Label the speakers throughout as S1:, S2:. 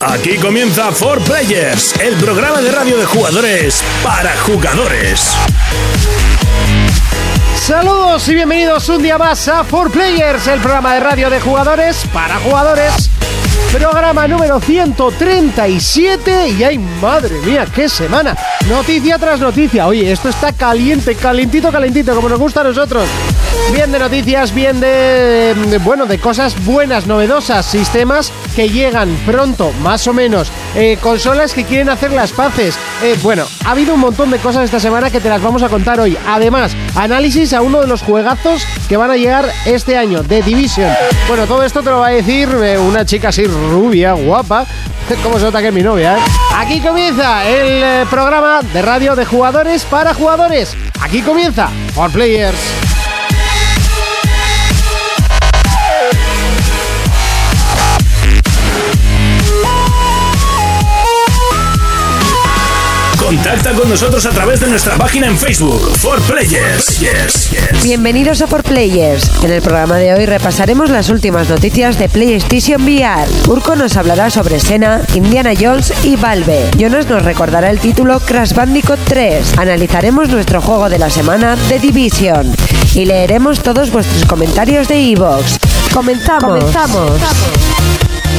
S1: Aquí comienza For Players, el programa de radio de jugadores para jugadores.
S2: Saludos y bienvenidos un día más a 4Players, el programa de radio de jugadores para jugadores. Programa número 137 y ay madre mía, qué semana. Noticia tras noticia. Oye, esto está caliente, calentito, calentito, como nos gusta a nosotros. Bien de noticias, bien de, de, bueno, de cosas buenas, novedosas, sistemas que llegan pronto, más o menos. Eh, consolas que quieren hacer las paces. Eh, bueno, ha habido un montón de cosas esta semana que te las vamos a contar hoy. Además, análisis a uno de los juegazos que van a llegar este año, The Division. Bueno, todo esto te lo va a decir eh, una chica así rubia, guapa. Como se nota que es mi novia, ¿eh? Aquí comienza el eh, programa de radio de jugadores para jugadores. Aquí comienza For Players.
S1: Contacta con nosotros a través de nuestra página en Facebook, For Players. Yes, yes.
S3: Bienvenidos a For Players. En el programa de hoy repasaremos las últimas noticias de PlayStation VR. Urko nos hablará sobre Sena, Indiana Jones y Valve. Jonas nos recordará el título Crash Bandicoot 3. Analizaremos nuestro juego de la semana, The Division. Y leeremos todos vuestros comentarios de Evox. ¡Comenzamos!
S2: Comenzamos.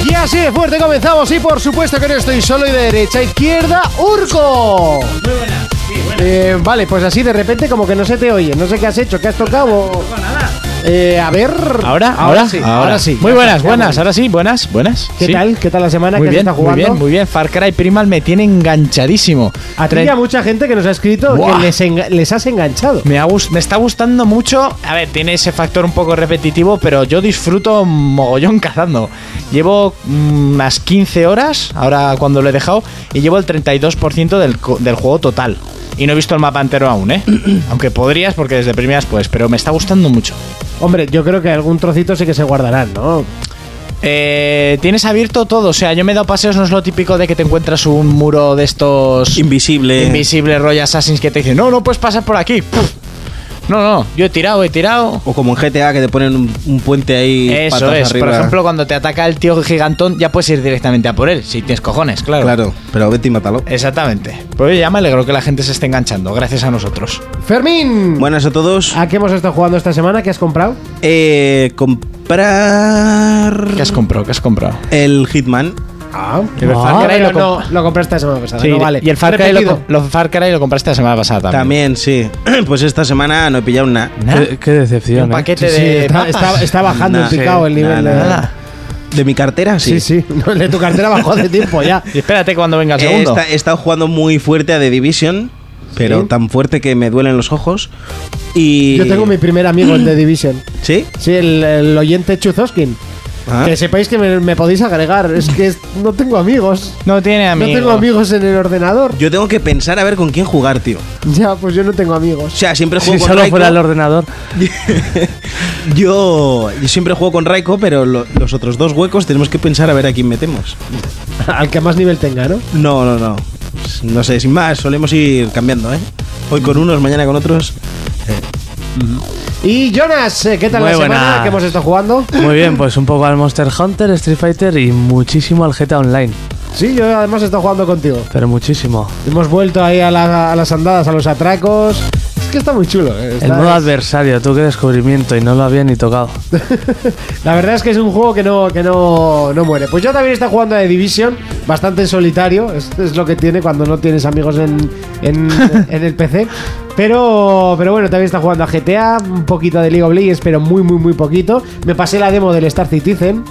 S2: Y así de fuerte comenzamos y por supuesto que no estoy solo y de derecha a izquierda, Urco.
S4: Muy buenas, sí, buenas.
S2: Eh, vale, pues así de repente como que no se te oye, no sé qué has hecho, qué has tocado.
S4: No, nada.
S2: Eh, a ver.
S5: ¿Ahora?
S2: ahora sí, ahora sí.
S5: Muy
S2: Ya
S5: buenas,
S2: está,
S5: buenas,
S2: ya
S5: ahora sí, buenas, buenas.
S2: ¿Qué
S5: sí.
S2: tal? ¿Qué tal la semana
S5: Muy
S2: que se
S5: bien,
S2: está
S5: muy
S2: jugando?
S5: bien, muy bien. Far Cry Primal me tiene enganchadísimo.
S2: A ti
S5: Tre-
S2: y a mucha gente que nos ha escrito
S5: Buah.
S2: que les, enga- les has enganchado.
S5: me, ha gust- me está gustando mucho. A ver, tiene ese factor un poco repetitivo, pero yo disfruto mogollón cazando. Llevo mm, unas 15 horas, ahora cuando lo he dejado, y llevo el 32% del, co- del juego total. Y no he visto el mapa entero aún, ¿eh? Aunque podrías, porque desde primeras pues, pero me está gustando mucho.
S2: Hombre, yo creo que algún trocito sí que se guardarán, ¿no?
S5: Eh, tienes abierto todo, o sea, yo me he dado paseos, no es lo típico de que te encuentras un muro de estos
S4: Invisible.
S2: eh.
S5: invisibles rollo Assassins que te dicen, no, no puedes pasar por aquí. Puf. No, no, yo he tirado, he tirado.
S4: O como en GTA que te ponen un, un puente ahí.
S5: Eso
S4: patas
S5: es,
S4: arriba.
S5: por ejemplo, cuando te ataca el tío gigantón, ya puedes ir directamente a por él, si tienes cojones, claro.
S4: Claro, pero vete y mátalo.
S5: Exactamente. Pues oye, ya me alegro que la gente se esté enganchando, gracias a nosotros.
S2: Fermín.
S4: Buenas a todos.
S2: ¿A qué hemos estado jugando esta semana? ¿Qué has comprado?
S4: Eh, comprar.
S5: ¿Qué has comprado? ¿Qué has comprado?
S4: El Hitman.
S2: Ah,
S5: el Far Cry
S2: pero
S5: lo
S2: no, lo compré esta semana
S6: Ah,
S2: pasada. no vale.
S5: Y el Far Cry,
S2: Repetido.
S5: lo, lo- Far Cry lo compraste la semana pasada también.
S4: También, sí. Pues esta semana no he pillado nada.
S5: Nada.
S6: Qué, qué decepción.
S5: Un
S6: ¿eh?
S5: paquete
S2: Sí,
S5: de
S2: está,
S5: papas.
S2: está- está bajando
S4: Nah,
S2: en picado
S5: sí,
S2: el nivel.
S4: nah,
S2: de-
S4: nah, nah. ¿De mi cartera? Sí.
S2: Sí, sí. No, el de tu cartera bajó hace tiempo ya.
S5: Y espérate cuando venga el
S4: He,
S5: segundo.
S4: esta- he estado jugando muy fuerte a The Division. Pero
S2: Sí.
S4: tan fuerte que me duelen los ojos. Y.
S2: Yo tengo mi primer amigo, el de Division.
S4: ¿Sí?
S2: Sí, el, el oyente Chuzoskin.
S4: Ah.
S2: Que sepáis que me, me podéis agregar. Es que es- no tengo amigos.
S5: No tiene
S2: No
S5: amigos.
S2: tengo amigos en el ordenador.
S4: Yo tengo que pensar a ver con quién jugar, tío.
S2: Ya, pues yo no tengo
S4: O
S2: amigos.
S4: sea, siempre juego
S6: Si
S4: con
S6: solo
S4: Raiko.
S6: fuera el ordenador.
S4: Yo, yo siempre juego con Raiko, pero lo- los otros dos huecos tenemos que pensar a ver a quién metemos.
S2: Al que más nivel tenga, ¿no?
S4: No, no, no. No sé, sin más, solemos ir cambiando, ¿eh? Hoy con unos, mañana con otros.
S2: Y Jonas, eh, ¿qué tal
S6: Muy
S2: la semana
S6: buenas.
S2: que hemos estado jugando?
S6: Muy bien, pues un poco al Monster Hunter, Street Fighter y muchísimo al GTA Online.
S2: Sí, yo además he estado jugando contigo.
S6: Pero muchísimo.
S2: Hemos vuelto ahí a, la- a las andadas, a los atracos. Es que está muy chulo. eh, está-
S6: El modo adversario, tú qué descubrimiento y no lo había ni tocado.
S2: La verdad es que es un juego que no, que no, no muere. Pues yo también está jugando a The Division, bastante en solitario. Es, es lo que tiene cuando no tienes amigos en, en, en el PC. Pero, pero bueno, también está jugando a GTA, un poquito de League of Legends, pero muy, muy, muy poquito. Me pasé la demo del Star Citizen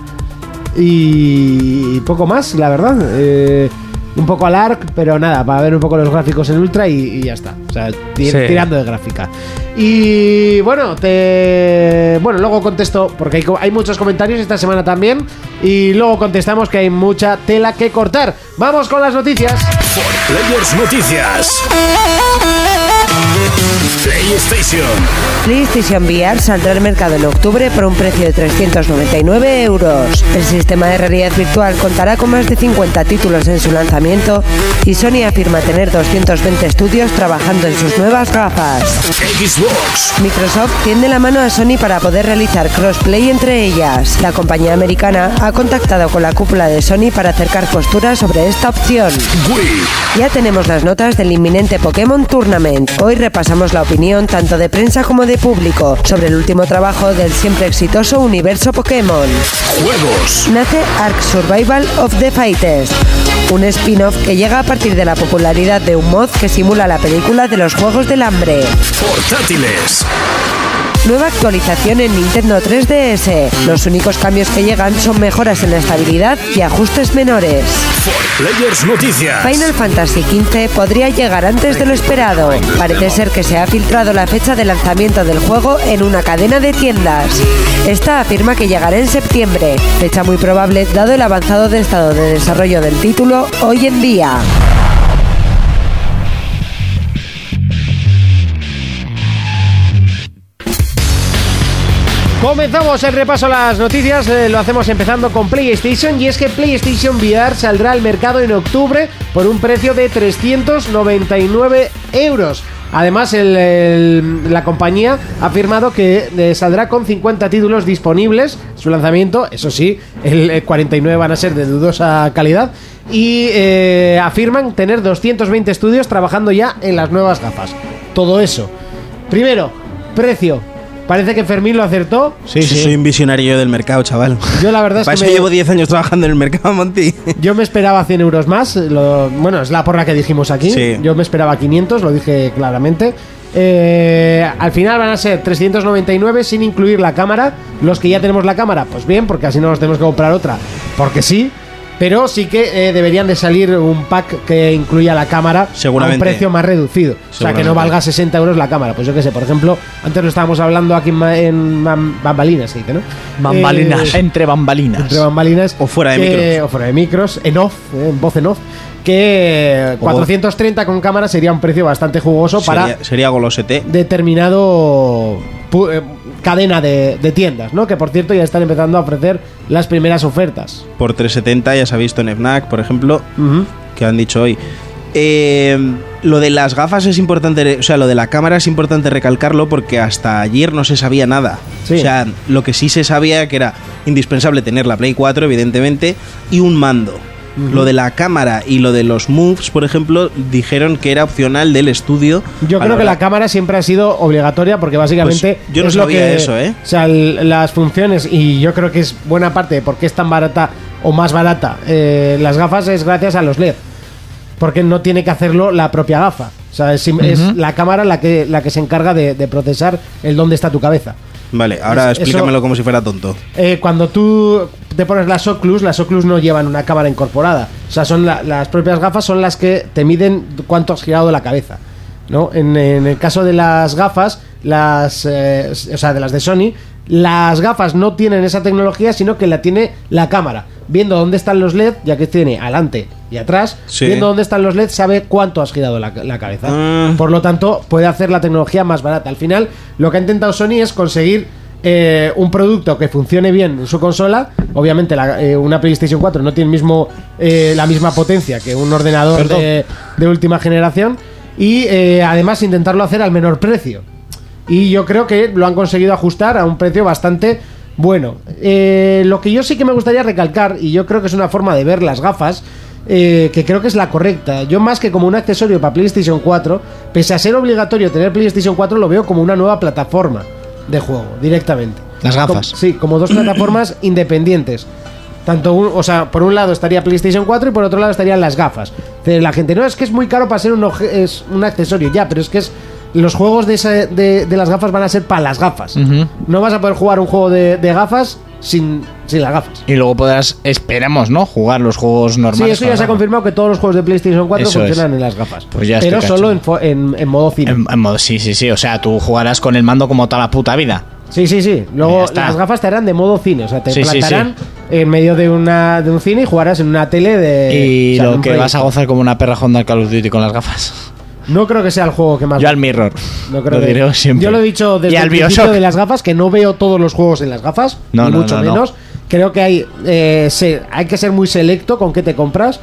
S2: y poco más, la verdad. Eh, un poco al ARC, pero nada, para ver un poco los gráficos en Ultra y, y ya está. O sea, ti-
S6: Sí.
S2: tirando de gráfica. Y bueno, te bueno, luego contesto, porque hay, co- hay muchos comentarios esta semana también. Y luego contestamos que hay mucha tela que cortar. Vamos con las noticias.
S1: Players Noticias. PlayStation,
S3: PlayStation VR saldrá al mercado en octubre por un precio de 399 euros. El sistema de realidad virtual contará con más de 50 títulos en su lanzamiento y Sony afirma tener 220 estudios trabajando en sus nuevas gafas.
S1: Xbox,
S3: Microsoft tiende la mano a Sony para poder realizar crossplay entre ellas. La compañía americana ha contactado con la cúpula de Sony para acercar posturas sobre esta opción.
S1: Wii,
S3: Ya tenemos las notas del inminente Pokémon Tournament. Hoy repasamos la opinión tanto de prensa como de público sobre el último trabajo del siempre exitoso universo Pokémon.
S1: juegos,
S3: Nace Ark Survival of the Fighters, un spin-off que llega a partir de la popularidad de un mod que simula la película de los Juegos del Hambre.
S1: portátiles,
S3: Nueva actualización en Nintendo 3DS. Los únicos cambios que llegan son mejoras en la estabilidad y ajustes menores.
S1: Players Noticias,
S3: Final Fantasy XV podría llegar antes de lo esperado. Parece ser que se ha filtrado la fecha de lanzamiento del juego en una cadena de tiendas. Esta afirma que llegará en septiembre, fecha muy probable dado el avanzado de estado de desarrollo del título hoy en día.
S2: Comenzamos el repaso a las noticias, eh, lo hacemos empezando con PlayStation y es que PlayStation VR saldrá al mercado en octubre por un precio de 399 euros. Además, el- el- la compañía ha afirmado que eh, saldrá con 50 títulos disponibles. Su lanzamiento, eso sí, el eh, 49 van a ser de dudosa calidad. Y eh, afirman tener 220 estudios trabajando ya en las nuevas gafas. Todo eso. Primero, precio. Parece que Fermín lo acertó.
S4: Sí, sí, Soy un visionario del mercado, chaval.
S2: Yo la verdad es
S4: Para
S2: que
S4: eso
S2: me-
S4: llevo 10 años trabajando en el mercado, Monty.
S2: Yo me esperaba 100 euros más. lo- bueno, es la porra que dijimos aquí.
S4: Sí.
S2: Yo me esperaba 500, lo dije claramente. Eh, al final van a ser 399 sin incluir la cámara. Los que ya tenemos la cámara, pues bien, porque así no nos tenemos que comprar otra. Porque sí. Pero sí que eh, deberían de salir un pack que incluya la cámara a un
S4: Seguramente.
S2: precio más reducido. O sea, que no
S4: Seguramente.
S2: valga 60 euros la cámara. Pues yo qué sé, por ejemplo, antes lo estábamos hablando aquí en, ma- en mam- bambalinas, se dice, ¿no? Eh,
S5: Bambalinas. entre bambalinas.
S2: entre bambalinas.
S4: O fuera de
S2: que-
S4: micros.
S2: O fuera de micros, en off, eh, en voz en off. Que
S4: O
S2: 430 con cámara sería un precio bastante jugoso para
S4: Sería, sería golosete.
S2: determinado pu- eh, cadena de, de tiendas, ¿no? Que por cierto ya están empezando a ofrecer las primeras ofertas.
S4: Por 370 ya se ha visto en FNAC, por ejemplo, que han dicho hoy. Eh, lo de las gafas es importante, o sea, lo de la cámara es importante recalcarlo porque hasta ayer no se sabía nada.
S2: Sí.
S4: O sea, lo que sí se sabía que era indispensable tener la Play 4, evidentemente, y un mando. Lo de la cámara y lo de los moves, por ejemplo, dijeron que era opcional del estudio.
S2: Yo creo que la
S4: Valorar.
S2: cámara siempre ha sido obligatoria porque básicamente
S4: Pues yo no
S2: es lo
S4: sabía
S2: que
S4: eso, ¿eh?
S2: o sea, el- las funciones y yo creo que es buena parte de por qué es tan barata o más barata eh, las gafas es gracias a los LED. Porque no tiene que hacerlo la propia gafa. O sea, es, sim- es la cámara la que, la que se encarga de, de procesar el dónde está tu cabeza.
S4: Vale, ahora
S2: Eso-
S4: explícamelo como si fuera tonto.
S2: Eh, cuando tú te pones las Oculus, las Oculus no llevan una cámara incorporada. O sea, son la- las propias gafas son las que te miden cuánto has girado la cabeza. ¿no? En, en el caso de las gafas, las, eh, o sea, de las de Sony, las gafas no tienen esa tecnología, sino que la tiene la cámara. Viendo dónde están los LED, ya que tiene adelante y atrás,
S4: Sí.
S2: viendo dónde están los LED, sabe cuánto has girado la, la cabeza.
S4: Ah.
S2: Por lo tanto, puede hacer la tecnología más barata. Al final, lo que ha intentado Sony es conseguir eh, un producto que funcione bien en su consola. Obviamente, la- eh, una PlayStation 4 no tiene el mismo, eh, la misma potencia que un ordenador
S4: Perdón.
S2: de, de última generación. Y eh, además, intentarlo hacer al menor precio. Y yo creo que lo han conseguido ajustar a un precio bastante bueno. Eh, lo que yo sí que me gustaría recalcar, y yo creo que es una forma de ver las gafas, eh, que creo que es la correcta. Yo más que como un accesorio para PlayStation 4, pese a ser obligatorio tener PlayStation 4, lo veo como una nueva plataforma de juego, directamente.
S5: Las gafas.
S2: Com- sí, como dos plataformas independientes. Tanto un- o sea, por un lado estaría PlayStation 4 y por otro lado estarían las gafas. Dice La gente, no, es que es muy caro para ser un, oje- es un accesorio, ya, pero es que es. Los juegos de, esa- de, de las gafas van a ser para las gafas.
S5: Ujú.
S2: No vas a poder jugar un juego de, de gafas sin, sin las gafas.
S5: Y luego podrás, esperamos, ¿no? Jugar los juegos normales.
S2: Sí, eso
S5: con
S2: ya
S5: la
S2: se ha
S5: gafa.
S2: confirmado que todos los juegos de PlayStation 4
S5: Eso
S2: funcionan
S5: es.
S2: en las gafas.
S5: Pues ya
S2: pero
S5: estoy
S2: solo en,
S5: cacho.
S2: fo- en, en modo cine.
S5: En- en modo- sí, sí, sí. O sea, tú jugarás con el mando como toda la puta vida.
S2: Sí, sí, sí. Luego
S5: Ya está.
S2: las gafas te harán de modo cine. O sea, te
S5: Sí, sí,
S2: plantarán
S5: sí.
S2: en medio de, una, de un cine y jugarás en una tele de. Eh, o
S5: y
S2: sea, de
S5: lo
S2: un
S5: que vas a
S2: proyector.
S5: gozar como una perra Honda al Call of Duty con las gafas.
S2: No creo que sea el juego que más.
S5: Yo al Mirror.
S2: Ah, No creo
S5: lo
S2: que-
S5: diré siempre.
S2: Yo lo he dicho
S5: Y
S2: desde
S5: al
S2: el principio
S5: Bioshock.
S2: de las gafas, que no veo todos los juegos en las gafas,
S5: No,
S2: ni
S5: no,
S2: mucho
S5: no, no.
S2: menos. Creo que hay, eh, se- hay que ser muy selecto con qué te compras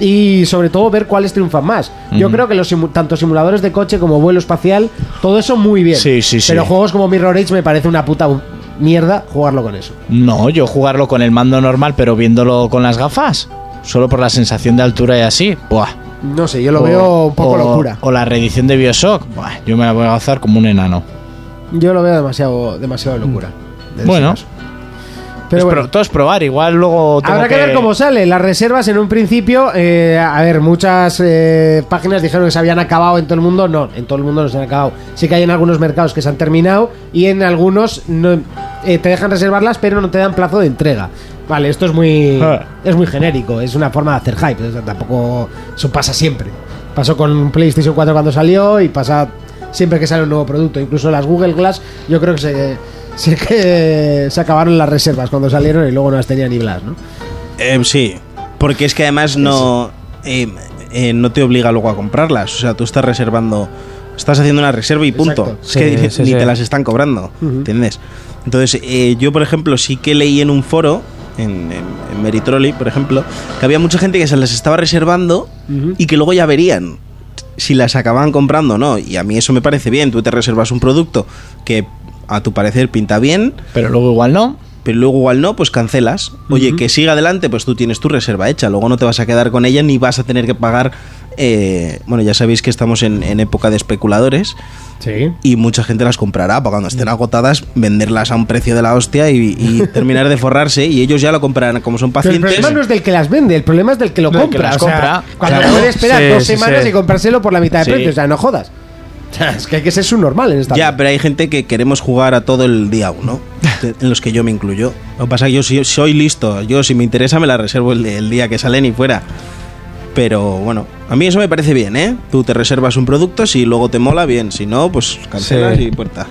S2: y sobre todo ver cuáles triunfan más. Yo creo que los simu- tanto simuladores de coche como vuelo espacial, todo eso muy bien.
S5: Sí, sí, sí.
S2: Pero juegos como Mirror Edge me parece una puta u- mierda jugarlo con eso.
S5: No, yo jugarlo con el mando normal, pero viéndolo con las gafas. Solo por la sensación de altura y así. Buah.
S2: No sé, yo lo veo un poco
S5: o-
S2: locura.
S5: O la reedición de Bioshock. Buah, yo me la voy a gozar como un enano.
S2: Yo lo veo demasiado, demasiado locura. en ese
S5: Mm. Bueno.
S2: caso. Pero
S5: Es
S2: bueno.
S5: pro- todo es probar. Igual luego. tengo
S2: Habrá que, ver cómo sale. Las reservas en un principio, eh, a ver, muchas eh, páginas dijeron que se habían acabado en todo el mundo. No, en todo el mundo no se han acabado. Sí que hay en algunos mercados que se han terminado y en algunos no, eh, te dejan reservarlas, pero no te dan plazo de entrega. Vale, esto es muy
S5: Ah.
S2: es muy genérico, es una forma de hacer hype. o sea, Tampoco eso pasa siempre. Pasó con PlayStation 4 cuando salió y pasa siempre que sale un nuevo producto. Incluso las Google Glass, yo creo que se, se, que se acabaron las reservas cuando salieron y luego no las tenía ni Glass, ¿no?
S4: Eh, sí, porque es que además no, eh, eh, no te obliga luego a comprarlas. O sea, tú estás reservando, estás haciendo una reserva y punto.
S2: Exacto.
S4: Es que
S6: Sí, sí,
S4: ni
S6: sí.
S4: te las están cobrando, ¿entiendes? Entonces, eh, yo, por ejemplo, sí que leí en un foro, en, en, en Meritrolli, por ejemplo, que había mucha gente que se las estaba reservando y que luego ya verían si las acababan comprando o no. Y a mí eso me parece bien. Tú te reservas un producto que a tu parecer pinta bien,
S5: Pero luego igual no.
S4: pero luego igual no, pues cancelas. Oye, que siga adelante, pues tú tienes tu reserva hecha, luego no te vas a quedar con ella ni vas a tener que pagar... eh, bueno, ya sabéis que estamos en, en época de especuladores
S2: Sí.
S4: y mucha gente las comprará para cuando
S2: Mm.
S4: estén agotadas venderlas a un precio de la hostia y, y terminar de forrarse y ellos ya lo comprarán como son
S2: Pero el
S4: pacientes.
S2: problema no es del que las vende, el problema es del que lo
S5: Del que
S2: compra.
S5: las
S2: o sea,
S5: compra,
S2: cuando
S5: claro.
S2: puede esperar
S6: Sí,
S2: dos
S6: sí,
S2: semanas
S6: sí.
S2: y comprárselo por la mitad de
S5: Sí.
S2: precio, o sea, no jodas. O sea, Es que hay que ser subnormal en esta
S4: Ya,
S2: vida.
S4: pero hay gente que queremos jugar a todo el día uno, de- en los que yo me incluyo. Lo que pasa es que yo sí- soy listo, yo si me interesa me la reservo el, el día que salen y fuera. Pero bueno, a mí eso me parece bien, ¿eh? Tú te reservas un producto, si luego te mola, bien, si no, pues cancelas
S6: Sí.
S4: y puerta.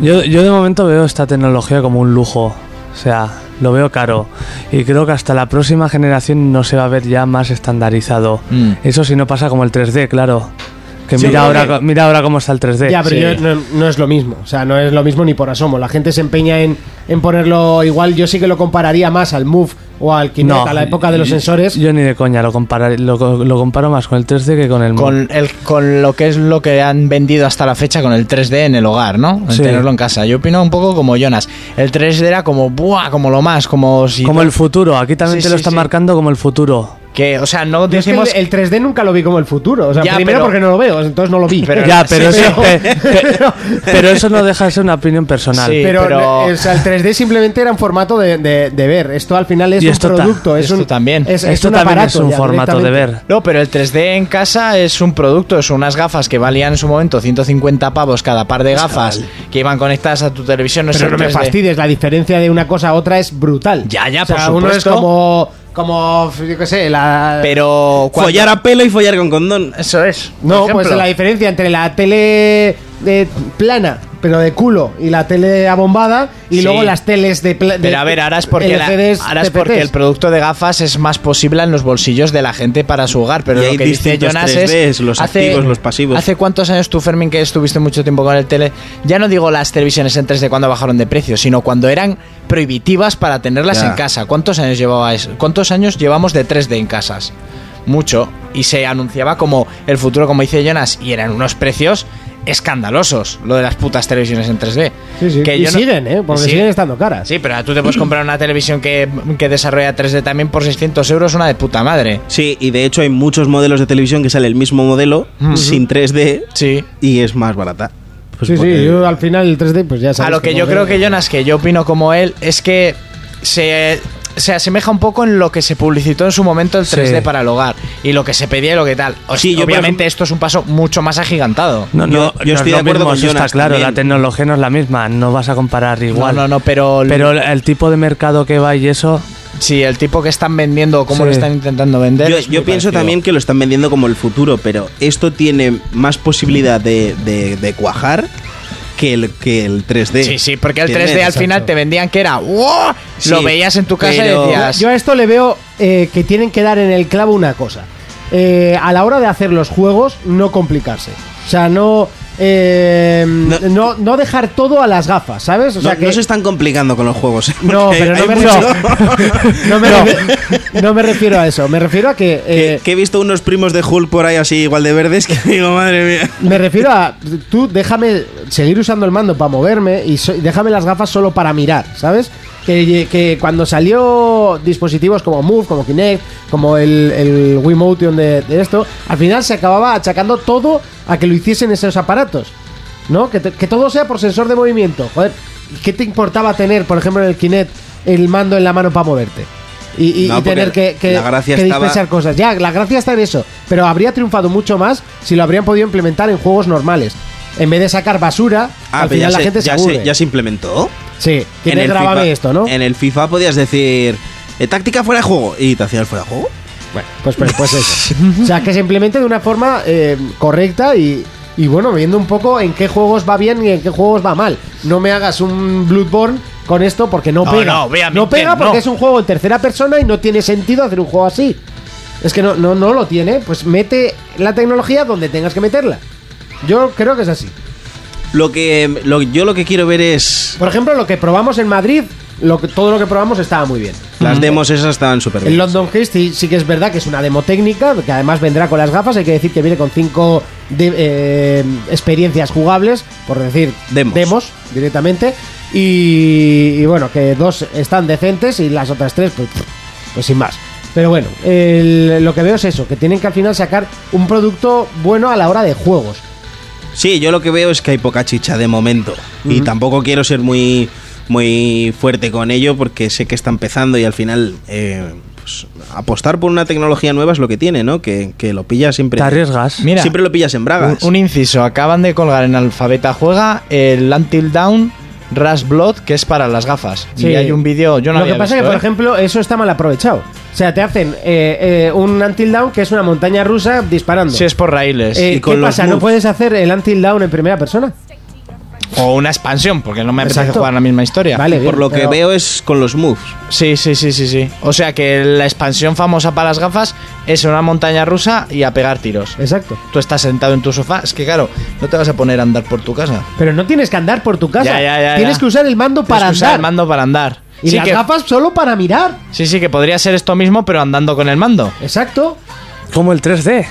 S6: Yo, yo de momento veo esta tecnología como un lujo. O sea, lo veo caro. Y creo que hasta la próxima generación no se va a ver ya más estandarizado.
S5: Mm.
S6: Eso si no pasa como el 3D, claro. Que
S2: Sí,
S6: mira,
S2: hombre.
S6: ahora, co- mira ahora cómo está el 3D.
S2: Ya, pero
S5: Sí.
S2: yo- no, no es lo mismo. O sea, no es lo mismo ni por asomo. La gente se empeña en, en ponerlo igual. Yo sí que lo compararía más al Move o al Kinect,
S6: No,
S2: a la época de los sensores.
S6: Yo ni de coña lo, comparar- lo, co- lo comparo más con el 3D que con el móvil.
S5: Con, el, con lo que es lo que han vendido hasta la fecha con el 3D en el hogar, ¿no? El
S6: Sí.
S5: tenerlo en casa. Yo opino un poco como Jonas. El 3D era como, ¡buah! Como lo más, como si.
S6: Como el futuro. Aquí también
S5: Sí,
S6: te lo
S5: sí,
S6: están
S5: sí.
S6: marcando como el futuro.
S5: Que, o sea, no
S2: Yo es que el-
S5: decimos.
S2: el, 3D nunca lo vi como el futuro. O sea,
S5: Ya,
S2: primero
S5: pero-
S2: porque no lo veo, entonces no lo vi.
S5: Pero-
S6: ya, pero,
S5: sí,
S6: eso,
S5: pero-
S6: pe- pe- pero eso no deja de ser una opinión personal.
S5: Sí.
S2: Pero,
S5: pero-
S2: o sea, el 3D simplemente era un formato de, de- de ver. Esto al final es
S6: Y
S2: un
S6: esto ta-
S2: producto. Es
S5: esto
S2: un,
S5: también.
S2: Es, es
S6: Esto
S2: un
S6: también
S2: aparato
S6: es un
S2: ya,
S6: formato de
S2: directamente.
S6: ver.
S5: No, pero el 3D en casa es un producto, son unas gafas que valían en su momento 150 pavos cada par de gafas que iban conectadas a tu televisión. No es
S2: Pero
S5: el
S2: no me
S5: 3D.
S2: fastidies, la diferencia de una cosa a otra es brutal.
S5: Ya, ya,
S2: o sea,
S5: por
S2: uno es
S5: supuesto.
S2: como, como, yo qué sé, la...
S5: Pero cuando-
S4: Follar a pelo y follar con condón.
S5: Eso es.
S2: No,
S5: Por
S2: pues
S5: ejemplo.
S2: la diferencia entre la tele de plana, pero de culo, y la tele abombada, y
S5: Sí.
S2: luego las teles de... pla- de-
S5: Pero a ver, ahora es porque, la-
S2: LCDs,
S5: ahora es porque
S2: TPTs.
S5: el producto de gafas es más posible en los bolsillos de la gente para su hogar. Pero
S4: Y
S5: lo
S4: hay
S5: que dice
S4: distintos
S5: Jonas
S4: 3Ds,
S5: es.
S4: los activos, los pasivos.
S5: ¿Hace cuántos años tú, Fermín, que estuviste mucho tiempo con el tele? Ya no digo las televisiones en 3D cuando bajaron de precio, sino cuando eran prohibitivas para tenerlas
S4: Ya.
S5: en casa. ¿Cuántos años llevabais? ¿Cuántos años llevamos de 3D en casas? Mucho. Y se anunciaba como el futuro, como dice Jonas, y eran unos precios escandalosos lo de las putas televisiones en 3D.
S2: Sí, sí,
S5: Que
S2: y
S5: yo no-
S2: siguen, ¿eh? Porque
S5: Sí.
S2: siguen estando caras.
S5: Sí, pero tú te puedes comprar una televisión que, que desarrolla 3D también por 600 euros, una de puta madre.
S4: Sí, y de hecho hay muchos modelos de televisión que sale el mismo modelo, sin 3D,
S5: Sí.
S4: y es más barata. Pues
S2: sí,
S4: porque-
S2: sí, yo al final el 3D, pues ya sabes.
S5: A lo que
S2: no
S5: yo
S2: veo.
S5: creo que Jonas, que yo opino como él, es que se, se asemeja un poco en lo que se publicitó en su momento el 3D
S6: Sí.
S5: para el hogar y lo que se pedía y lo que tal. O
S4: Sí, yo, por
S5: obviamente
S4: ejemplo-
S5: esto es un paso mucho más agigantado.
S6: No,
S4: Yo-
S6: no,
S4: yo estoy
S6: no es lo
S4: de acuerdo
S6: mismo,
S4: con
S6: eso está
S4: Jonas
S6: claro,
S4: también.
S6: la tecnología no es la misma, no vas a comparar igual.
S5: no, no, pero-
S6: Pero el tipo de mercado que va y eso,
S5: Si el tipo que están vendiendo o cómo
S6: Sí.
S5: lo están intentando vender.
S4: Yo,
S5: es muy
S4: yo pienso
S5: parecido.
S4: también que lo están vendiendo como el futuro, pero esto tiene más posibilidad de, de- de cuajar que el, que el 3D.
S5: Sí, sí, porque el 3D
S4: ¿Entiendes?
S5: al final te vendían que era. ¡Wow!
S4: Sí,
S5: lo veías en tu casa
S4: pero-
S5: y decías.
S2: Yo a esto le veo eh, que tienen que dar en el clavo una cosa. Eh, a la hora de hacer los juegos, no complicarse. O sea, no, eh, no,
S4: No.
S2: no dejar todo a las gafas, ¿sabes? O sea,
S4: no,
S2: que
S4: no se están complicando con los juegos. ¿eh?
S2: No,
S4: Porque
S2: pero no
S4: hay
S2: me,
S4: mucho-
S2: refiero, no, me refi- no me refiero a eso. Me refiero a que.
S4: que,
S2: eh,
S4: que he visto unos primos de Hulk por ahí así igual de verdes que digo, madre mía.
S2: Me refiero a. Tú déjame seguir usando el mando para moverme y so- déjame las gafas solo para mirar, ¿sabes? Que, que cuando salió dispositivos como Move, como Kinect, como el, el Wii Motion de, de esto, al final se acababa achacando todo a que lo hiciesen esos aparatos, ¿no? Que, te- que todo sea por sensor de movimiento. Joder, ¿qué te importaba tener, por ejemplo, en el Kinect el mando en la mano para moverte? Y, y-
S4: No,
S2: y tener
S4: porque
S2: que, que-
S4: la gracia
S2: que
S4: estaba-
S2: dispensar cosas. Ya, la gracia está en eso. Pero habría triunfado mucho más si lo habrían podido implementar en juegos normales. En vez de sacar basura, al
S4: Ah, pero
S2: final la
S4: se-
S2: gente se
S4: ya,
S2: aburre.
S4: ya se implementó.
S2: sí, que
S4: En
S2: te
S4: el
S2: grábame
S4: FIFA-
S2: esto, ¿no?
S4: En el FIFA podías decir eh, táctica fuera de juego y te hacías fuera de juego.
S2: Bueno, pues, pues, pues eso. o sea, que se implemente de una forma eh, correcta y, y bueno, viendo un poco en qué juegos va bien y en qué juegos va mal. No me hagas un Bloodborne con esto porque no,
S5: No,
S2: pega.
S5: no, ve a mi
S2: pega
S5: ten,
S2: porque
S5: no.
S2: es un juego en tercera persona y no tiene sentido hacer un juego así. Es que no, no, no lo tiene. Pues mete la tecnología donde tengas que meterla. Yo creo que es así.
S4: Lo que lo- yo lo que quiero ver es
S2: Por ejemplo, lo que probamos en Madrid, lo que, todo lo que probamos estaba muy bien.
S4: las demos esas estaban súper
S2: El
S4: bien.
S2: London Heist sí, sí que es verdad que es una demo técnica, que además vendrá con las gafas, hay que decir que viene con cinco de- eh, experiencias jugables, por decir
S4: Demos.
S2: directamente, y, y bueno, que dos están decentes y las otras tres, pues, pues sin más. Pero bueno, el- lo que veo es eso, que tienen que al final sacar un producto bueno a la hora de juegos.
S4: Sí, yo lo que veo es que hay poca chicha de momento y tampoco quiero ser muy muy fuerte con ello porque sé que está empezando y al final eh, pues, apostar por una tecnología nueva es lo que tiene, ¿no? Que, que lo pillas siempre.
S6: Te arriesgas.
S5: Mira,
S4: siempre lo pillas en
S5: un,
S4: bragas.
S5: un inciso, acaban de colgar en Alfabeta Juega el Until Down Rush Blood, que es para las gafas.
S2: Sí.
S5: Y hay un vídeo, yo no
S2: Lo
S5: había
S2: que pasa es que,
S5: visto,
S2: por
S5: ¿eh?
S2: ejemplo, eso está mal aprovechado. O sea, te hacen eh, eh, un Until Down que es una montaña rusa disparando.
S5: Si es por raíles.
S2: Eh,
S4: y con
S2: ¿Qué
S4: los
S2: pasa? ¿No
S4: moves.
S2: puedes hacer el Until Down en primera persona?
S5: O una expansión, porque no me apetece
S2: Exacto.
S5: jugar la misma historia.
S2: Vale, bien,
S4: Por lo que
S2: pero-
S4: veo es con los moves.
S5: Sí, sí, sí, sí, sí. O sea que la expansión famosa para las gafas es una montaña rusa y a pegar tiros.
S2: Exacto.
S5: Tú estás sentado en tu sofá, es que claro, no te vas a poner a andar por tu casa.
S2: Pero no tienes que andar por tu casa.
S5: Ya, ya, ya,
S2: tienes
S5: ya.
S2: que usar el mando
S5: Tienes
S2: para
S5: que usar
S2: andar.
S5: el mando para andar.
S2: Y
S5: sí,
S2: las
S5: que,
S2: gafas solo para mirar.
S5: sí, sí, que podría ser esto mismo, pero andando con el mando.
S2: Exacto.
S6: Como el 3D.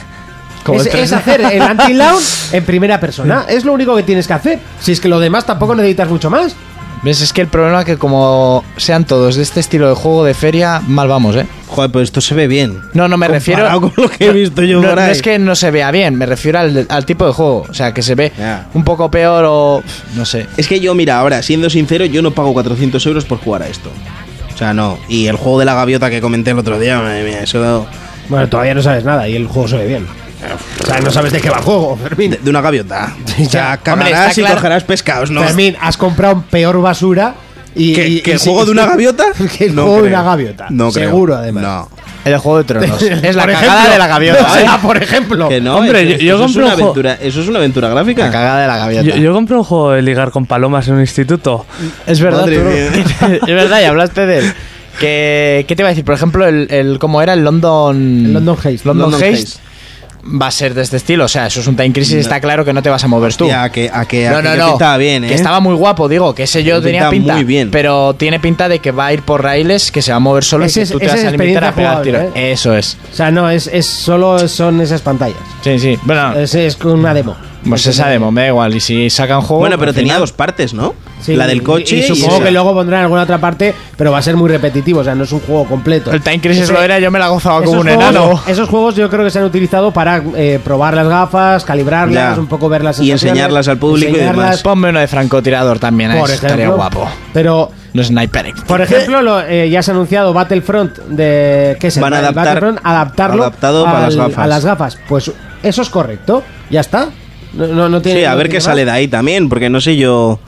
S5: Como
S2: es,
S5: el 3D.
S2: es hacer el Until Down en primera persona. Es lo único que tienes que hacer. Si es que lo demás tampoco necesitas mucho más.
S5: ¿Ves? Es que el problema es que como sean todos de este estilo de juego de feria, mal vamos, ¿eh?
S4: Joder, pues esto se ve bien.
S5: No, no me
S4: Comparado
S5: refiero.
S4: con lo que he visto yo
S5: no,
S4: por
S5: no
S4: ahí.
S5: es que no se vea bien, me refiero al, al tipo de juego. O sea, que se ve
S4: Ya.
S5: un poco peor o. No sé.
S4: Es que yo, mira, ahora, siendo sincero, yo no pago 400 euros por jugar a esto. O sea, no. Y el juego de la gaviota que comenté el otro día, madre mía, eso...
S2: Bueno, todavía no sabes nada y el juego se ve bien. O sea, no sabes de qué va el juego, Fermín.
S4: De, de una gaviota. O sea,
S5: Hombre,
S4: cagarás
S5: está
S4: y
S5: claro.
S4: cogerás pescados, ¿no?
S2: Fermín, has comprado peor basura y.
S4: ¿Que,
S2: y-
S4: que
S2: y
S4: el
S2: sí-
S4: juego de una gaviota?
S2: Que el
S4: No
S2: juego de
S4: creo.
S2: una gaviota.
S4: No creo.
S2: Seguro, además.
S4: No.
S5: El juego de tronos. es la
S2: Por
S5: cagada
S2: ejemplo.
S5: de la gaviota.
S2: O
S5: ¿eh?
S2: sea, por ejemplo.
S4: Que no,
S6: Hombre,
S4: es-
S6: yo-
S4: es-
S6: yo
S4: eso, es
S6: compré
S4: una
S6: un juego-
S4: aventura, eso es una aventura
S5: La
S4: gráfica.
S5: cagada de la gaviota.
S6: Yo, yo compré un juego de ligar con palomas en un instituto.
S5: Es verdad,
S4: Madre
S5: tú no-
S4: mía.
S5: es verdad, y hablaste de él. Que, ¿Qué te iba a decir? Por ejemplo, el, el- ¿cómo era? El London...
S2: El London Heist.
S5: London,
S4: London
S5: Heist Mm. va a ser de este estilo. O sea, eso es un Time Crisis, está claro que no te vas a mover tú.
S4: Hostia, a que, a que, a
S5: no,
S4: que
S5: no,
S4: yo
S5: no.
S4: pintaba bien, ¿eh?
S5: Que estaba muy guapo, digo, que ese yo
S4: Pinta
S5: tenía pinta.
S4: muy bien.
S5: Pero tiene pinta de que va a ir por raíles, que se va a mover solo
S2: Ese
S5: y
S2: es-
S5: que tú te
S2: esa
S5: vas
S2: es
S5: a limitar a
S2: experiencia
S5: pegar
S2: jugable,
S5: tiros.
S4: ¿eh?
S5: Eso es.
S2: O sea, no, es, es solo son esas pantallas.
S5: Sí, sí. Bueno,
S2: Es, es con una demo.
S5: pues esa demo, me da igual. Y si sacan juego.
S4: Bueno, pero
S5: al
S4: tenía
S5: final-
S4: dos partes, ¿no?
S2: Sí,
S4: la del coche
S2: Y,
S4: y,
S2: y supongo
S4: esa.
S2: que luego pondrán alguna otra parte, pero va a ser muy repetitivo. O sea, no es un juego completo.
S5: El Time Crisis
S2: Ese-
S5: lo era, yo me la gozaba
S2: esos
S5: como un
S2: juegos-
S5: enano.
S2: Esos juegos yo creo que se han utilizado para eh, probar las gafas, calibrarlas,
S4: Ya.
S2: un poco ver las
S4: Y
S2: sensaciones,
S4: enseñarlas al público y
S2: enseñarlas,
S5: Ponme uno de francotirador también,
S2: Por
S5: eso estaría
S2: ejemplo.
S5: guapo.
S2: Pero
S5: No sniper.
S2: Por ejemplo, lo- eh, ya se ha anunciado Battlefront de que se
S4: Van a adaptar-
S2: Battlefront adaptarlo
S4: adaptado para las gafas.
S2: a las gafas. Pues eso es correcto, ya está. No, no, no tiene
S4: Sí, a
S2: no
S4: ver
S2: tiene
S4: qué
S2: más.
S4: sale de ahí también, porque no sé yo...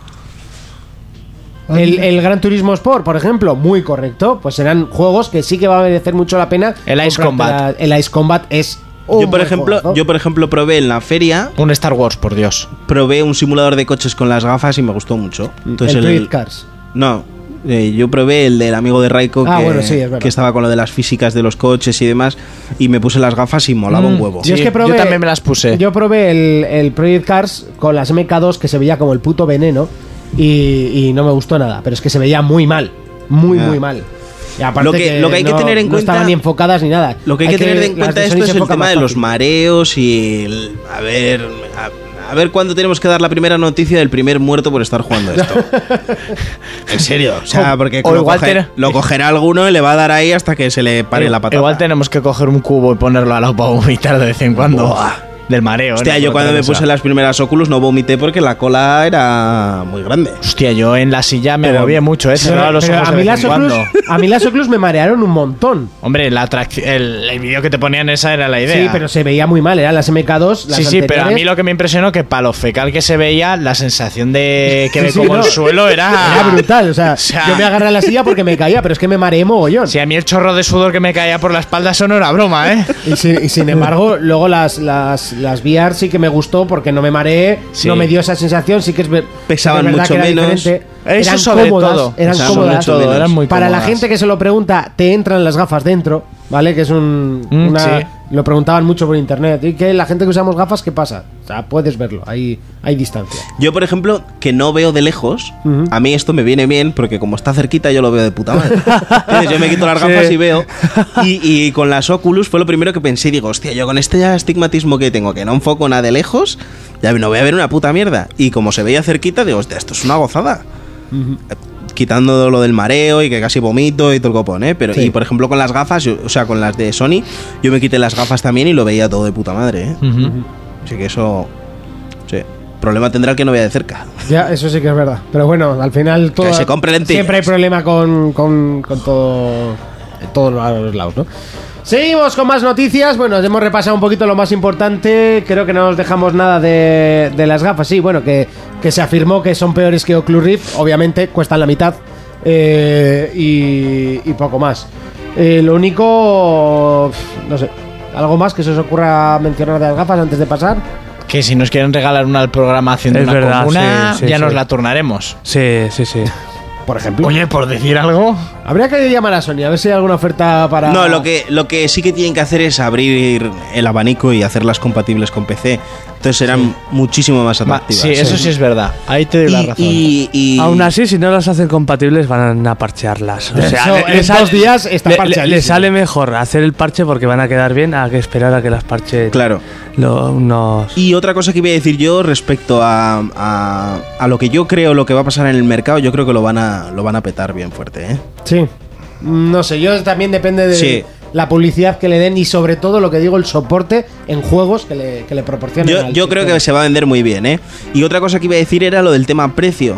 S2: El, el Gran Turismo Sport, por ejemplo, muy correcto. Pues serán juegos que sí que va a merecer mucho la pena.
S5: El Ice
S2: comprarte
S5: Combat.
S2: la- el Ice Combat es. un
S4: Yo por,
S2: buen
S4: ejemplo,
S2: juego.
S4: yo, por ejemplo, probé en la feria
S5: Un Star Wars, por Dios.
S4: probé un simulador de coches con las gafas y me gustó mucho. Entonces
S2: el
S4: el,
S2: Tweet Cars.
S4: No, Eh, yo probé el del amigo de Raiko
S2: Ah,
S4: que,
S2: bueno, sí, es verdad.
S4: que estaba con lo de las físicas de los coches y demás y me puse las gafas y molaba un
S5: Mm,
S4: huevo.
S5: sí.
S2: Yo es que probé.
S5: yo también me las puse.
S2: Yo probé el, el Project Cars con las MK2 que se veía como el puto veneno y, y no me gustó nada. Pero es que se veía muy mal. Muy,
S4: Ya.
S2: muy mal. Y aparte
S4: Lo que- lo que hay que
S2: no-
S4: tener en
S2: no
S4: cuenta-
S2: estaban ni enfocadas ni nada.
S4: Lo que hay, que, tener en
S2: las
S4: cuenta
S2: de
S4: de esto
S2: Sony se
S4: es el
S2: enfocan
S4: tema
S2: más
S4: de los
S2: fácil.
S4: mareos y el- a ver a, a ver cuándo tenemos que dar la primera noticia del primer muerto por estar jugando a esto. en serio, o sea, porque
S5: o
S4: lo,
S5: igual
S4: coge-
S5: te-
S4: lo cogerá alguno y le va a dar ahí hasta que se le pare la patada.
S5: Igual tenemos que coger un cubo y ponerlo a la para vomitar de vez en cuando.
S4: Buah.
S5: Del mareo.
S4: Hostia,
S5: ¿no?
S4: yo
S5: Por
S4: cuando me
S5: otra cosa.
S4: puse las primeras Oculus no vomité porque la cola era muy grande.
S5: Hostia, yo en la silla me
S4: Pero-
S5: movía mucho, ¿eh? Cerraba los
S2: Pero
S5: ojos
S2: a,
S5: de
S2: mí
S5: vez
S2: las
S5: en
S2: Oculus,
S5: cuando.
S2: a mí las Oculus me marearon un montón.
S5: Hombre, la atracción- el, el vídeo que te ponían esa era la idea.
S2: Sí, pero se veía muy mal. Eran las MK2. Las
S5: sí, sí, pero a
S2: anteriores.
S5: mí lo que me impresionó que para lo fecal que se veía, la sensación de que me
S2: Sí, sí,
S5: como
S2: no.
S5: el suelo era...
S2: Era brutal, o sea,
S5: O sea-
S2: yo me agarré a la silla porque me caía, pero es que me mareé mogollón.
S5: Si a mí el chorro de sudor que me caía por la espalda, eso no era broma, ¿eh?
S2: Y sin, y sin embargo, luego las, las, las VR sí que me gustó porque no me mareé,
S5: Sí.
S2: no me dio esa sensación, sí que es ver-
S4: Pesaban
S2: sí que es
S4: mucho
S2: verdad que era
S4: menos.
S2: diferente.
S5: Eso
S2: eran
S5: sobre
S2: cómodas,
S5: todo.
S2: Eran
S4: Pesaban
S2: cómodas.
S4: mucho menos.
S5: Eran muy
S2: Para la
S5: cómodas.
S2: gente que se lo pregunta, te entran las gafas dentro, ¿vale? Que es un...
S5: Mm,
S2: una-
S5: sí.
S2: Lo preguntaban mucho por internet. Y que la gente que usamos gafas, ¿qué pasa? O sea, puedes verlo, hay, hay distancia.
S4: Yo, por ejemplo, que no veo de lejos,
S2: Ujú.
S4: a mí esto me viene bien porque como está cerquita yo lo veo de puta madre. Entonces, yo me quito las gafas
S6: Sí.
S4: y veo. Y, y con las Oculus fue lo primero que pensé. Digo, hostia, yo con este ya estigmatismo que tengo, que no enfoco nada de lejos, ya no voy a ver una puta mierda. Y como se veía cerquita, digo, hostia, esto es una gozada. Eh, Quitando lo del mareo y que casi vomito y todo el copón, ¿eh? Pero,
S2: Sí.
S4: Y por ejemplo, con las gafas, yo- o sea, con las de Sony, yo me quité las gafas también y lo veía todo de puta madre, ¿eh? Así que eso. Sí. Problema tendrá el que no vea de cerca.
S2: Ya, eso sí que es verdad. Pero bueno, al final todo.
S4: Que se compre lentillas.
S2: Siempre hay problema con, con, con todo. en todos los lados, ¿no? Seguimos con más noticias. Bueno, hemos repasado un poquito lo más importante. Creo que no nos dejamos nada de, de las gafas. Sí, bueno, que, que se afirmó que son peores que Oculus Rift. Obviamente, cuestan la mitad. eh, y, y poco más. Eh, lo único. pf, No sé. ¿Algo más que se os ocurra mencionar de las gafas antes de pasar?
S5: Que si nos quieren regalar una al programa haciendo
S6: Es
S5: una
S6: verdad,
S5: comuna,
S6: sí, sí,
S5: ya
S6: sí.
S5: nos la turnaremos.
S6: Sí, sí, sí.
S2: Por ejemplo.
S5: Oye, por decir algo...
S2: Habría que llamar a Sony a ver si hay alguna oferta para.
S4: No, lo que, lo que sí que tienen que hacer es abrir el abanico y hacerlas compatibles con PC. Entonces serán muchísimo más
S5: Va,
S4: atractivas.
S5: sí, eso sí es verdad. Ahí te doy la
S4: Y,
S5: razón.
S4: y- y-
S6: Aún así, si no las hacen compatibles, van a parchearlas. O sea,
S2: Eso,
S6: le- le
S2: en
S6: sale-
S2: dos días está
S6: le- le-
S2: parcheadísimo.
S6: le sale mejor hacer el parche porque van a quedar bien a que esperar a que las parche.
S4: Claro.
S6: Lo, unos-
S4: Y otra cosa que iba a decir yo respecto a, a- a lo que yo creo, lo que va a pasar en el mercado, yo creo que lo van a, lo van a petar bien fuerte. ¿eh?
S2: Sí. Mm, No sé, yo también depende de
S4: Sí.
S2: la publicidad que le den y sobre todo lo que digo, el soporte en juegos que le, que le proporcionen.
S4: Yo,
S2: al
S4: yo creo
S2: sistema.
S4: que se va a vender muy bien. ¿eh? Y otra cosa que iba a decir era lo del tema precio.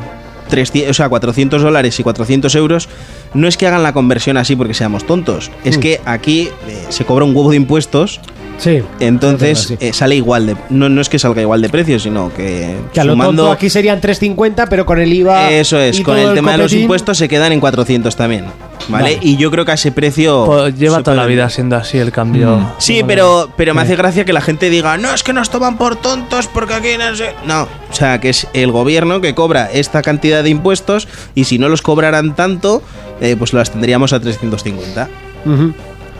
S4: 300, o sea, 400 dólares y 400 euros no es que hagan la conversión así porque seamos tontos. Es
S2: Mm.
S4: que aquí eh, se cobra un huevo de impuestos
S2: Sí.
S4: Entonces
S2: Sí.
S4: eh, sale igual de. No, no es que salga igual de precio, sino que.
S2: Que a lo
S4: sumando-
S2: tonto aquí serían 3.50, pero con el IVA.
S4: Eso es,
S2: y
S4: con
S2: todo
S4: el tema de los
S2: copetín-
S4: impuestos se quedan en 400 también. ¿Vale?
S2: Vale.
S4: Y yo creo que a ese precio.
S6: Pues
S4: se
S6: lleva toda la
S4: puede-
S6: vida siendo así el cambio.
S5: Mm.
S4: Sí, pero, pero me hace gracia que la gente diga, no, es que nos toman por tontos porque aquí no sé. No, o sea, que es el gobierno que cobra esta cantidad de impuestos y si no los cobraran tanto, eh, pues las tendríamos a 350.
S2: Ujú.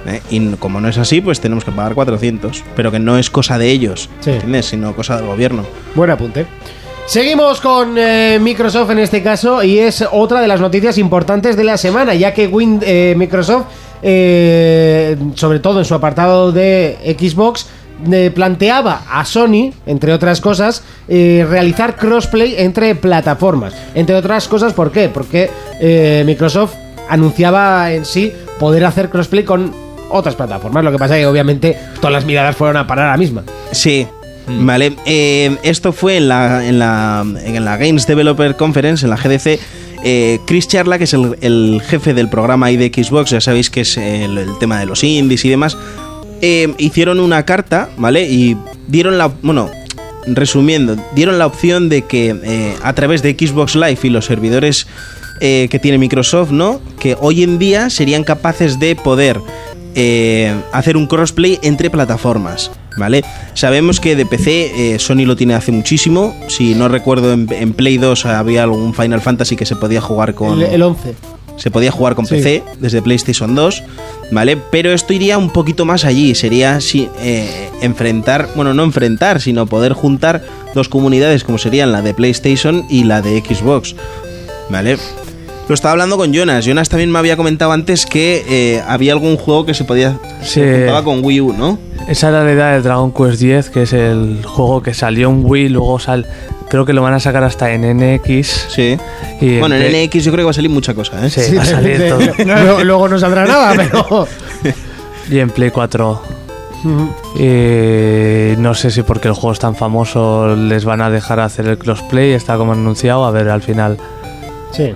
S4: ¿eh? Y n- como no es así, pues tenemos que pagar 400. Pero que no es cosa de ellos,
S2: Sí.
S4: ¿entiendes? Sino cosa del gobierno.
S2: Buen apunte. Seguimos con eh, Microsoft en este caso y es otra de las noticias importantes de la semana, ya que Win- eh, Microsoft, eh, sobre todo en su apartado de Xbox, eh, planteaba a Sony, entre otras cosas, eh, realizar crossplay entre plataformas. Entre otras cosas, ¿por qué? Porque eh, Microsoft anunciaba en sí poder hacer crossplay con otras plataformas, lo que pasa que obviamente todas las miradas fueron a parar a la misma.
S4: Sí. Vale, eh, esto fue en la, en, la, en la Games Developer Conference, en la GDC. eh, Chris Charla, que es el, el jefe del programa ID Xbox, ya sabéis que es el, el tema de los indies y demás, eh, hicieron una carta, ¿vale? Y dieron la. Bueno, resumiendo, dieron la opción de que eh, a través de Xbox Live y los servidores eh, que tiene Microsoft, ¿no? Que hoy en día serían capaces de poder eh, hacer un crossplay entre plataformas. ¿Vale? Sabemos que de PC eh, Sony lo tiene hace muchísimo. Si no recuerdo, en, en Play 2 había algún Final Fantasy que se podía jugar con.
S2: El, el 11.
S4: se podía jugar con
S2: Sí.
S4: PC desde PlayStation 2, ¿vale? Pero esto iría un poquito más allí, sería si, eh, enfrentar, bueno, no enfrentar, sino poder juntar dos comunidades como serían la de PlayStation y la de Xbox, ¿vale? Lo estaba hablando con Jonas, Jonas también me había comentado antes que eh, había algún juego que se podía...
S6: Sí.
S4: Se juntaba con Wii U, ¿no?
S6: Esa era la idea de Dragon Quest X, que es el juego que salió en Wii, luego sal, creo que lo van a sacar hasta en NX.
S4: Sí.
S6: Y
S4: bueno, en
S6: Play-
S4: NX yo creo que va a salir mucha cosa, ¿eh?
S6: Sí, va a salir todo.
S2: No, luego no saldrá nada, pero.
S6: Y en Play 4. Eh, no sé si porque el juego es tan famoso les van a dejar hacer el crossplay, está como anunciado, a ver al final.
S2: Sí.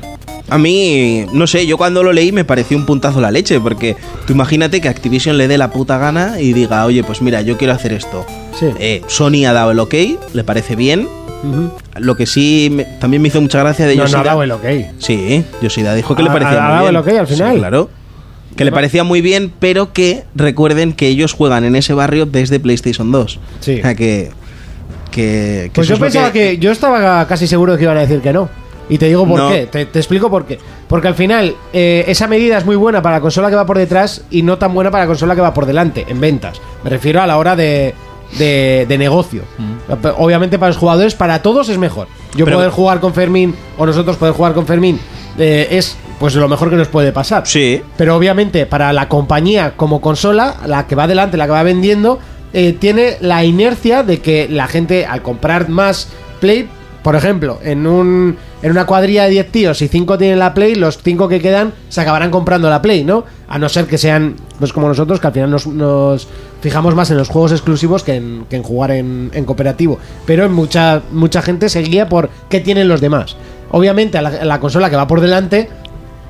S4: A mí, no sé, yo cuando lo leí me pareció un puntazo la leche, porque tú imagínate que Activision le dé la puta gana y diga, oye, pues mira, yo quiero hacer esto.
S2: Sí.
S4: Eh, Sony ha dado el ok, le parece bien.
S2: Ujú.
S4: Lo que sí me- también me hizo mucha gracia de
S2: No, no ha
S4: Yoshida.
S2: dado el ok.
S4: Sí, Yoshida dijo que le
S2: Ha-
S4: parecía
S2: ha
S4: muy
S2: dado el
S4: bien.
S2: ok al
S4: Sí,
S2: final.
S4: claro. Que le parecía muy bien, pero que recuerden que ellos juegan en ese barrio desde PlayStation 2.
S2: Sí.
S4: O sea que. que- que
S2: Pues yo
S4: eso es lo
S2: pensaba que... Yo estaba casi seguro de que iban a decir que no. Y te digo por
S4: No.
S2: qué. Te, te explico por qué. Porque al final, eh, esa medida es muy buena para la consola que va por detrás y no tan buena para la consola que va por delante, en ventas. Me refiero a la hora de. de- de negocio. Obviamente para los jugadores, para todos es mejor. Yo
S4: Mm. Pero-
S2: poder jugar con Fermín o nosotros poder jugar con Fermín eh, es pues lo mejor que nos puede pasar.
S4: Sí.
S2: Pero obviamente para la compañía como consola, la que va adelante, la que va vendiendo, eh, tiene la inercia de que la gente al comprar más Play, por ejemplo, en, un, en una cuadrilla de 10 tíos y 5 tienen la Play, los 5 que quedan se acabarán comprando la Play, ¿no? A no ser que sean pues como nosotros, que al final nos, nos fijamos más en los juegos exclusivos que en, que en jugar en, en cooperativo. Pero en mucha, mucha gente se guía por qué tienen los demás. Obviamente a la- a la consola que va por delante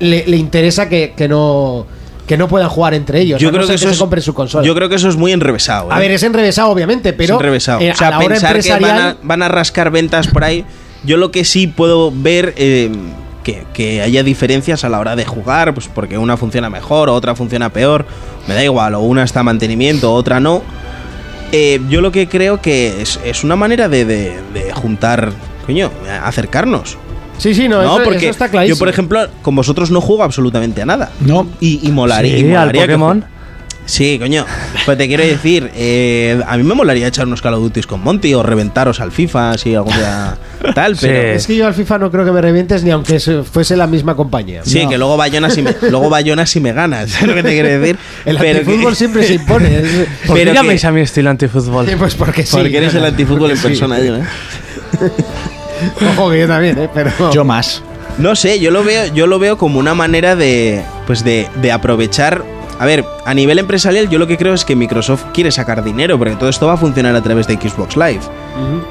S2: le, le interesa que, que no que no puedan jugar entre ellos.
S4: Yo
S2: a no
S4: creo
S2: ser
S4: que eso
S2: se
S4: es-
S2: compre su consola.
S4: Yo creo que eso es muy enrevesado.
S2: a
S4: ¿eh?
S2: ver, es enrevesado obviamente, pero
S4: Es enrevesado.
S2: eh,
S4: o sea,
S2: a la hora
S4: pensar que van
S2: empresarial
S4: a, van a rascar ventas por ahí. Yo lo que sí puedo ver eh, que, que haya diferencias a la hora de jugar, pues porque una funciona mejor, otra funciona peor. Me da igual, o una está a mantenimiento, otra no. Eh, yo lo que creo que es, es una manera de, de- de juntar, coño, acercarnos.
S2: Sí, sí, no,
S4: No,
S2: eso,
S4: porque
S2: eso está clarísimo.
S4: yo, por ejemplo, con vosotros no juego absolutamente a nada.
S5: No.
S4: Y, y molaría. y
S6: Sí, al
S4: molaría que
S6: Pokémon.
S4: Sí, coño. Pues te quiero decir, eh, a mí me molaría echar unos Call of Duty con Monty o reventaros al FIFA si algún día tal,
S6: Sí.
S4: pero.
S2: es que yo al FIFA no creo que me revientes ni aunque se- fuese la misma compañía.
S4: Sí, que luego Bayona si me, luego Bayona si me ganas, ¿sabes lo que te quiero decir?
S2: El
S4: Pero que-
S2: fútbol siempre se impone. es-
S6: ¿Por qué
S4: Pero
S6: llamáis
S4: que-
S6: a mi estilo antifútbol?
S2: Sí, pues porque sí.
S4: Porque eres el antifútbol en
S2: Porque sí.
S4: persona, yo, ¿eh?
S2: Ojo que yo también, eh, pero
S5: Yo más.
S4: No sé, yo lo veo, yo lo veo como una manera de. Pues de, de aprovechar. A ver, a nivel empresarial, yo lo que creo es que Microsoft quiere sacar dinero, porque todo esto va a funcionar a través de Xbox Live.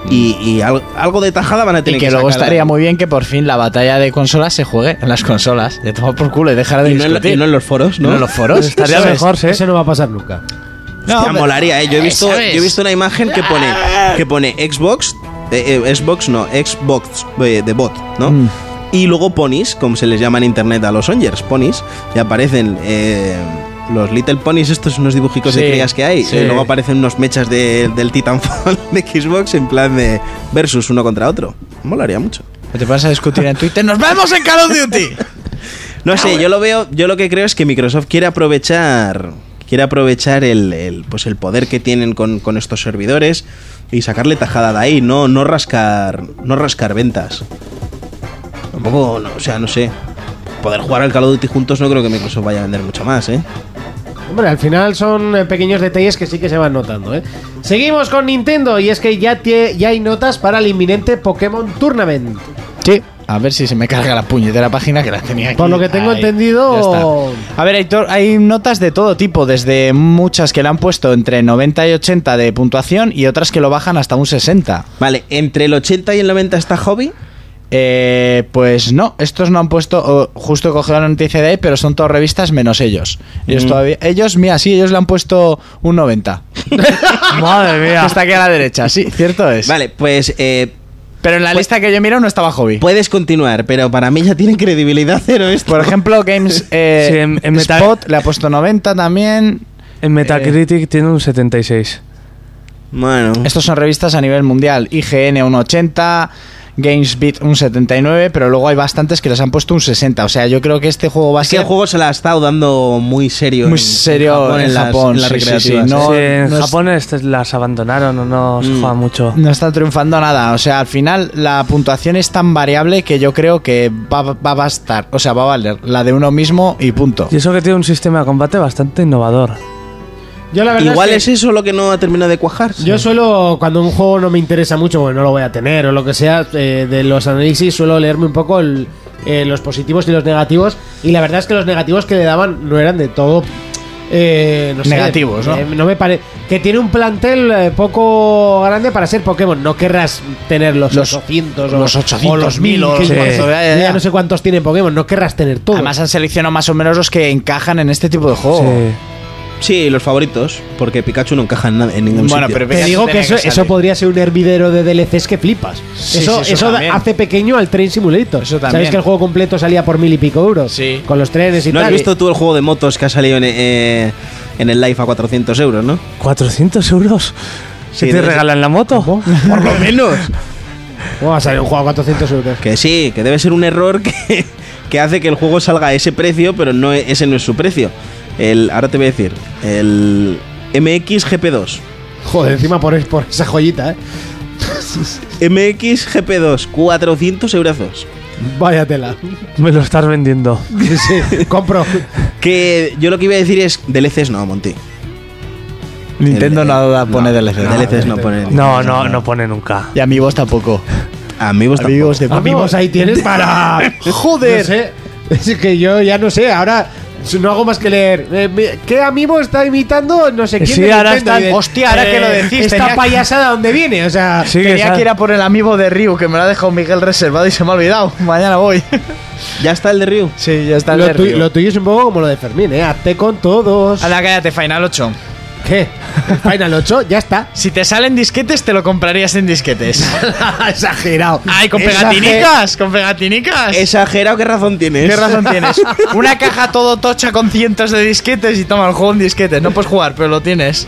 S4: Y, y al- algo de tajada van a tener
S5: Y que
S4: que
S5: luego
S4: sacar.
S5: estaría muy bien que por fin la batalla de consolas se juegue en las consolas. De tomar por culo y dejar de
S4: Y no, en lo-
S5: discutir.
S4: y no en los foros, ¿no?
S5: No en los foros.
S6: Estaría
S5: ¿sabes?
S6: mejor,
S4: ¿Eh?
S6: sí.
S2: eso no va a pasar nunca.
S5: No,
S4: Hostia,
S5: pero-
S4: molaría, ¿eh? Yo he visto, yo
S5: ¿sabes?
S4: he visto una imagen que pone, que pone Xbox, eh, eh, Xbox no, Xbox eh, de bot, ¿no?
S5: Mm.
S4: Y luego ponis, como se les llama en internet a los Songers, ponis, y aparecen eh, los Little Ponies, estos unos dibujicos
S5: Sí,
S4: de crías que hay,
S5: sí.
S4: y luego aparecen unos mechas de- del Titanfall de Xbox en plan de versus uno contra otro. Molaría mucho.
S5: Te vas a discutir en Twitter. ¡Nos vemos en Call of Duty!
S4: No sé, yo lo veo, yo lo que creo es que Microsoft quiere aprovechar quiere aprovechar el, el, pues el poder que tienen con, con estos servidores y sacarle tajada de ahí, no, no rascar no rascar ventas. Tampoco, no, o sea, no sé. Poder jugar al Call of Duty juntos no creo que Microsoft vaya a vender mucho más, ¿eh?
S2: Hombre, al final son eh, pequeños detalles que sí que se van notando, ¿eh? Seguimos con Nintendo y es que ya, tie- ya hay notas para el inminente Pokémon Tournament.
S5: Sí. A ver si se me carga la puñetera página que la tenía aquí.
S2: Por lo que tengo entendido-
S5: ya está. A ver, Aitor, hay notas de todo tipo, desde muchas que le han puesto entre 90 y 80 de puntuación y otras que lo bajan hasta un 60.
S4: Vale, entre el 80 y el 90 está Hobby.
S5: Eh, pues no, estos no han puesto. o, justo he cogido la noticia de ahí, pero son todas revistas menos ellos. Ellos
S4: Mm.
S5: todavía. Ellos, mira, sí, ellos le han puesto un 90.
S6: Madre mía.
S5: Está aquí a la derecha, sí, cierto es.
S4: Vale, pues eh,
S5: Pero en la lista que yo miro no estaba hobby.
S4: puedes continuar, pero para mí ya tiene credibilidad cero esto.
S5: Por ejemplo, Games eh,
S6: Sí, en- en meta-
S5: Spot le ha puesto 90 también.
S4: eh,
S6: En Metacritic tiene un 76.
S4: Bueno.
S5: Estos son revistas a nivel mundial. IGN un 80, GamesBeat un 79, pero luego hay bastantes que les han puesto un 60. O sea, yo creo que este juego va a
S4: Así
S5: ser
S4: el juego se la ha estado dando muy serio.
S5: muy
S4: en-
S5: serio
S4: en
S5: en
S4: las-
S5: Japón.
S4: en las
S5: sí, sí, sí.
S4: recreativas.
S5: No-
S6: Sí, en
S5: no es-
S6: Japón este- las abandonaron o no se
S4: Mm.
S6: juega mucho.
S5: No está triunfando nada. O sea, al final la puntuación es tan variable que yo creo que va, va a bastar. O sea, va a valer la de uno mismo y punto.
S6: Y eso que tiene un sistema de combate bastante innovador.
S2: Yo la verdad
S4: Igual
S2: que-
S4: es eso lo que no ha terminado de cuajar.
S2: Yo suelo, cuando un juego no me interesa mucho, porque no lo voy a tener o lo que sea, eh, de los análisis suelo leerme un poco el- eh, los positivos y los negativos. Y la verdad es que los negativos que le daban no eran de todo. eh, no sé,
S5: Negativos, ¿no?
S2: eh, no me parece. Que tiene un plantel eh, poco grande para ser Pokémon. No querrás tener los,
S5: Los-
S2: 800 o
S5: los 800,
S2: o los 1000 o los
S5: sí.
S2: 400,
S5: Ya, ya, ya.
S2: ya no sé cuántos tienen Pokémon. No querrás tener todo.
S5: Además han seleccionado más o menos los que encajan en este tipo de juego.
S6: Sí.
S4: Sí, los favoritos, porque Pikachu no encaja en, nada- en ningún
S5: Bueno,
S4: sitio.
S5: pero
S2: Te
S5: Pikachu
S2: digo
S5: tenía
S2: que eso,
S5: salir.
S2: eso podría ser un hervidero de DLCs que flipas.
S5: Sí,
S2: eso
S5: sí, eso
S2: eso da-
S5: también.
S2: hace pequeño al Train Simulator.
S5: Eso también.
S2: ¿Sabéis que el juego completo salía por mil y pico euros?
S5: Sí.
S2: Con los trenes y
S4: ¿No
S2: tal.
S4: has visto tú el juego de motos que ha salido en, eh, en el live a 400 euros, no?
S6: 400 euros.
S4: Sí,
S6: ¿Que te
S4: de-
S6: regalan la moto?
S4: Por lo menos.
S2: ¿Cómo va a salir un juego a 400 euros?
S4: Que sí, que debe ser un error que, que hace que el juego salga a ese precio, pero no e- ese no es su precio. El, ahora te voy a decir, el MXGP2.
S2: Joder, encima por, es- por esa joyita, ¿eh?
S4: MXGP2, 400 eurazos.
S2: Vaya tela.
S6: Me lo estás vendiendo.
S2: Sí, sí, compro.
S4: Que yo lo que iba a decir es, DLCs no, Monty.
S5: Nintendo
S4: El-
S5: no da-
S4: no,
S5: pone DLC.
S4: DLCs no pone.
S6: No, no, no pone nunca.
S5: Y amigos tampoco.
S4: Amigos tampoco.
S5: Amigos de
S2: Pues Amigos, ahí tienes para.
S5: Joder.
S2: No sé. Es que yo ya no sé, ahora. No hago más que leer. Eh, mi- ¿Qué amigo está imitando? No sé quién.
S6: Sí,
S2: de
S6: ahora
S2: Nintendo?
S6: están-
S2: Y de-
S5: Hostia, ahora que lo decís,
S2: Esta
S5: tenía-
S2: payasada, ¿dónde viene? O sea.
S6: Sí, que
S5: Tenía
S6: sal-
S5: que ir a por el amigo de Ryu, que me lo ha dejado Miguel reservado y se me ha olvidado. Mañana voy.
S4: ¿Ya está el de Ryu?
S5: Sí, ya está el
S2: Lo,
S5: de
S2: tu-
S5: Ryu.
S2: lo tuyo es un poco como lo de Fermín, ¿eh? Hazte con todos.
S5: Anda, cállate, Final 8.
S2: ¿Qué? Final 8, ya está.
S5: Si te salen disquetes, te lo comprarías en disquetes.
S2: Exagerado.
S5: ¡Ay, con
S2: Exager-
S5: pegatinicas! ¡Con pegatinicas!
S4: Exagerado, ¿qué razón tienes?
S5: ¿Qué razón tienes? Una caja todo tocha con cientos de disquetes y toma el juego en disquetes. No puedes jugar, pero lo tienes.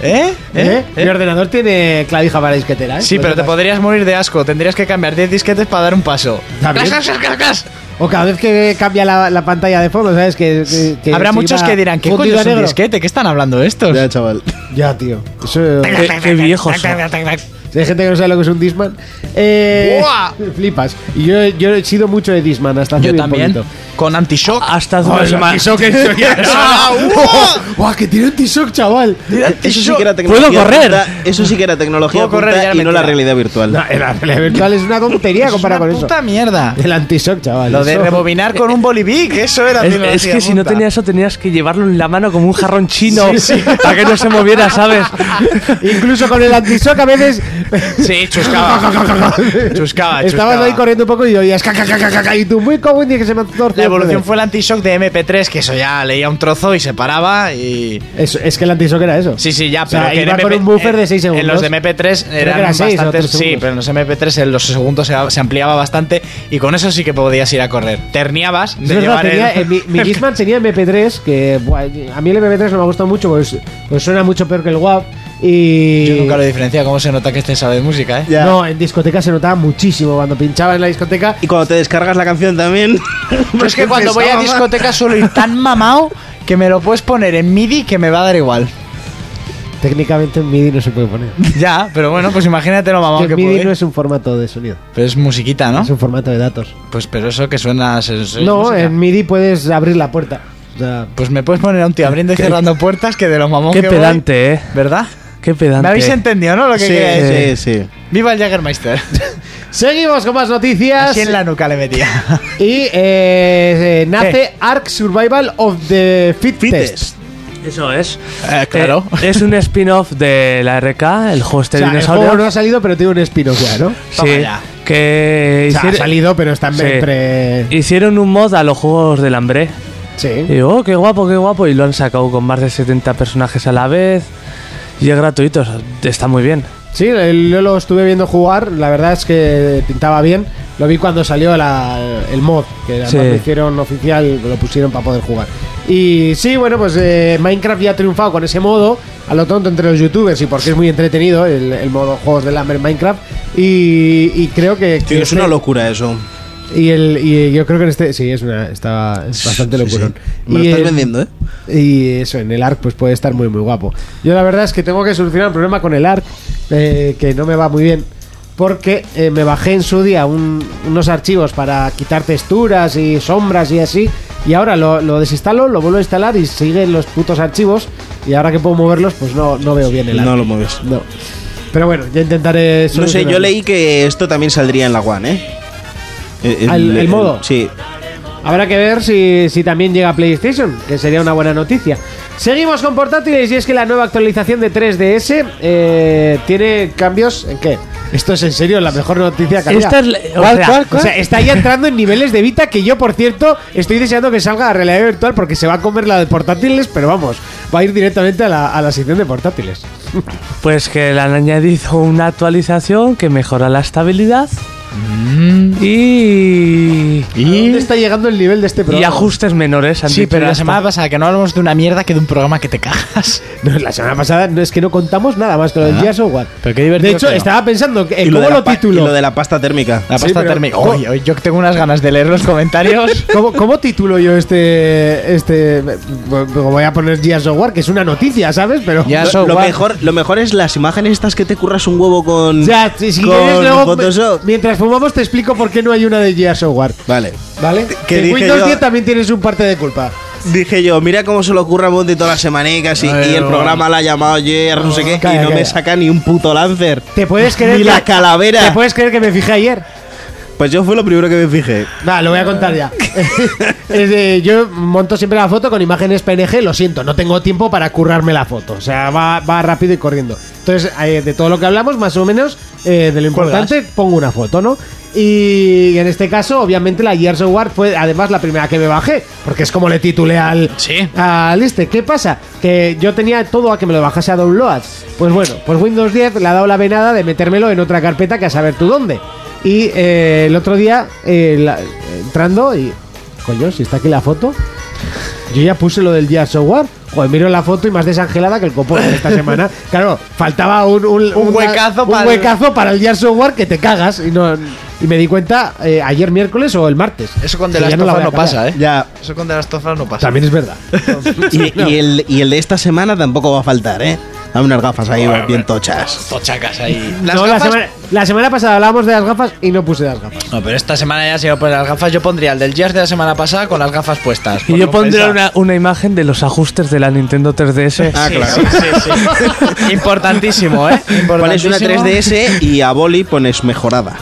S5: ¿Eh?
S2: ¿Eh?
S5: ¿Eh? Pues
S2: Mi
S5: ¿Eh?
S2: ordenador tiene clavija para disquetera, ¿eh?
S5: Sí,
S2: Lo
S5: pero te
S2: sepas.
S5: podrías morir de asco. Tendrías que cambiar 10 disquetes para dar un paso.
S2: También.
S5: Clas, clas, clas, clas, clas.
S2: O cada vez que cambia la, la pantalla de fondo, ¿sabes? Que, que- que
S5: Habrá
S2: se
S5: muchos
S2: iba
S5: que dirán, ¿qué
S2: fundido
S5: coño
S2: a
S5: es un
S2: negro".
S5: disquete? ¿Qué están hablando estos?
S4: chaval.
S2: Ya, tío. Eso,
S6: Qué, qué viejos son.
S2: si hay gente que no sabe lo que es un Disman. Eh,
S5: ¡Buah!
S2: Flipas. Y Yo, yo he sido mucho de Disman hasta hace
S5: Yo
S2: bien
S5: también.
S2: poquito.
S5: Con anti-shock.
S6: Hasta hace unas semanas-
S5: Ah, ¡uh!
S2: ¡Guau, que tiene un T-Shock, chaval!
S4: Eso sí que era
S6: ¿Puedo
S4: tecnología.
S6: correr?
S4: punta- eso sí que era tecnología
S5: Puedo correr,
S4: punta
S5: ya
S4: y no
S5: mentira.
S4: la realidad virtual.
S2: No, el, el virtual es una tontería
S5: Eso es
S2: comparado
S5: una
S2: con
S5: puta
S2: eso.
S5: mierda.
S2: El anti-shock, chaval.
S5: Lo de
S2: eso.
S5: rebobinar con un bolivic, eso era
S6: Es,
S5: tecnología
S6: es que si no
S5: punta.
S6: tenía eso tenías que llevarlo en la mano como un jarrón chino para que no se moviera, ¿sabes?
S2: Incluso con el anti-shock a veces.
S5: Sí, chuscaba. chuscaba,
S2: Estabas
S5: chuscaba.
S2: ahí corriendo un poco y oías. ca, ca, ca, ca, ca, ca, Y tú muy común y que se me torció.
S5: La
S2: el
S5: evolución
S2: poder.
S5: fue el anti-shock de MP3, que eso ya leía un trozo y se paraba y...
S2: Eso- es que el anti-shock era eso.
S5: Sí, sí, ya,
S2: O sea,
S5: pero que en
S2: iba con
S5: MP3
S2: un buffer de 6
S5: en-
S2: segundos.
S5: En los de MP3
S2: que
S5: eran
S2: era seis o
S5: bastantes-
S2: tres
S5: sí,
S2: segundos.
S5: pero en los MP3 en los segundos se, se ampliaba bastante y con eso sí que podías ir a correr. Terniabas
S2: Es
S5: de
S2: verdad,
S5: llevar
S2: tenía-
S5: el...
S2: eh, mi, mi Discman tenía MP3, que buah, a mí el MP3 no me ha gustado mucho, pues, pues suena mucho peor que el WAV. Y
S5: Yo nunca lo he diferenciado, cómo se nota que este sabe de música, ¿eh?
S4: Ya.
S2: No, en discoteca se notaba muchísimo. Cuando pinchaba en la discoteca,
S4: Y cuando te descargas la canción también.
S5: Pero es que cuando voy a
S4: Pesaba más.
S5: discoteca suelo ir tan mamado que me lo puedes poner en MIDI que me va a dar igual.
S2: técnicamente en MIDI no se puede poner.
S5: Ya, pero bueno, pues imagínate lo mamado
S2: Que
S5: que
S2: MIDI
S5: puede.
S2: no es un formato de sonido,
S5: Pero es musiquita, ¿no?
S2: es un formato de datos.
S5: Pues pero eso que suena... se- se-
S2: ¿Ah? no,
S5: música.
S2: en MIDI puedes abrir la puerta. O sea,
S5: Pues me puedes poner a un tío abriendo y cerrando puertas que de los mamón
S6: Qué
S5: que voy,
S6: pedante, ¿eh?
S5: ¿Verdad?
S6: Qué pedante.
S5: Me habéis entendido, ¿no? Lo que
S4: Sí,
S5: quería decir.
S4: sí, sí.
S5: Viva el Jaggermeister.
S2: Seguimos con más noticias.
S5: Así en la nuca le metía.
S2: Y eh, eh, nace
S5: ¿Qué?
S2: Ark Survival of the Fit, Test.
S4: Fites.
S6: Eso es.
S5: claro.
S6: Eh, es un spin-off de la RK, el juego
S2: O
S6: este
S2: sea,
S6: de
S2: el juego no ha
S6: dinosaurios.
S2: salido, pero tiene un spin-off ya, ¿no?
S5: Toma
S6: sí,
S5: ya.
S6: que
S2: O sea, ha
S6: hicier-
S2: salido, pero está en
S6: Sí.
S2: entre...
S6: hicieron un mod a los juegos del hambre. Y
S2: Sí.
S6: digo, oh, qué guapo, qué guapo. Y lo han sacado con más de 70 personajes a la vez. Y es gratuito, o sea, está muy bien.
S2: Sí, el- yo lo estuve viendo jugar, la verdad es que pintaba bien. Lo vi cuando salió la- el mod, que además
S6: Sí.
S2: lo hicieron oficial, lo pusieron para poder jugar. Y sí, bueno, pues eh, Minecraft ya ha triunfado con ese modo. a lo tonto entre los youtubers y porque es muy entretenido el, el modo juegos del hambre en Minecraft. Y, y creo que. que
S4: Tío, es
S2: este-
S4: una locura eso.
S2: Y, el, y yo creo que en este. Sí, es una. Está es bastante
S4: Sí, sí.
S2: locurón.
S4: Me lo
S2: Y
S4: estás
S2: en-
S4: vendiendo, ¿eh?
S2: y eso, en el ARC pues puede estar muy muy guapo. Yo la verdad es que tengo que solucionar un problema con el ARC, eh, que no me va muy bien, porque eh, me bajé en su día un- unos archivos para quitar texturas y sombras y así, y ahora lo, lo desinstalo, lo vuelvo a instalar y siguen los putos archivos, y ahora que puedo moverlos pues no, no veo bien el ARC.
S4: No lo mueves.
S2: No. Pero bueno, ya intentaré
S4: No sé,
S2: solucionarlo.
S4: yo leí que esto también saldría en la One, ¿eh?
S2: Ah, el- el modo.
S4: Sí.
S2: Habrá que ver si, si también llega a PlayStation, que sería una buena noticia. Seguimos con portátiles y es que la nueva actualización de 3DS eh, tiene cambios en qué. Esto es en serio la mejor noticia que había.
S6: Esta es la- o
S2: ¿Cuál,
S6: sea,
S2: cuál, cuál? O sea, está ya entrando en niveles de Vita que yo, por cierto, estoy deseando que salga a realidad virtual porque se va a comer la de portátiles, pero vamos, va a ir directamente a la, a la sección de portátiles.
S6: Pues que le han añadido una actualización que mejora la estabilidad
S5: Mm.
S6: y,
S2: ¿A ¿Dónde está llegando el nivel de este
S6: y
S2: programa?
S6: ajustes menores. han
S5: Sí,
S6: dicho,
S5: pero
S6: ya
S5: la
S6: está.
S5: semana pasada que no hablamos de una mierda que de un programa que te cagas.
S2: No, la semana pasada no, es que no contamos nada más que lo del Gears of War.
S5: Pero qué divertido
S2: De hecho,
S5: que no.
S2: estaba pensando que- en
S4: Y lo,
S2: cómo
S4: de la
S2: lo
S4: pa-
S2: titulo.
S4: y lo de la pasta térmica.
S5: La
S2: Sí,
S5: pasta
S2: pero-
S5: térmica. Oye, oye, yo tengo unas ganas de leer los comentarios.
S2: ¿Cómo, cómo titulo yo este este como voy a poner Gears of War que es una noticia, ¿sabes? Pero
S5: Ya,
S4: Lo-
S5: so
S4: lo,
S5: what?
S4: mejor, lo mejor es las imágenes estas que te curras un huevo con,
S2: Ya, si, si
S4: con
S2: quieres luego
S4: Photoshop.
S2: mientras fumamos te explico por qué no hay una de Gears of War,
S4: Vale.
S2: ¿vale?
S4: Que
S2: en
S4: dije
S2: Windows
S4: yo-
S2: 10 también tienes un parte de culpa.
S4: Dije yo, mira cómo se lo ocurra a Monty todas las semanicas y, y el programa la ha llamado ayer, no sé qué,
S2: Calla,
S4: y no
S2: calla.
S4: me saca ni un puto Lancer.
S2: ¿Te puedes creer
S4: Ni
S2: que-
S4: la calavera.
S2: ¿Te puedes creer que me fijé ayer?
S4: Pues yo fue lo primero que me fijé.
S2: Nada, lo voy a contar ya. Es de- yo monto siempre la foto con imágenes PNG, lo siento, no tengo tiempo para currarme la foto. O sea, va, va rápido y corriendo. Entonces, eh, de todo lo que hablamos, más o menos, eh, de lo importante, pongo una foto, ¿no? Y en este caso, obviamente, la Gears of War fue además la primera que me bajé, porque es como le titulé al,
S5: Sí.
S2: al este. ¿Qué pasa? Que yo tenía todo a que me lo bajase a Downloads. Pues bueno, pues Windows 10 le ha dado la venada de metérmelo en otra carpeta que a saber tú dónde. Y eh, el otro día, eh, la- entrando y... Coño, si está aquí la foto. Yo ya puse lo del Gears of War. Joder, miro la foto y más desangelada que el copón de esta semana. Claro, faltaba un, un-
S5: Un
S2: una-
S5: huecazo
S2: un
S5: para el-
S2: huecazo para el Gears of War que te cagas. Y, no, y me di cuenta eh, ayer miércoles o el martes.
S5: Eso con The
S2: Que ya
S5: Last
S2: la
S5: of Us
S2: voy a
S5: no
S2: cambiar.
S5: pasa, ¿eh?
S4: Ya.
S5: Eso con The Last of Us no pasa.
S2: También es verdad.
S4: Y, y el, y el de esta semana tampoco va a faltar, ¿eh? Dame unas gafas ahí bien tochas.
S5: Tochacas ahí.
S2: No, la, semana, la semana pasada hablábamos de las gafas y no puse las gafas.
S5: No, pero esta semana ya si me poner las gafas, yo pondría el del Jazz de la semana pasada con las gafas puestas.
S6: Y
S5: por
S6: yo
S5: no
S6: pondré
S5: pensar.
S6: una, una imagen de los ajustes de la Nintendo 3DS.
S4: Ah,
S5: Sí,
S4: claro.
S5: sí, sí, sí. Importantísimo, ¿eh?
S4: Pones una
S5: Importantísimo.
S4: 3DS y a Boli pones mejorada.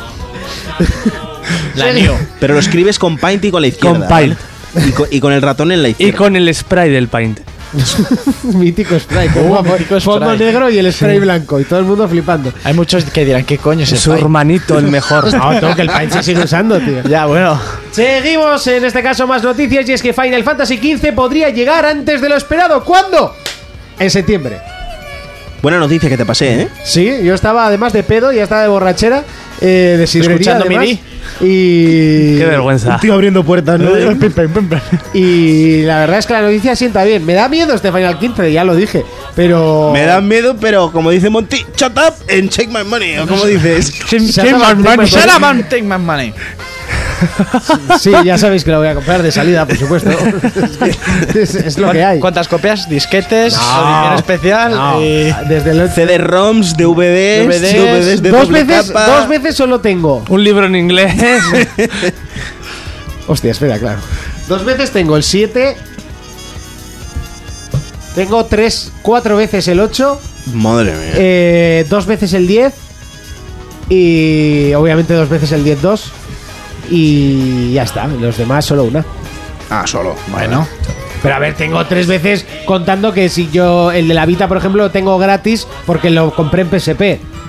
S5: La Neo.
S4: Pero lo escribes con Paint y con la izquierda.
S6: Con Paint.
S4: ¿vale? Y con, y con el ratón en la
S6: y
S4: izquierda.
S6: con el spray del Paint.
S2: mítico spray.
S5: Uh,
S2: guapo.
S5: mítico
S2: Fondo
S5: spray.
S2: negro y el spray blanco. Y todo el mundo flipando.
S5: Hay muchos que dirán, ¿qué coño es
S6: Su
S5: eso?
S6: hermanito, el mejor.
S2: No, tengo que el paint se sigue usando, tío.
S5: Ya, bueno.
S2: Seguimos, en este caso más noticias y es que Final Fantasy XV podría llegar antes de lo esperado. ¿Cuándo? En septiembre.
S4: Buena noticia que te pasé, ¿eh?
S2: Sí, yo estaba además de pedo, ya estaba de borrachera, eh, de sidrería
S5: Escuchando
S2: además,
S5: MIDI.
S2: Y...
S6: Qué vergüenza.
S4: Tío abriendo puertas, ¿no?
S2: Y la verdad es que la noticia sienta bien. Me da miedo este Final 15, ya lo dije.
S5: Oh.
S2: Pero.
S4: Me dan miedo, pero como dice Monty, shut up and take my money. ¿o cómo dices?
S2: Shut up and take my
S5: Shut up
S2: money.
S5: and take my money.
S2: Sí, ya sabéis que lo voy a comprar de salida, por supuesto. es, es lo que hay.
S5: ¿Cuántas copias? Disquetes, edición especial.
S2: No,
S5: y-
S2: Eh, Desde el
S4: CD-ROMs, DVDs,
S5: DVDs,
S4: DVDs, de
S2: dos
S4: doble
S2: veces,
S4: capa.
S2: dos veces solo tengo.
S6: Un libro en inglés.
S2: Hostia, espera, claro. Dos veces tengo el 7. Tengo tres, cuatro veces el 8.
S4: Madre mía.
S2: eh, dos veces el 10. Y obviamente dos veces el 10-2. Y ya está. Los demás solo una.
S4: Ah, solo.
S5: Bueno.
S2: Pero a ver, tengo tres veces contando que si yo el de la Vita, por ejemplo, lo tengo gratis porque lo compré en PSP.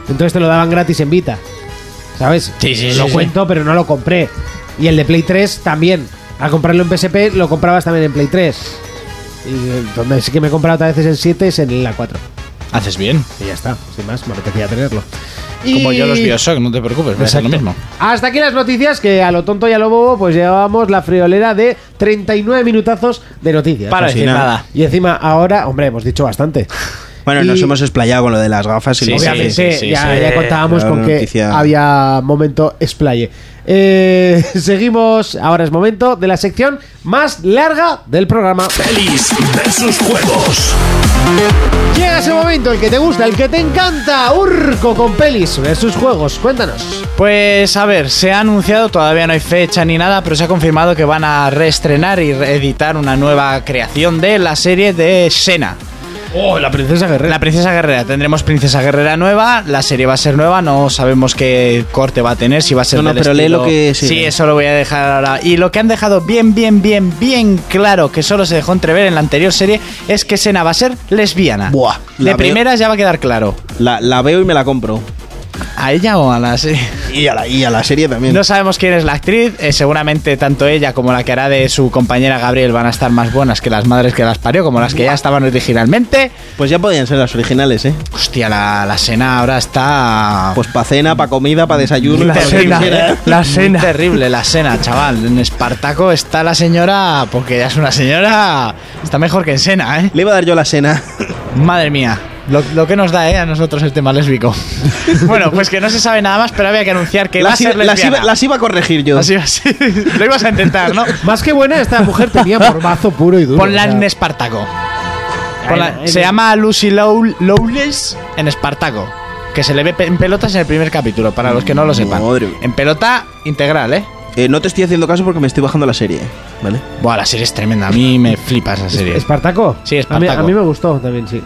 S2: Entonces te lo daban gratis en Vita. ¿Sabes?
S5: Sí, sí,
S2: Lo
S5: sí,
S2: cuento, pero no lo compré. Y el de Play 3 también. Al comprarlo en PSP lo comprabas también en Play 3. Y eh, donde sí que me he comprado otras veces el 7 es en la 4.
S5: Haces bien.
S2: Y ya está. Sin más, me apetecía tenerlo. Y-
S5: Como yo los Bioshock, no te preocupes, voy a hacer lo mismo.
S2: hasta aquí las noticias que a lo tonto y a lo bobo pues llevábamos la friolera de 39 minutazos de noticias.
S5: Para
S2: Así
S5: decir
S2: nada.
S5: nada.
S2: Y encima ahora, hombre, hemos dicho bastante.
S4: Bueno,
S2: Y-
S4: nos hemos explayado con lo de las gafas y
S5: Sí,
S4: lo de-
S2: Obviamente,
S5: sí, sí,
S2: ya,
S5: sí.
S2: ya contábamos
S4: Era
S2: con
S4: una
S2: que
S4: noticia.
S2: había momento explaye. Eh, seguimos, ahora es momento de la sección más larga del programa.
S1: Pelis versus juegos.
S2: Llega ese momento, el que te gusta, el que te encanta, Urco con pelis versus juegos. Cuéntanos.
S5: Pues a ver, se ha anunciado, todavía no hay fecha ni nada, pero se ha confirmado que van a reestrenar y reeditar una nueva creación de la serie de Sena.
S2: Oh, la princesa guerrera.
S5: La Princesa Guerrera, tendremos Princesa Guerrera nueva, la serie va a ser nueva, no sabemos qué corte va a tener, si va a ser
S4: No, no,
S5: del
S4: pero lee
S5: estilo-
S4: lo que sigue.
S5: Sí, eso lo voy a dejar ahora. Y lo que han dejado bien, bien, bien, bien claro, que solo se dejó entrever en la anterior serie, es que Sena va a ser lesbiana.
S4: Buah,
S5: De
S4: la veo-
S5: primeras ya va a quedar claro.
S4: La, la veo y me la compro.
S5: ¿A ella o a la serie?
S4: Y a la, y a la serie también.
S5: No sabemos quién es la actriz, eh, seguramente tanto ella como la que hará de su compañera Gabriel van a estar más buenas que las madres que las parió, como las que ya estaban originalmente.
S4: Pues ya podían ser las originales, ¿eh?
S5: Hostia, la, la cena ahora está... ¿eh?
S4: Pues para cena, para comida, para desayuno.
S6: La
S4: pa' lo que
S6: cena.
S4: quisiera.
S6: La cena.
S5: Terrible la cena, chaval. En Espartaco está la señora, porque ya es una señora, está mejor que en cena, ¿eh?
S4: Le iba a dar yo la cena.
S5: Madre mía. Lo, lo que nos da, ¿eh? A nosotros el tema lésbico. bueno, pues que no se sabe nada más, pero había que anunciar que va a
S4: Las,
S5: ser
S4: iba- las,
S5: lesbiana.
S4: iba, las iba a corregir yo.
S5: Así, así. Lo ibas a intentar, ¿no?
S2: Más que buena, esta mujer tenía formazo puro y duro.
S5: Ponla
S2: o sea.
S5: en Espartaco. Ponla-
S2: Ay, no,
S5: se
S2: eh,
S5: llama Lucy Low- Lawless en Espartaco. Que se le ve pe- en pelotas en el primer capítulo, para los que no lo sepan.
S4: Madre.
S5: En pelota integral, ¿eh?
S4: Eh, no te estoy haciendo caso porque me estoy bajando la serie, ¿vale?
S5: Buah, la serie es tremenda. A mí me flipa esa serie.
S2: ¿Espartaco?
S5: Sí,
S2: A mí,
S5: Espartaco.
S2: a mí me gustó también, sí.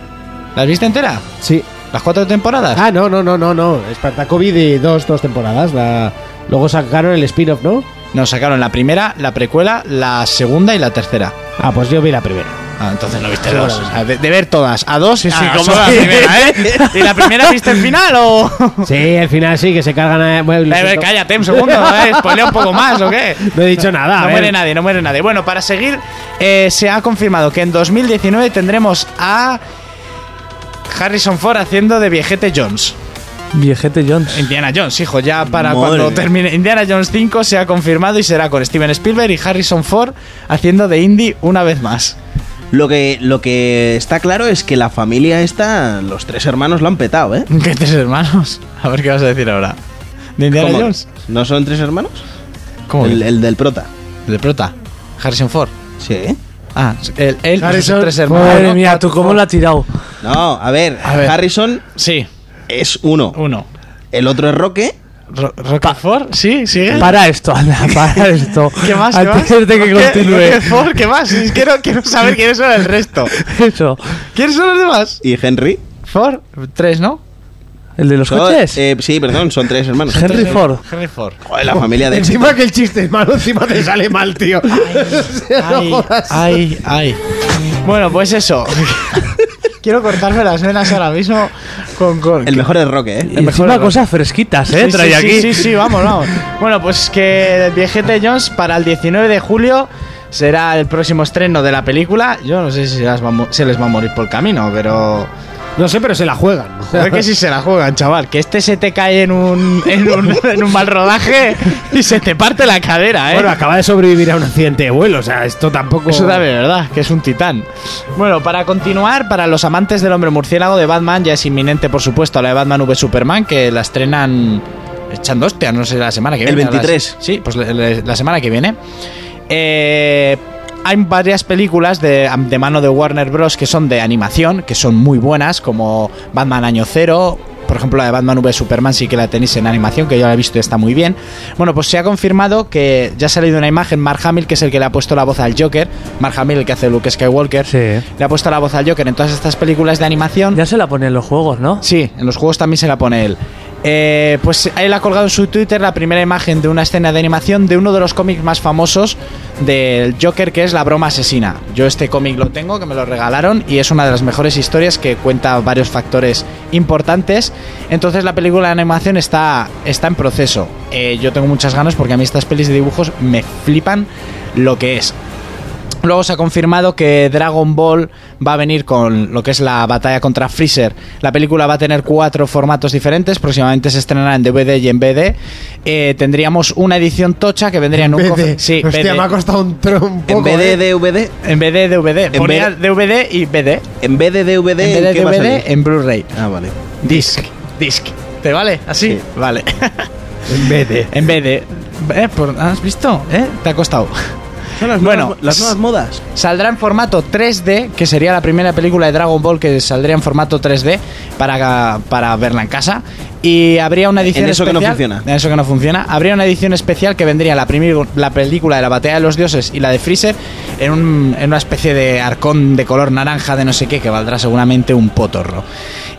S5: ¿La has visto entera?
S2: Sí.
S5: ¿Las cuatro temporadas?
S2: Ah, no, no, no, no, no. Espartaco vi de dos, dos temporadas. la- Luego sacaron el spin-off, ¿no?
S5: No, sacaron la primera, la precuela, la segunda y la tercera.
S2: Ah, pues yo vi la primera.
S5: Ah, entonces no viste dos.
S2: Seguramente.
S5: O sea, de, de ver todas. A dos y
S6: sí, como-
S5: la primera, ¿eh? ¿Y la primera viste el final o...?
S2: Sí, al final sí, que se cargan a... bueno, lo
S5: A ver,
S2: siento.
S5: cállate un segundo, ¿eh? Spoilea un poco más, ¿o qué?
S2: No he dicho nada, a
S5: No
S2: ver.
S5: muere nadie, no muere nadie. Bueno, para seguir, eh, se ha confirmado que en 2019 tendremos a Harrison Ford haciendo de viejete Jones.
S6: Viejete Jones.
S5: Indiana Jones, hijo, ya para
S4: Madre
S5: cuando
S4: mía.
S5: termine Indiana Jones 5 se ha confirmado y será con Steven Spielberg y Harrison Ford haciendo de Indy una vez más.
S4: Lo que, lo que está claro es que la familia esta, los tres hermanos lo han petado, ¿eh?
S5: ¿Qué tres hermanos? A ver qué vas a decir ahora. ¿De Indiana
S4: ¿Cómo?
S5: Jones?
S4: ¿No son tres hermanos?
S5: ¿Cómo?
S4: El, el del prota.
S5: ¿De prota? Harrison Ford.
S4: Sí. ¿eh?
S5: Ah, el, él, sus
S2: Harrison-
S5: tres hermanos.
S6: Madre mía, tú cómo la ha tirado.
S4: No, a ver,
S5: A ver.
S4: Harrison
S5: Sí,
S4: es uno.
S5: uno.
S4: El otro es Roque.
S5: Ro- ¿Roquefort? Sí, sigue.
S6: Para esto, anda, para esto.
S5: ¿Qué más? qué
S6: Antes
S5: más?
S6: de que
S5: ¿Qué-
S6: continúe.
S5: Roquefort, ¿Qué más? Es que no- quiero saber quiénes son el resto.
S6: Eso.
S5: ¿Quiénes son los demás?
S4: ¿Y Henry?
S5: Ford, tres, ¿no?
S6: ¿El de los
S4: No,
S6: coches?
S4: eh, sí, perdón, son tres hermanos.
S6: Henry
S5: Eh,
S4: Tres-
S6: Ford.
S5: Henry Ford.
S4: Joder, la familia de éxito.
S2: Encima que el chiste es malo, encima te sale mal, tío.
S5: Ay, ay, ay. Bueno, pues eso. Quiero cortarme las venas ahora mismo con con.
S4: El mejor es Roque,
S6: Y
S4: ¿eh?
S5: mejor
S6: encima
S5: error.
S6: cosas fresquitas, ¿eh?
S5: Sí,
S6: Trae
S5: sí,
S6: aquí.
S5: Sí, sí, sí, vamos, vamos. Bueno, pues que el viejete Jones para el 19 de julio será el próximo estreno de la película. Yo no sé si se, las va a mo- se les va a morir por el camino, pero.
S2: No sé, pero se la juegan.
S5: Joder, que si se la juegan, chaval. Que este se te cae en un, en un, en un mal rodaje y se te parte la cadera, ¿eh?
S2: Bueno, acaba de sobrevivir a un accidente de vuelo, o sea, esto tampoco.
S5: Eso también, ¿verdad? Que es un titán. Bueno, para continuar, para los amantes del hombre murciélago de Batman, ya es inminente, por supuesto, la de Batman v Superman, que la estrenan echando hostia, no sé, la semana que
S4: El
S5: viene. a las-
S4: 23.
S5: sí, pues le- le- la, semana que viene. Eh, Hay varias películas de, de mano de Warner Bros. que son de animación, que son muy buenas, como Batman Año Cero. Por ejemplo, la de Batman v Superman sí que la tenéis en animación, que yo la he visto y está muy bien. Bueno, pues se ha confirmado que ya ha salido una imagen, Mark Hamill, que es el que le ha puesto la voz al Joker, Mark Hamill, el que hace Luke Skywalker,
S6: Sí.
S5: le ha puesto la voz al Joker en todas estas películas de animación.
S6: Ya se la ponen los juegos, ¿no?
S5: Sí, en los juegos también se la pone él. Eh, pues él ha colgado en su Twitter la primera imagen de una escena de animación de uno de los cómics más famosos del Joker, que es La Broma Asesina. Yo este cómic lo tengo, que me lo regalaron, y es una de las mejores historias que cuenta varios factores importantes. Entonces la película de animación está, está en proceso. Eh, yo tengo muchas ganas porque a mí estas pelis de dibujos me flipan lo que es. Luego se ha confirmado que Dragon Ball va a venir con lo que es la batalla contra Freezer. La película va a tener cuatro formatos diferentes. Próximamente se estrenará en DVD y en BD. Eh, tendríamos una edición tocha que vendría en, un
S2: BD.
S5: cofre. Sí,
S2: Hostia,
S5: BD.
S2: me ha costado un, tro- un poco.
S4: En vez de
S2: ¿eh?
S4: DVD,
S5: En BD, DVD.
S4: En
S5: Ponía
S4: BD.
S5: DVD y BD.
S4: en vez de DVD,
S5: en vez
S4: ¿en
S5: de
S4: qué va a
S5: DVD,
S4: salir?
S5: en Blu-ray.
S4: Ah, vale.
S5: Disc. Disc. ¿Te vale? ¿Así?
S4: Sí.
S5: Vale. En BD. En BD. Eh, por- ¿Has visto? ¿Eh? Te ha costado.
S4: Son las
S5: Bueno,
S4: nuevas- las nuevas modas.
S5: Saldrá en formato 3D, que sería la primera película de Dragon Ball que saldría en formato 3D para, para verla en casa. Y habría una edición
S4: En eso que no
S5: especial-
S4: funciona.
S5: En eso que no funciona. Habría una edición especial que vendría la, primi- la película de la Batalla de los Dioses y la de Freezer en, un- en una especie de arcón de color naranja de no sé qué, que valdrá seguramente un potorro.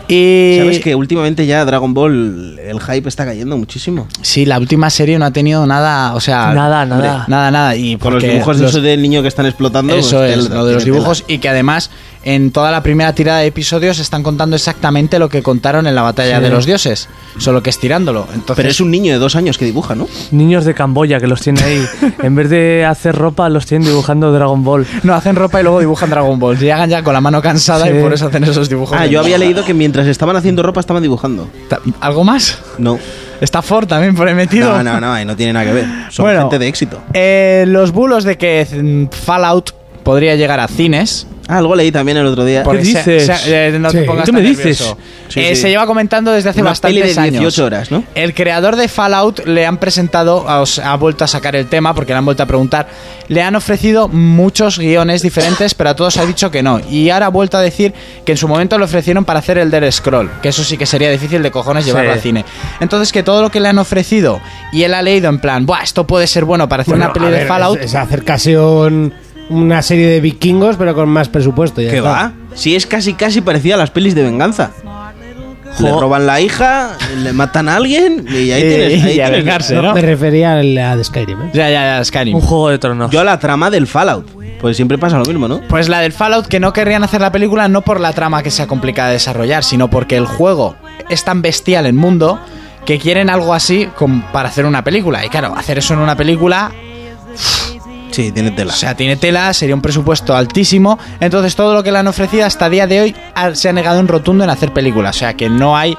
S5: Y
S4: Sabes que últimamente ya Dragon Ball, el hype está cayendo muchísimo.
S5: Sí, la última serie no ha tenido nada, o sea...
S6: Nada,
S5: hombre,
S6: nada.
S5: Nada, nada. Y
S4: Con los
S5: porque
S4: dibujos
S5: los-
S4: esos del niño que están explotando.
S5: Eso
S4: pues,
S5: es,
S4: tela,
S5: lo de los
S4: tiene
S5: dibujos y que además en toda la primera tirada de episodios están contando exactamente lo que contaron en la batalla de los dioses, solo que estirándolo.
S4: tela.
S5: Entonces,
S4: Pero es un niño de dos años que dibuja, ¿no?
S6: Niños de Camboya que los tiene ahí. en vez de hacer ropa, los tienen dibujando Dragon Ball.
S5: no hacen ropa y luego dibujan Dragon Ball. Llegan ya con la mano cansada
S6: Sí.
S5: y por eso hacen esos dibujos.
S4: Ah,
S5: de
S4: yo había
S5: mierda.
S4: leído que mientras estaban haciendo ropa estaban dibujando.
S5: Ta- ¿Algo más?
S4: No.
S5: Está Ford también por ahí metido.
S4: No, no, no, ahí no tiene nada que ver. Son
S5: Bueno,
S4: gente de éxito.
S5: Eh, los bulos de que mm, Fallout podría llegar a cines
S4: Ah, algo leí también el otro día.
S5: Porque se-
S6: dices?
S5: se- eh, no te
S6: Sí.
S5: pongas
S6: ¿Qué me
S5: tan
S6: dices?
S5: nervioso.
S4: Sí,
S5: Eh,
S4: sí.
S5: Se lleva comentando desde hace
S4: Una
S5: bastantes
S4: peli de 18
S5: años.
S4: horas, ¿no?
S5: El creador de Fallout le han presentado, ah, os ha vuelto a sacar el tema porque le han vuelto a preguntar. Le han ofrecido muchos guiones diferentes, pero a todos ha dicho que no. Y ahora ha vuelto a decir que en su momento le ofrecieron para hacer el Dead Scroll, que eso sí que sería difícil de cojones llevarlo
S6: Sí.
S5: al cine. Entonces, que todo lo que le han ofrecido y él ha leído en plan, Buah, esto puede ser bueno para hacer
S2: Bueno,
S5: una peli
S2: a
S5: de
S2: ver,
S5: Fallout.
S2: Es, es hacer casi un- una serie de vikingos, pero con más presupuesto. ya
S4: ¿Qué
S2: está.
S4: va? Si es casi, casi parecida a las pelis de venganza. Le
S6: Jo.
S4: roban la hija, le matan a alguien y ahí
S5: Y-
S4: tienes. ahí
S5: y a
S4: tienes-
S5: vengarse, ¿no?
S2: Me refería a la de Skyrim. ¿eh?
S5: Ya, ya, ya, Skyrim.
S6: Un juego de tronos.
S4: Yo a la trama del Fallout. Pues siempre pasa lo mismo, ¿no?
S5: Pues la del Fallout, que no querrían hacer la película no por la trama que sea complicada de desarrollar, sino porque el juego es tan bestial en mundo que quieren algo así com- para hacer una película. Y claro, hacer eso en una película,
S4: Sí, tiene
S5: o
S4: tela.
S5: sea, tiene tela, sería un presupuesto altísimo. Entonces todo lo que le han ofrecido hasta día de hoy ha- se ha negado en rotundo en hacer películas. O sea, que no hay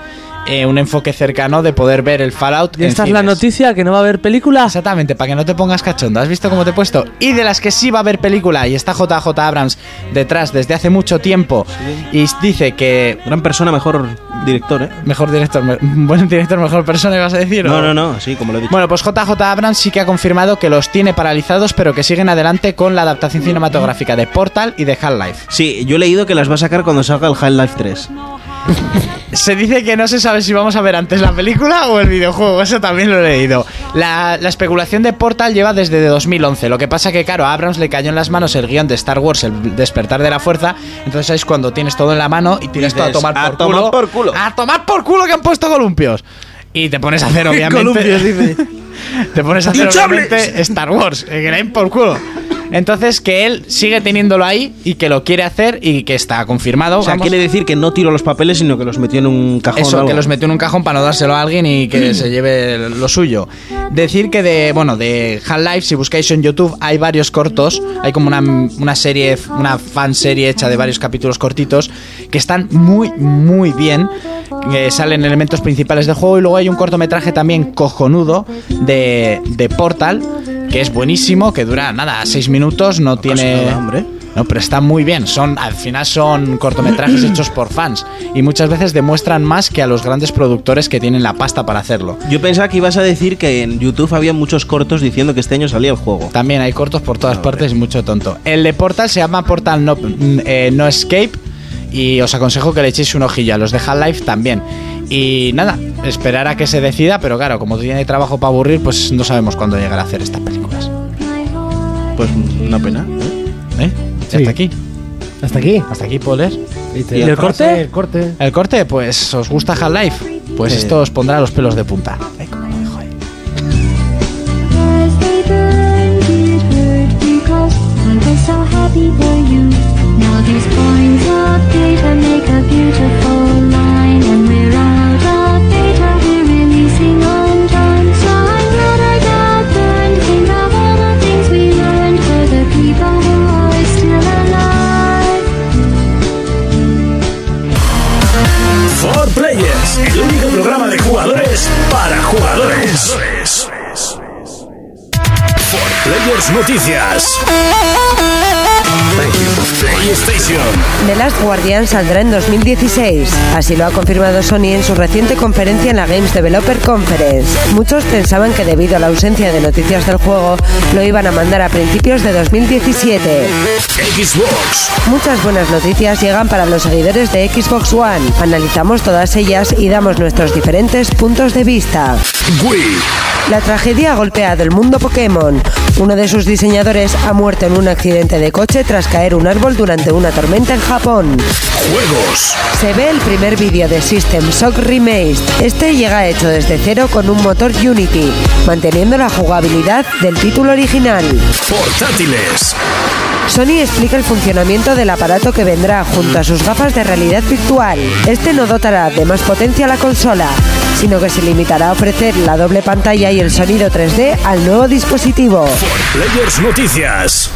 S5: eh, un enfoque cercano de poder ver el Fallout.
S6: Y
S5: en
S6: esta es la
S5: cines.
S6: noticia, que no va a haber película.
S5: Exactamente, para que no te pongas cachondo. ¿Has visto cómo te he puesto? Y de las que sí va a haber película, y está JJ Abrams detrás desde hace mucho tiempo, y dice que.
S4: Gran persona, mejor director, ¿eh?
S5: Mejor director, me- buen director, mejor persona, ibas a decir.
S4: No,
S5: o-
S4: no, no, sí, como lo he dicho.
S5: Bueno, pues JJ Abrams sí que ha confirmado que los tiene paralizados, pero que siguen adelante con la adaptación cinematográfica de Portal y de Half-Life.
S4: Sí, yo he leído que las va a sacar cuando salga el Half-Life 3.
S5: Se dice que no se sabe si vamos a ver antes la película o el videojuego, eso también lo he leído. La, la especulación de Portal lleva desde 2011, lo que pasa que, claro, a Abrams le cayó en las manos el guión de Star Wars, el despertar de la fuerza, entonces es cuando tienes todo en la mano y tienes todo a
S4: Dices,
S5: tomar por
S4: "A
S5: culo.
S4: tomar por culo".
S5: ¡A tomar por culo que han puesto columpios! Y te pones a hacer, obviamente.
S4: Columpios, dice.
S5: Te pones a hacer
S4: ¡Hinchables!
S5: obviamente, Star Wars, eh, que le den por culo. Entonces que él sigue teniéndolo ahí y que lo quiere hacer y que está confirmado.
S4: O sea,
S5: vamos.
S4: quiere decir que no tiró los papeles, sino que los metió en un cajón. o
S5: Eso,
S4: algo. Mm.
S5: que los metió en un cajón para no dárselo a alguien y que se lleve lo suyo. Decir que de, bueno, de Half-Life, si buscáis en YouTube, hay varios cortos. Hay como una, una serie, una fanserie hecha de varios capítulos cortitos que están muy, muy bien. Que salen elementos principales del juego y luego hay un cortometraje también cojonudo de, de Portal que es buenísimo, que dura nada, seis minutos, no
S4: casi
S5: tiene...
S4: nada, hombre.
S5: No, pero está muy bien. Son, al final son cortometrajes hechos por fans. Y muchas veces demuestran más que a los grandes productores que tienen la pasta para hacerlo.
S4: Yo pensaba que ibas a decir que en YouTube había muchos cortos diciendo que este año salía el juego.
S5: También hay cortos por todas partes y mucho tonto. El de Portal se llama Portal No, mm, eh, no Escape. Y os aconsejo que le echéis un ojillo a los de Half-Life también. Y nada, esperar a que se decida, pero claro, como tiene trabajo para aburrir, pues no sabemos cuándo llegar a hacer estas películas.
S4: Pues una pena. ¿eh?
S5: ¿Eh?
S2: Sí.
S5: Hasta aquí.
S2: Hasta aquí.
S5: Hasta aquí, puedo leer.
S2: ¿Y, te
S6: ¿Y
S2: la
S6: el
S2: frase,
S6: corte?
S2: El corte.
S5: El corte, pues, ¿os gusta Half-Life? Pues
S4: Sí.
S5: esto os pondrá los pelos de punta. Ay, cómo lo dejo ahí.
S7: As they burned, it hurt because I was so happy for you. Now these points of data make a beautiful line, and we're out of data. We're releasing undone. So I'm glad I got burned. Think of all the things we learned for the people who always
S1: Jugadores para jugadores. For Players Noticias. PlayStation.
S3: The Last Guardian saldrá en 2016. Así lo ha confirmado Sony en su reciente conferencia en la Games Developer Conference. Muchos pensaban que debido a la ausencia de noticias del juego, lo iban a mandar a principios de 2017.
S1: Xbox.
S3: Muchas buenas noticias llegan para los seguidores de Xbox One. Analizamos todas ellas y damos nuestros diferentes puntos de vista.
S1: Wii.
S3: La tragedia ha golpeado el mundo Pokémon. Uno de sus diseñadores ha muerto en un accidente de coche tras caer un árbol durante una tormenta en Japón.
S1: Juegos.
S3: Se ve el primer vídeo de System Shock Remade. Este llega hecho desde cero con un motor Unity, manteniendo la jugabilidad del título original.
S1: Portátiles.
S3: Sony explica el funcionamiento del aparato que vendrá junto a sus gafas de realidad virtual. Este no dotará de más potencia a la consola, sino que se limitará a ofrecer la doble pantalla y el sonido 3D al nuevo dispositivo.
S1: Players Noticias.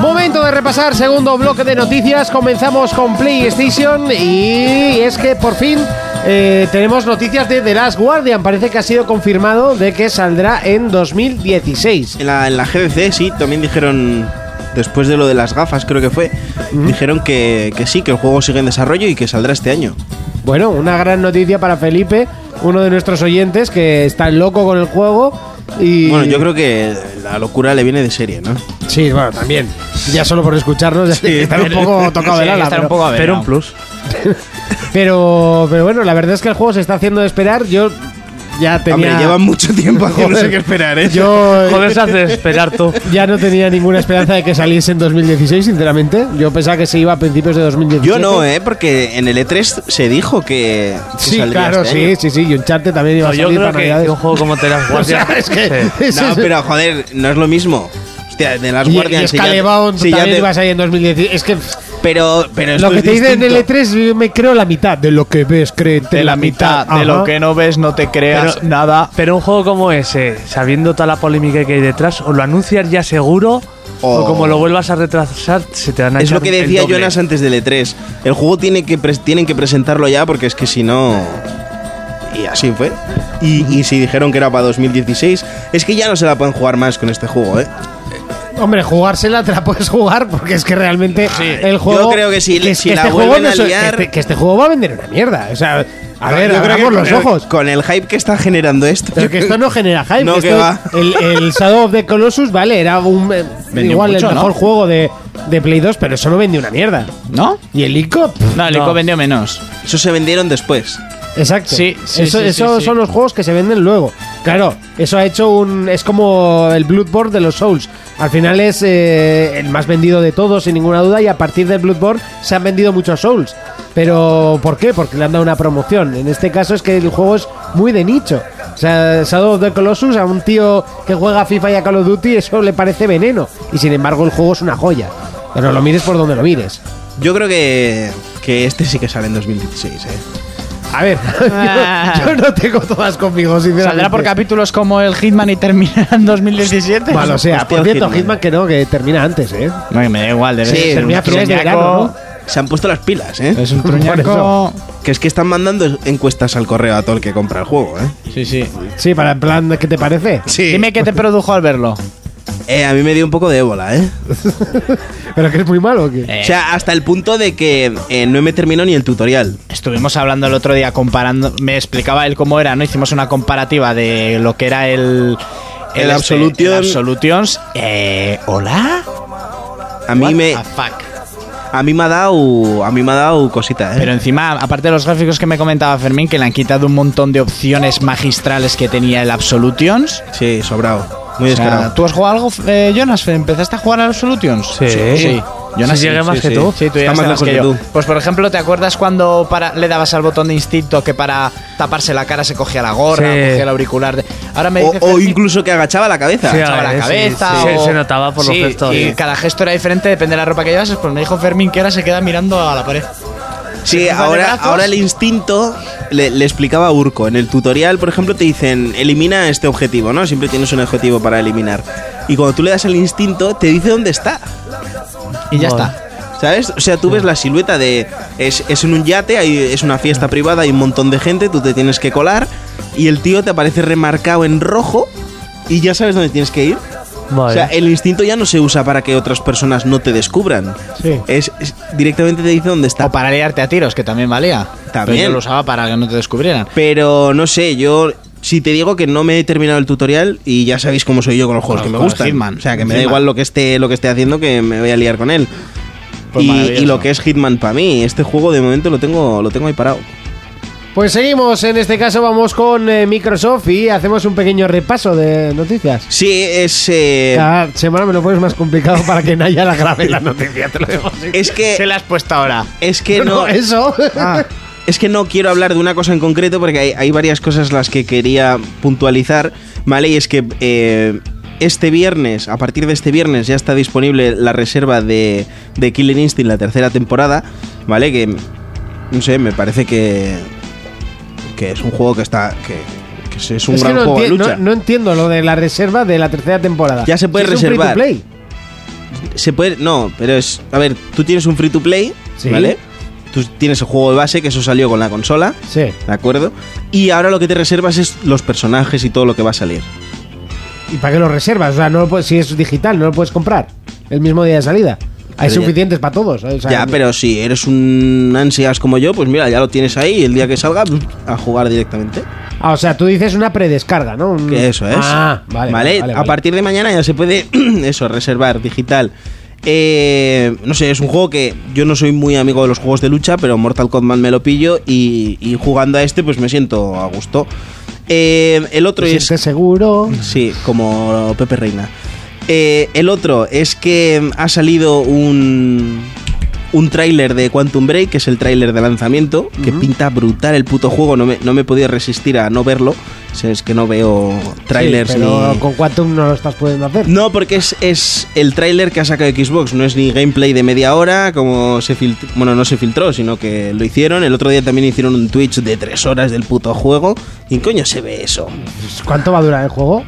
S2: Momento de repasar segundo bloque de noticias. Comenzamos con PlayStation y es que por fin eh, tenemos noticias de The Last Guardian. Parece que ha sido confirmado de que saldrá en 2016.
S4: En la, en la GDC, sí, también dijeron, después de lo de las gafas, creo que fue, dijeron que, que sí, que el juego sigue en desarrollo y que saldrá este año.
S2: Bueno, una gran noticia para Felipe, uno de nuestros oyentes que está loco con el juego. Y
S4: Bueno, yo creo que la locura le viene de serie, ¿no?
S2: Sí, bueno, también. Ya solo por escucharnos, ya tiene que estar un poco tocado del
S5: Sí,
S2: ala.
S5: estar
S2: pero-
S5: un poco
S6: Pero un
S5: avergonzado.
S6: plus.
S2: Pero, pero bueno, la verdad es que el juego se está haciendo de esperar. Yo ya tenía.
S4: Hombre, llevan mucho tiempo haciendo
S2: Joder.
S4: sé qué esperar, ¿eh?
S2: Yo eh,
S6: Joder, se hace esperar tú.
S2: ya no tenía ninguna esperanza de que saliese en 2016, sinceramente. Yo pensaba que se iba a principios de 2016.
S4: Yo no, ¿eh? Porque en el E3 se dijo que, que
S2: Sí,
S4: saldría
S2: claro,
S4: este
S2: sí,
S4: año.
S2: sí, sí. Y Uncharted también iba a
S6: yo
S2: salir
S6: creo
S2: para
S6: que
S2: Navidades.
S6: un juego como The Last
S2: O sea,
S6: Guardian.
S2: es que.
S6: sí.
S2: es-
S4: No,
S2: es-
S4: pero joder, no es lo mismo. Hostia, de las
S2: Y,
S4: guardias.
S2: y Scalebound también iba a salir en 2016. Es que
S4: Pero, pero esto
S2: lo que
S4: es
S2: te dicen en el E
S4: distinto.
S2: E3 yo me creo la mitad de lo que ves, créete
S5: De la mitad, de
S2: Ajá.
S5: lo que no ves, no te creas
S6: Pero-
S5: nada.
S6: Pero un juego como ese, sabiendo toda la polémica que hay detrás, o lo anuncias ya seguro,
S4: O-
S6: o como lo vuelvas a retrasar, se te van a
S4: Oh. Es lo
S6: echar
S4: que
S6: el
S4: decía
S6: doble.
S4: Jonas antes del E3. El juego tiene que pres- tienen que presentarlo ya porque es que si no... Y así fue. Y, y si dijeron que era para 2016, es que ya no se la pueden jugar más con este juego, ¿eh?
S2: Hombre, jugársela te la puedes jugar porque es que realmente el juego.
S4: Yo creo que si- si la vuelven a
S2: es- que,
S4: liar-
S2: este, que este juego va a vender una mierda. O sea, a
S4: Yo
S2: ver,
S4: creo que
S2: abramos
S4: con
S2: los
S4: el-
S2: ojos.
S4: Con el hype que está generando esto.
S2: Pero que esto no genera hype.
S4: No,
S2: esto
S4: que
S2: es-
S4: va.
S2: El, el Shadow of the Colossus, vale, era un. eh,
S5: Vendió
S2: igual
S5: mucho,
S2: el mejor
S5: ¿no?
S2: juego de, de Play 2, pero eso no vendió una mierda.
S5: ¿No?
S2: Y el ICO,
S5: No, el
S6: No.
S5: Ico vendió menos.
S4: Eso se vendieron después.
S2: Exacto.
S5: Sí, sí,
S2: eso,
S5: sí, sí,
S2: esos
S5: sí.
S2: son los juegos que se venden luego. Claro, eso ha hecho un. Es como el Bloodborne de los Souls. Al final es eh, el más vendido de todos, sin ninguna duda, y a partir del Bloodborne se han vendido muchos Souls. Pero, ¿por qué? Porque le han dado una promoción. En este caso es que el juego es muy de nicho. O sea, Shadow of the Colossus a un tío que juega a FIFA y a Call of Duty, eso le parece veneno. Y sin embargo, el juego es una joya. Pero lo mires por donde lo mires.
S4: Yo creo que, que este sí que sale en 2016, ¿eh?
S2: A ver, yo, yo no tengo todas conmigo, sinceramente.
S5: Ah. ¿Saldrá por capítulos como el Hitman y terminará en 2017?
S2: Malo sea,
S4: Hostia,
S2: por cierto,
S4: Hitman.
S2: Hitman que no, que termina antes, ¿eh?
S5: No, me da igual, debe
S4: Sí,
S5: ser
S2: termina a
S5: un
S2: finales de verano,
S5: truñaco.
S4: Se han puesto las pilas, ¿eh?
S5: Es un
S2: Por eso.
S5: truñaco.
S4: Que es que están mandando encuestas al correo a todo el que compra el juego, ¿eh?
S5: Sí, sí.
S2: Sí, para en plan, ¿qué te parece?
S5: Dime qué te produjo al verlo.
S4: Eh, a mí me dio un poco de ébola, ¿eh?
S2: ¿Pero que es muy malo o qué?
S4: O sea, hasta el punto de que eh, no me terminó ni el tutorial.
S5: Estuvimos hablando el otro día comparando, me explicaba él cómo era, ¿no? Hicimos una comparativa de lo que era el... este,
S4: El Absolution.
S5: el Absolutions. Eh, ¿Hola?
S4: A mí
S5: What
S4: me,
S5: the fuck?
S4: a mí me ha dado, a mí me ha dado cosita, ¿eh?
S5: Pero encima, aparte de los gráficos que me comentaba Fermín, que le han quitado un montón de opciones magistrales que tenía el Absolutions.
S4: Sí, sobrado, muy
S5: O sea,
S4: descarado.
S5: ¿Tú has jugado algo, eh, Jonas? ¿Empezaste a jugar al Absolutions?
S6: Sí.
S5: Jonas
S6: Sí, llegué más que
S4: sí.
S6: tú.
S5: Sí, tú
S4: Está
S5: ya
S4: más
S5: sabes
S4: lejos
S5: que
S4: que
S5: yo.
S4: tú.
S5: Pues por ejemplo, ¿te acuerdas cuando para, le dabas al botón de instinto que para taparse la cara se cogía la gorra,
S6: Sí.
S5: cogía el auricular? de- Ahora me
S4: o,
S5: dice
S4: o
S5: Fermín-
S4: incluso que agachaba la cabeza.
S6: Sí,
S5: echaba
S6: Ah,
S5: la
S6: eh,
S5: cabeza.
S6: sí, sí.
S5: o-
S6: Se- se notaba por los
S5: Sí,
S6: gestos,
S5: Y
S6: sí.
S5: cada gesto era diferente, depende de la ropa que llevas. Pues me dijo Fermín que ahora se queda mirando a la pared. cruza
S4: Sí,
S5: de
S4: ahora,
S5: brazos.
S4: ahora el instinto le, le explicaba a Urco. En el tutorial, por ejemplo, te dicen elimina este objetivo, ¿no? Siempre tienes un objetivo para eliminar. Y cuando tú le das al instinto, te dice dónde está.
S5: Y ya
S6: Joder.
S5: está.
S4: ¿Sabes? O sea, tú ves la silueta de. Es, es en un yate, hay- es una fiesta privada, hay un montón de gente, tú te tienes que colar. Y el tío te aparece remarcado en rojo. Y ya sabes dónde tienes que ir.
S6: Vale.
S4: O sea, el instinto ya no se usa para que otras personas no te descubran.
S5: Sí.
S4: Es, es- directamente te dice dónde está.
S5: O para liarte a tiros, que también valía.
S4: También.
S5: Pero yo lo usaba para que no te descubrieran.
S4: Pero no sé, yo. Si te digo que no me he terminado el tutorial y ya sabéis cómo soy yo con los juegos
S5: Con-
S4: que me
S5: con el
S4: gustan.
S5: Hitman.
S4: O sea, que me da
S5: Hitman.
S4: igual lo que esté lo que esté haciendo que me voy a liar con él.
S5: Pues
S4: y,
S5: maravilloso.
S4: y lo que es Hitman para mí, este juego de momento lo tengo lo tengo ahí parado.
S2: Pues seguimos, en este caso vamos con eh, Microsoft y hacemos un pequeño repaso de noticias.
S4: Sí, es eh,
S2: Cada semana me lo pones más complicado para que Naya la grabe la noticia, te lo digo así.
S4: es
S5: Se
S4: que
S5: la has puesto ahora.
S4: es Eh, que
S2: No,
S4: no Ah,
S2: eso.
S4: Es que no quiero hablar de una cosa en concreto porque hay, hay varias cosas las que quería puntualizar, ¿vale? Y es que eh, este viernes, a partir de este viernes, ya está disponible la reserva de, de Killing Instinct, la tercera temporada, ¿vale? Que, no sé, me parece que, que es un juego que está... que, que es- es un
S2: Es que
S4: gran
S2: no,
S4: juego de
S2: enti-
S4: lucha.
S2: no- no entiendo lo de la reserva de la tercera temporada.
S4: Ya se puede
S2: Si es un
S4: reservar.
S2: free to
S4: Se puede... No, pero es... A ver, tú tienes un free to play,
S2: Sí.
S4: ¿vale? Tú tienes el juego de base, que eso salió con la consola.
S2: play. Sí.
S4: ¿De acuerdo? Y ahora lo que te reservas es los personajes y todo lo que va a salir.
S2: ¿Y para qué lo reservas? O sea, no lo puedes- si es digital, no lo puedes comprar el mismo día de salida. Hay
S4: ya-
S2: suficientes para todos. o sea,
S4: ya, pero si eres un ansias como yo, pues mira, ya lo tienes ahí y el día que salga a jugar directamente.
S2: Ah, o sea, tú dices una predescarga, ¿no? Un-
S4: Que eso es.
S2: Ah, vale.
S4: Mm. Vale, a partir de mañana ya se puede eso, reservar digital. Eh, no sé, es un juego que yo no soy muy amigo de los juegos de lucha, pero Mortal Kombat me lo pillo y, y jugando a este pues me siento a gusto. Eh, el otro
S2: ¿Te
S4: es
S2: sientes seguro?
S4: Sí, como Pepe Reina. Eh, el otro es que ha salido un, un tráiler de Quantum Break, que es el tráiler de lanzamiento, que pinta brutal el puto juego. No me, no me podía resistir a no verlo. O sea, Es que no veo trailers
S2: Sí, pero
S4: ni...
S2: con Quantum no lo estás pudiendo hacer.
S4: No, porque es, es el tráiler que ha sacado Xbox, no es ni gameplay de media hora, como se filtró, bueno, no se filtró, sino que lo hicieron. El otro día también hicieron un Twitch de tres horas del puto juego. ¿Y coño se ve eso?
S2: Pues, ¿Cuánto va a durar el juego?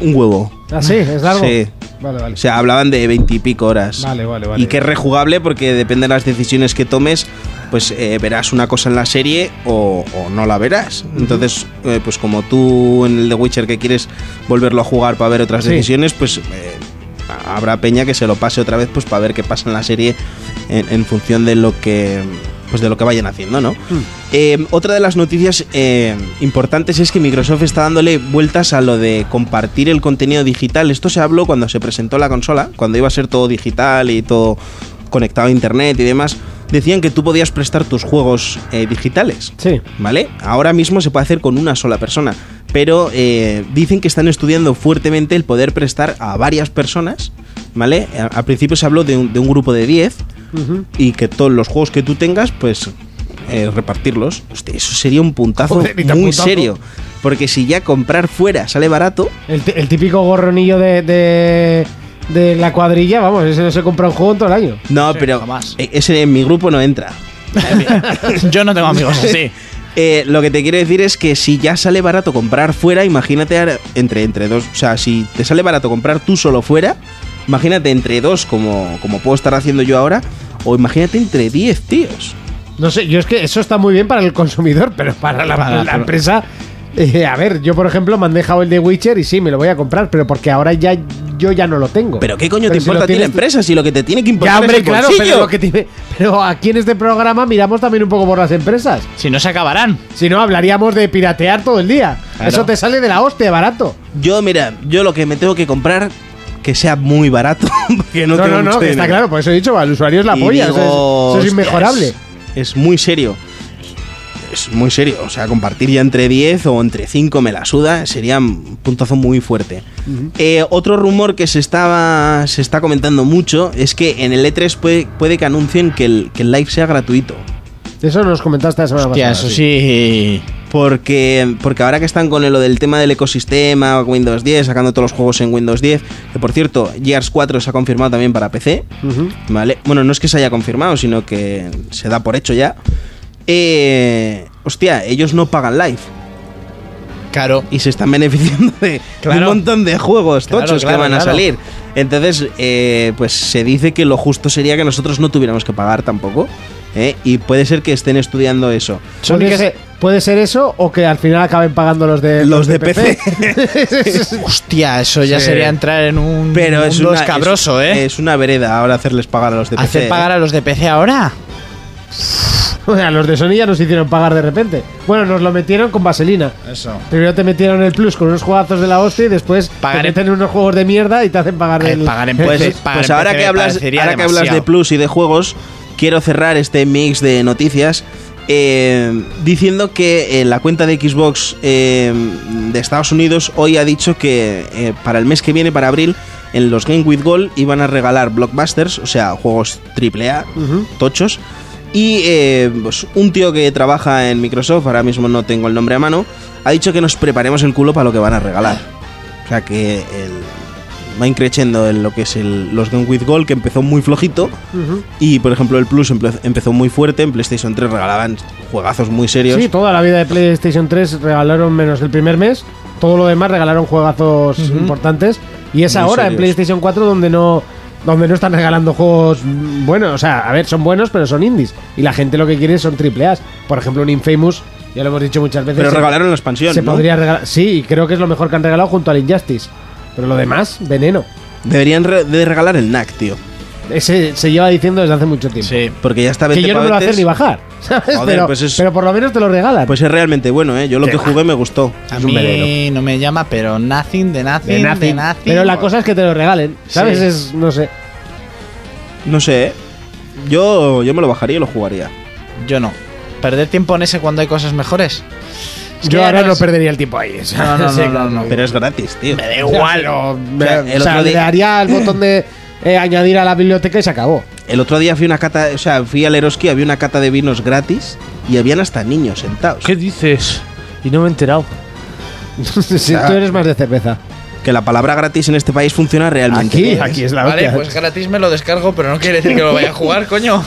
S4: Un huevo.
S2: Ah, sí, es largo.
S4: Sí.
S2: Vale, vale.
S4: O sea, hablaban de veintipico horas.
S2: Vale, vale, vale.
S4: Y que es rejugable porque depende de las decisiones que tomes, pues eh, verás una cosa en la serie o, o no la verás. Entonces, eh, pues como tú en el The Witcher que quieres volverlo a jugar para ver otras
S2: Sí.
S4: decisiones, pues eh, habrá peña que se lo pase otra vez pues para ver qué pasa en la serie en, en función de lo que pues de lo que vayan haciendo, ¿no? Eh, otra de las noticias eh, importantes es que Microsoft está dándole vueltas a lo de compartir el contenido digital. Esto se habló cuando se presentó la consola, cuando iba a ser todo digital y todo conectado a internet y demás. Decían que tú podías prestar tus juegos eh, digitales.
S2: Sí.
S4: ¿Vale? Ahora mismo se puede hacer con una sola persona, pero eh, dicen que están estudiando fuertemente el poder prestar a varias personas, ¿vale? A- Al principio se habló de un, de un grupo de 10 y que todos los juegos que tú tengas, pues eh, repartirlos. Hostia, eso sería un puntazo
S2: Joder, ni tan
S4: muy
S2: puntazo.
S4: serio, porque si ya comprar fuera sale barato,
S2: El, t- el típico gorronillo de, de, de la cuadrilla, vamos, ese no se compra un juego en todo el año.
S4: no, pero
S5: jamás.
S4: eh, ese en mi grupo no entra.
S5: Yo no tengo amigos así.
S4: Eh, lo que te quiero decir es que si ya sale barato comprar fuera, imagínate ahora- entre, entre dos. O sea, si te sale barato comprar tú solo fuera, imagínate entre dos, como, como puedo estar haciendo yo ahora, o imagínate entre 10 tíos.
S2: No sé, yo es que eso está muy bien para el consumidor, pero para la,
S5: Para la-
S2: la empresa. eh, a ver, yo por ejemplo me han dejado el de Witcher y sí, me lo voy a comprar, pero porque ahora ya yo ya no lo tengo.
S4: Pero ¿qué coño
S2: Pero
S4: te
S2: si
S4: importa
S2: lo
S4: a ti la
S2: tienes-
S4: empresa si lo que te tiene que importar
S2: Ya,
S4: es
S2: hombre,
S4: el
S2: claro,
S4: bolsillo?
S2: pero, lo que tiene- pero aquí en este programa miramos también un poco por las empresas.
S5: Si no se acabarán.
S2: Si no, hablaríamos de piratear todo el día.
S5: Claro.
S2: Eso te sale de la hostia barato.
S4: Yo, mira, yo lo que me tengo que comprar, que sea muy barato. Porque no,
S2: No,
S4: tengo
S2: no, no,
S4: mucho
S2: que está
S4: dinero.
S2: claro, por eso he dicho, al usuario es la
S4: Y
S2: polla. o sea, eso
S4: digo,
S2: es- eso es
S4: "Hostias,
S2: inmejorable.
S4: Es muy serio. Es muy serio. O sea, compartir ya entre 10 o entre 5 me la suda sería un puntazo muy fuerte. Eh, otro rumor que se, estaba, se está comentando mucho es que en el E3 puede, puede que anuncien que el, que el live sea gratuito.
S2: Eso nos comentaste la semana
S5: Hostia,
S2: pasada.
S5: eso sí.
S4: Porque, porque ahora que están con lo del tema del ecosistema, Windows 10, sacando todos los juegos en Windows 10, que por cierto, Gears 4 se ha confirmado también para PC, ¿vale? Bueno, no es que se haya confirmado, sino que se da por hecho ya. Eh, hostia, ellos no pagan live.
S5: Claro.
S4: y se están beneficiando de
S5: Claro.
S4: un montón de juegos
S5: Claro,
S4: tochos
S5: claro,
S4: que van a
S5: claro.
S4: salir. Entonces, eh, pues se dice que lo justo sería que nosotros no tuviéramos que pagar tampoco. ¿eh? Y puede ser que estén estudiando eso.
S5: Sonic
S2: puede,
S5: es-
S2: ser, puede ser eso o que al final acaben pagando los de
S4: Los de PC.
S5: Hostia, eso ya
S2: Sí.
S5: sería entrar en un
S4: Pero es
S5: mundo
S4: una,
S5: escabroso,
S4: es-
S5: ¿eh?
S4: Es una vereda ahora hacerles pagar a los de PC.
S5: ¿Hacer
S4: ¿eh?
S5: pagar a los de PC ahora?
S2: o sea, los de Sony ya nos hicieron pagar de repente. Bueno, nos lo metieron con vaselina.
S5: Eso.
S2: Primero te metieron el plus con unos juegazos de la hostia y después
S5: Pagar
S2: te
S5: en-
S2: meten unos juegos de mierda y te hacen pagar
S5: Eh,
S2: el...
S5: pagar en
S2: el-
S5: PC.
S4: Pues,
S5: para
S4: pues
S5: el
S4: ahora,
S5: PC
S4: que
S5: me
S4: hablas,
S5: parecería
S4: ahora que hablas de
S5: demasiado.
S4: Plus y de juegos, quiero cerrar este mix de noticias eh, diciendo que eh, la cuenta de Xbox eh, de Estados Unidos hoy ha dicho que eh, para el mes que viene, para abril, en los Game With Gold iban a regalar blockbusters, o sea, juegos AAA, tochos. Y eh, pues, un tío que trabaja en Microsoft, ahora mismo no tengo el nombre a mano, ha dicho que nos preparemos el culo para lo que van a regalar. O sea que el- va increciendo en lo que es el- los Game With Gold, que empezó muy flojito. Y por ejemplo, el Plus empe- empezó muy fuerte. En PlayStation 3 regalaban juegazos muy serios.
S2: Sí, toda la vida de PlayStation 3 regalaron menos el primer mes. Todo lo demás regalaron juegazos importantes. Y es
S4: Muy
S2: ahora en
S4: serios.
S2: PlayStation 4 donde no donde no están regalando juegos mm, buenos. O sea, a ver, son buenos, pero son indies. Y la gente lo que quiere son triple A's. Por ejemplo, un Infamous, ya lo hemos dicho muchas veces.
S4: pero
S2: se-
S4: regalaron la expansión.
S2: Se
S4: ¿no?
S2: podría regalar. Sí, y creo que es lo mejor que han regalado junto al Injustice. Pero lo demás, veneno.
S4: Deberían re- de regalar el NAC, tío.
S2: Ese se lleva diciendo desde hace mucho tiempo.
S5: Sí.
S4: Porque ya está
S2: Que
S4: 20
S2: yo no me lo voy a hacer
S4: pavetes.
S2: ni bajar. ¿sabes?
S4: Joder,
S2: pero,
S4: pues es-
S2: pero por lo menos te lo regalan.
S4: Pues es realmente bueno, ¿eh? Yo lo que jugué me gustó.
S5: A
S4: Es un velero.
S5: mí no me llama, pero nothing de nothing de
S2: De
S5: nothing.
S2: nothing. Pero la
S5: Bueno.
S2: cosa es que te lo regalen, ¿sabes?
S5: Sí.
S2: Es, no sé.
S4: No sé, ¿eh? Yo, yo me lo bajaría y lo jugaría.
S5: Yo no. ¿Perder tiempo en ese cuando hay cosas mejores? Es que
S2: Yo
S5: ya
S2: ahora
S5: no
S2: no
S5: es-
S2: perdería el tiempo ahí. o sea,
S5: No, no,
S2: sí,
S5: no,
S2: claro.
S5: no, no.
S4: Pero es gratis, tío.
S5: Me da igual.
S2: O,
S4: sea,
S2: me-
S4: el
S2: o sea,
S4: otro
S2: le
S4: día-
S2: daría el botón de eh, añadir a la biblioteca y se acabó.
S4: El otro día fui a una cata, o sea, fui al Eroski, había una cata de vinos gratis y habían hasta niños sentados.
S6: ¿Qué dices? Y no me he enterado.
S2: si tú eres más de cerveza.
S4: Que la palabra gratis en este país funciona realmente.
S2: Aquí, aquí es la
S5: Vale,
S2: hostia.
S5: pues gratis me lo descargo, pero no quiere decir que lo vaya a jugar, coño.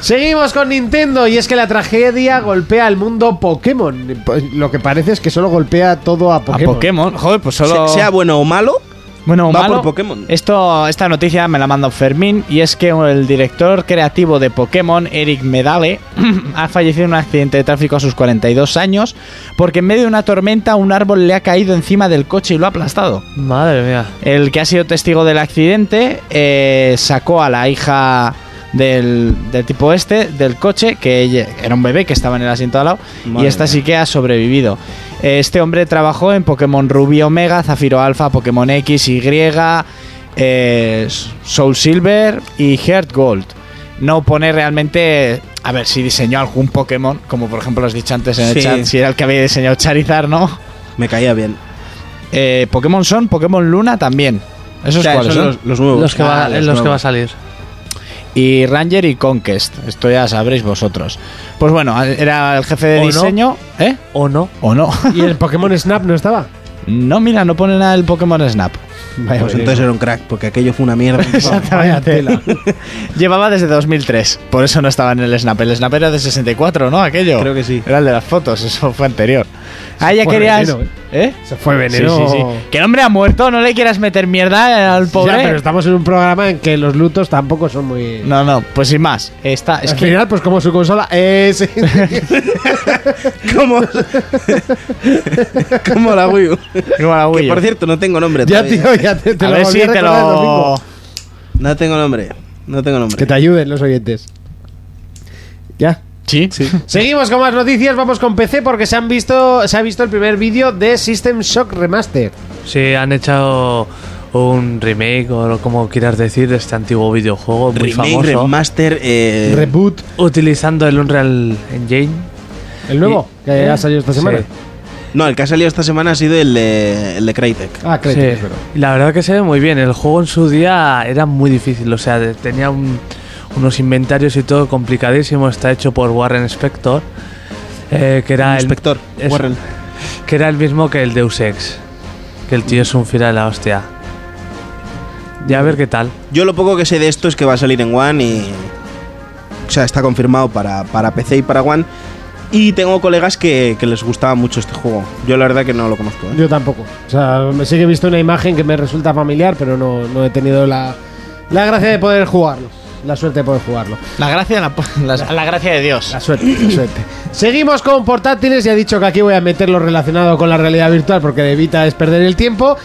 S2: Seguimos con Nintendo y es que la tragedia golpea al mundo Pokémon. Pues, Lo que parece es que solo golpea todo a Pokémon.
S5: Joder, pues
S4: Se- Sea bueno o malo,
S5: Bueno, o
S4: Va
S5: malo,
S4: por Pokémon.
S5: Esto, esta noticia me la manda Fermín y es que el director creativo de Pokémon, Eric Medale, ha fallecido en un accidente de tráfico a sus 42 años porque en medio de una tormenta un árbol le ha caído encima del coche y lo ha aplastado.
S6: Madre mía.
S5: El que ha sido testigo del accidente eh, sacó a la hija del, del tipo este del coche, que ella- era un bebé que estaba en el asiento al lado,
S4: Madre
S5: y esta
S4: mía.
S5: sí que ha sobrevivido. Eh, Este hombre trabajó en Pokémon Rubí Omega, Zafiro Alpha, Pokémon X, Y, eh, Soul Silver y Heart Gold. No pone realmente. A ver, si diseñó algún Pokémon, como por ejemplo os he dicho antes en el
S4: Sí.
S5: chat, si era el que había diseñado Charizard, ¿no?
S4: me caía bien.
S5: Eh, Pokémon Son, Pokémon Luna también. Esos
S4: O sea,
S5: cuáles
S4: son
S5: son.
S4: los, los nuevos.
S6: Los que, va,
S4: Ah,
S6: en los que va a salir.
S5: Y Ranger y Conquest. Esto ya sabréis vosotros. Pues bueno, era el jefe de
S6: ¿O no?
S5: diseño. ¿Eh?
S6: ¿O no?
S5: ¿O no?
S2: ¿Y el Pokémon Snap no estaba?
S5: no, mira, no pone nada el Pokémon Snap.
S4: nuevos. Pues entonces era un crack, porque aquello fue una mierda.
S5: Llevaba desde 2003. Por eso no estaba en el Snap. El Snap era de 64, ¿no? Aquello.
S4: Creo que sí.
S5: Era el de las fotos. Eso fue anterior. Ah, ya
S2: Fue
S5: querías.
S2: veneno,
S5: ¿Eh?
S2: Se fue
S5: Sí,
S2: veneno.
S5: sí, sí. Que el hombre ha muerto. No le quieras meter mierda al pobre.
S2: Ya, pero estamos en un programa en que los lutos tampoco son muy...
S5: No, no, pues sin más. Está, es
S2: Al
S5: que
S2: final, pues como su consola... Eh, sí.
S4: ¿Cómo? Como la Wii U.
S5: Igual a
S4: Que
S5: Wii U.
S4: por cierto, no tengo nombre
S2: ya,
S4: todavía.
S2: tío, ya te, te
S5: a
S2: lo
S5: ver
S2: volví
S5: si te
S2: recordar el domingo.
S5: lo.
S4: No tengo nombre. No tengo nombre.
S2: Que te ayuden los oyentes. Ya.
S5: Sí,
S2: Seguimos con más noticias, vamos con PC porque se han visto se ha visto el primer vídeo de System Shock Remaster.
S6: Sí, han echado un remake o lo- como quieras decir de este antiguo videojuego muy
S4: Remake,
S6: famoso.
S4: remaster, eh,
S2: Reboot,
S6: Utilizando el Unreal Engine.
S2: el nuevo que ha salido esta semana.
S6: Sí.
S4: No, el que ha salido esta semana ha sido el de, el de Crytek.
S2: Ah, creo
S6: Sí.
S2: que es verdad.
S6: Y La verdad que se ve muy bien. El juego en su día era muy difícil. O sea, de- tenía un- unos inventarios y todo complicadísimo. Está hecho por Warren Spector. eh, que era el,
S4: Inspector.
S6: es-
S4: Warren.
S6: Que era el mismo que el Deus Ex. Que el tío es un fiera de la hostia. Ya a ver qué tal.
S4: Yo lo poco que sé de esto es que va a salir en One y. O sea, está confirmado para, para PC y para One. Y tengo colegas que, que les gustaba mucho este juego. Yo la verdad que no lo conozco. ¿eh?
S2: Yo tampoco. O sea, me sí que he visto una imagen que me resulta familiar, pero no, no he tenido la, la gracia de poder jugarlo. La suerte de poder jugarlo.
S5: La gracia, la, la- la gracia de Dios.
S2: La suerte, la suerte. Seguimos con portátiles. Ya he dicho que aquí voy a meter lo relacionado con la realidad virtual porque evita es perder el tiempo.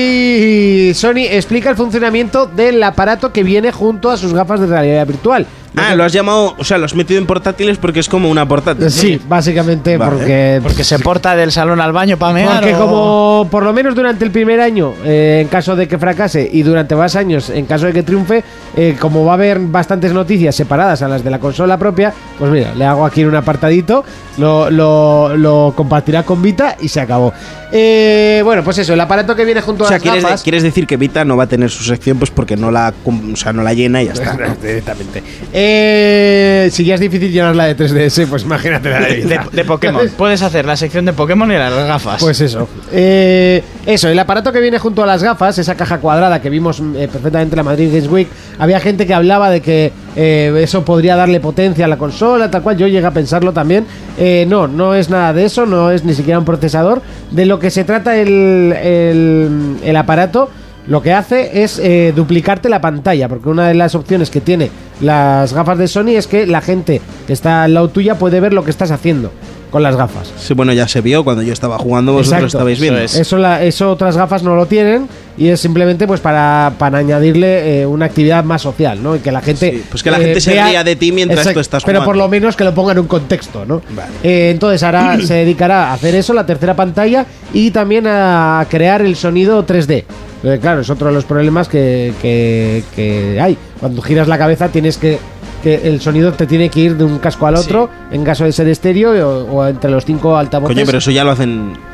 S2: Y Sony explica el funcionamiento del aparato que viene junto a sus gafas de realidad virtual.
S4: Ah, lo has llamado, o sea, lo has metido en portátiles porque es como una portátil.
S2: Sí, básicamente
S4: Vale.
S2: porque...
S5: Porque se porta del salón al baño para mear.
S2: Porque
S5: o-
S2: como por lo menos durante el primer año, eh, en caso de que fracase, y durante más años, en caso de que triunfe, eh, como va a haber bastantes noticias separadas a las de la consola propia, pues mira, le hago aquí un apartadito, lo, lo- lo compartirá con Vita y se acabó. Eh, bueno, pues eso, el aparato que viene junto
S4: O
S2: a
S4: sea,
S2: las
S4: ¿quieres, de-
S2: gafas...
S4: quieres decir que Vita no va a tener su sección pues porque no la, cum- o sea, no la llena y ya está.
S2: Directamente. Eh, si ya es difícil llenar la de 3DS, pues imagínate la de Vita.
S5: De, de Pokémon. Puedes hacer la sección de Pokémon y las gafas.
S2: Pues eso. Eh, eso, el aparato que viene junto a las gafas, esa caja cuadrada que vimos mm, eh, perfectamente en la Madrid Games Week, había gente que hablaba de que eh, eso podría darle potencia a la consola, tal cual. Yo llegué a pensarlo también. Eh, no, no es nada de eso, no es ni siquiera un procesador. De lo que se trata el, el- el aparato. Lo que hace es eh, duplicarte la pantalla, porque una de las opciones que tiene las gafas de Sony es que la gente que está al lado tuya puede ver lo que estás haciendo con las gafas.
S4: Sí, bueno, ya se vio cuando yo estaba jugando, vosotros
S2: Exacto,
S4: estabais viendo.
S5: eso
S2: Eso, la- eso otras gafas no lo tienen y es simplemente pues para, para añadirle eh, una actividad más social, ¿no? Y que la gente... eh,
S4: Sí, pues que la gente se ría de ti mientras tú estás
S2: Pero por
S4: jugando.
S2: lo menos que lo ponga en un contexto, ¿no?
S4: Vale.
S2: Eh, entonces ahora se dedicará a hacer eso, la tercera pantalla, y también a crear el sonido 3D. Eh, claro, es otro de los problemas que, que- que hay. Cuando giras la cabeza tienes que... Que el sonido te tiene que ir de un casco al otro en caso de ser estéreo o, o entre los cinco altavoces.
S4: Coño, pero eso ya lo hacen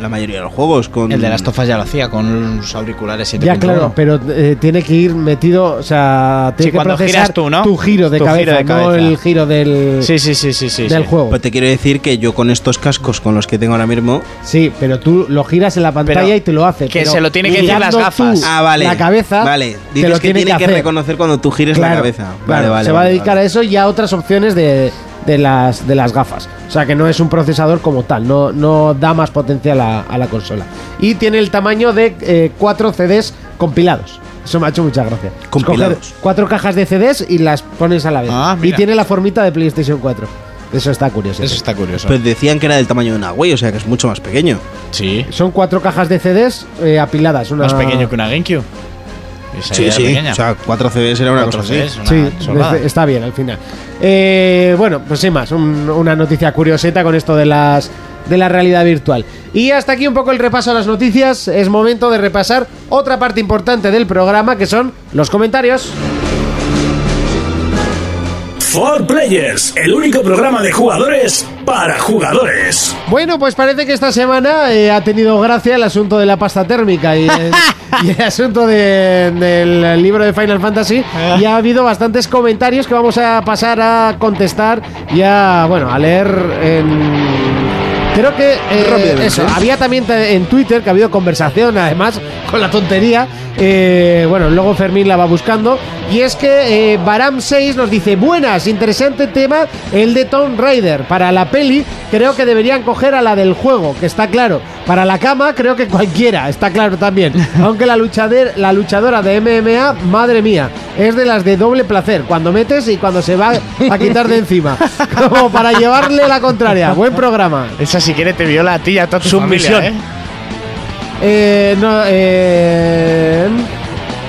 S4: la mayoría de los juegos con
S5: El de las tofas ya lo hacía con los auriculares 7.1.
S2: mm. Ya, claro, pero eh, tiene que ir metido, o sea, tiene
S5: Sí,
S2: que
S5: cuando giras
S2: procesar
S5: tú, ¿no?
S2: tu giro de
S5: Tu
S2: cabeza,
S5: giro de
S2: no
S5: cabeza.
S2: el giro del,
S5: Sí, sí, sí, sí, sí.
S2: del
S5: sí. Pues
S2: juego.
S4: Pero Pues te quiero decir que yo con estos cascos con los que tengo ahora mismo
S2: Sí, pero tú lo giras en la pantalla
S5: Pero
S2: y te lo hace.
S5: que
S2: pero
S5: se lo tiene que decir
S2: girando
S5: las gafas.
S2: tú
S4: Ah, vale.
S2: La cabeza.
S4: Vale,
S2: te
S4: dices
S2: lo
S4: que tiene que,
S2: hacer.
S4: reconocer cuando tú gires
S2: Claro,
S4: la cabeza. Vale,
S2: claro,
S4: vale.
S2: Se va a
S4: vale,
S2: dedicar
S4: vale.
S2: a eso y a otras opciones de, de las, de las gafas. O sea que no es un procesador como tal, no, no da más potencia a la, a la consola. Y tiene el tamaño de eh, cuatro CDs compilados. Eso me ha hecho mucha gracia.
S4: Compilados.
S2: Escoger cuatro cajas de CDs y las pones a la vez.
S5: Ah,
S2: y
S5: mira.
S2: tiene la formita de PlayStation 4. Eso está curioso.
S5: Eso está curioso.
S4: Pues decían que era del tamaño de una Wii, o sea que es mucho más pequeño.
S5: sí.
S2: Son cuatro cajas de CDs eh, apiladas. Una...
S5: Más pequeño que una GameCube. Esa idea pequeña.
S4: O sea, 4 CDs era una
S5: Cuatro
S4: cosa
S5: CDs,
S4: así.
S5: una
S2: Sí,
S5: chorrada.
S2: desde- está bien al final. Eh, bueno, pues sin más, un- una noticia curioseta con esto de las de la realidad virtual. Y hasta aquí un poco el repaso a las noticias. Es momento de repasar otra parte importante del programa que son los comentarios.
S1: For Players, el único programa de jugadores para jugadores.
S2: Bueno, pues parece que esta semana eh, ha tenido gracia el asunto de la pasta térmica y el, y el asunto de- del libro de Final Fantasy. Y ha habido bastantes comentarios que vamos a pasar a contestar y a, bueno, a leer en... Creo que eh,
S4: Rápidamente.
S2: eso, había también te- en Twitter que ha habido conversación además con la tontería. eh, bueno, luego Fermín la va buscando. Y es que eh, Baram 6 nos dice, buenas, interesante tema el de Tomb Raider. Para la peli creo que deberían coger a la del juego, que está claro. Para la cama creo que cualquiera, está claro también. Aunque la, luchader, la luchadora de MMA, madre mía, es de las de doble placer, cuando metes y cuando se va a quitar de encima. Como para llevarle la contraria. Buen programa.
S5: Esa si quiere te viola a ti y a toda tu
S6: Submisión.
S5: familia, ¿eh?
S2: Eh, no, eh,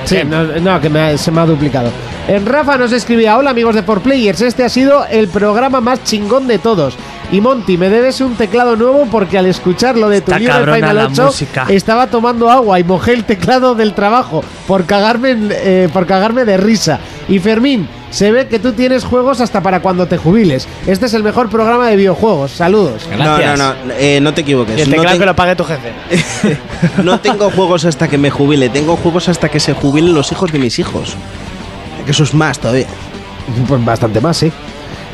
S2: sí,
S6: Em.
S5: Bien.
S2: no, no, que me ha- se me ha duplicado. En Rafa nos escribía, hola amigos de 4Players, este ha sido el programa más chingón de todos. Y Monty, me debes un teclado nuevo porque al escuchar lo de tu
S6: Está
S2: libro de
S6: cabrona
S2: Final
S6: la
S2: 8
S6: música.
S2: estaba tomando agua y mojé el teclado del trabajo por cagarme, en- eh, por cagarme de risa. Y Fermín, se ve que tú tienes juegos hasta para cuando te jubiles. Este es el mejor programa de videojuegos. Saludos.
S5: Gracias.
S4: No, no, no, eh, no te equivoques.
S5: Y el
S4: No
S5: teclado
S4: te-
S5: que lo pague tu jefe.
S4: No tengo juegos hasta que me jubile, tengo juegos hasta que se jubilen los hijos de mis hijos. Que eso es más todavía.
S2: Pues bastante más, sí.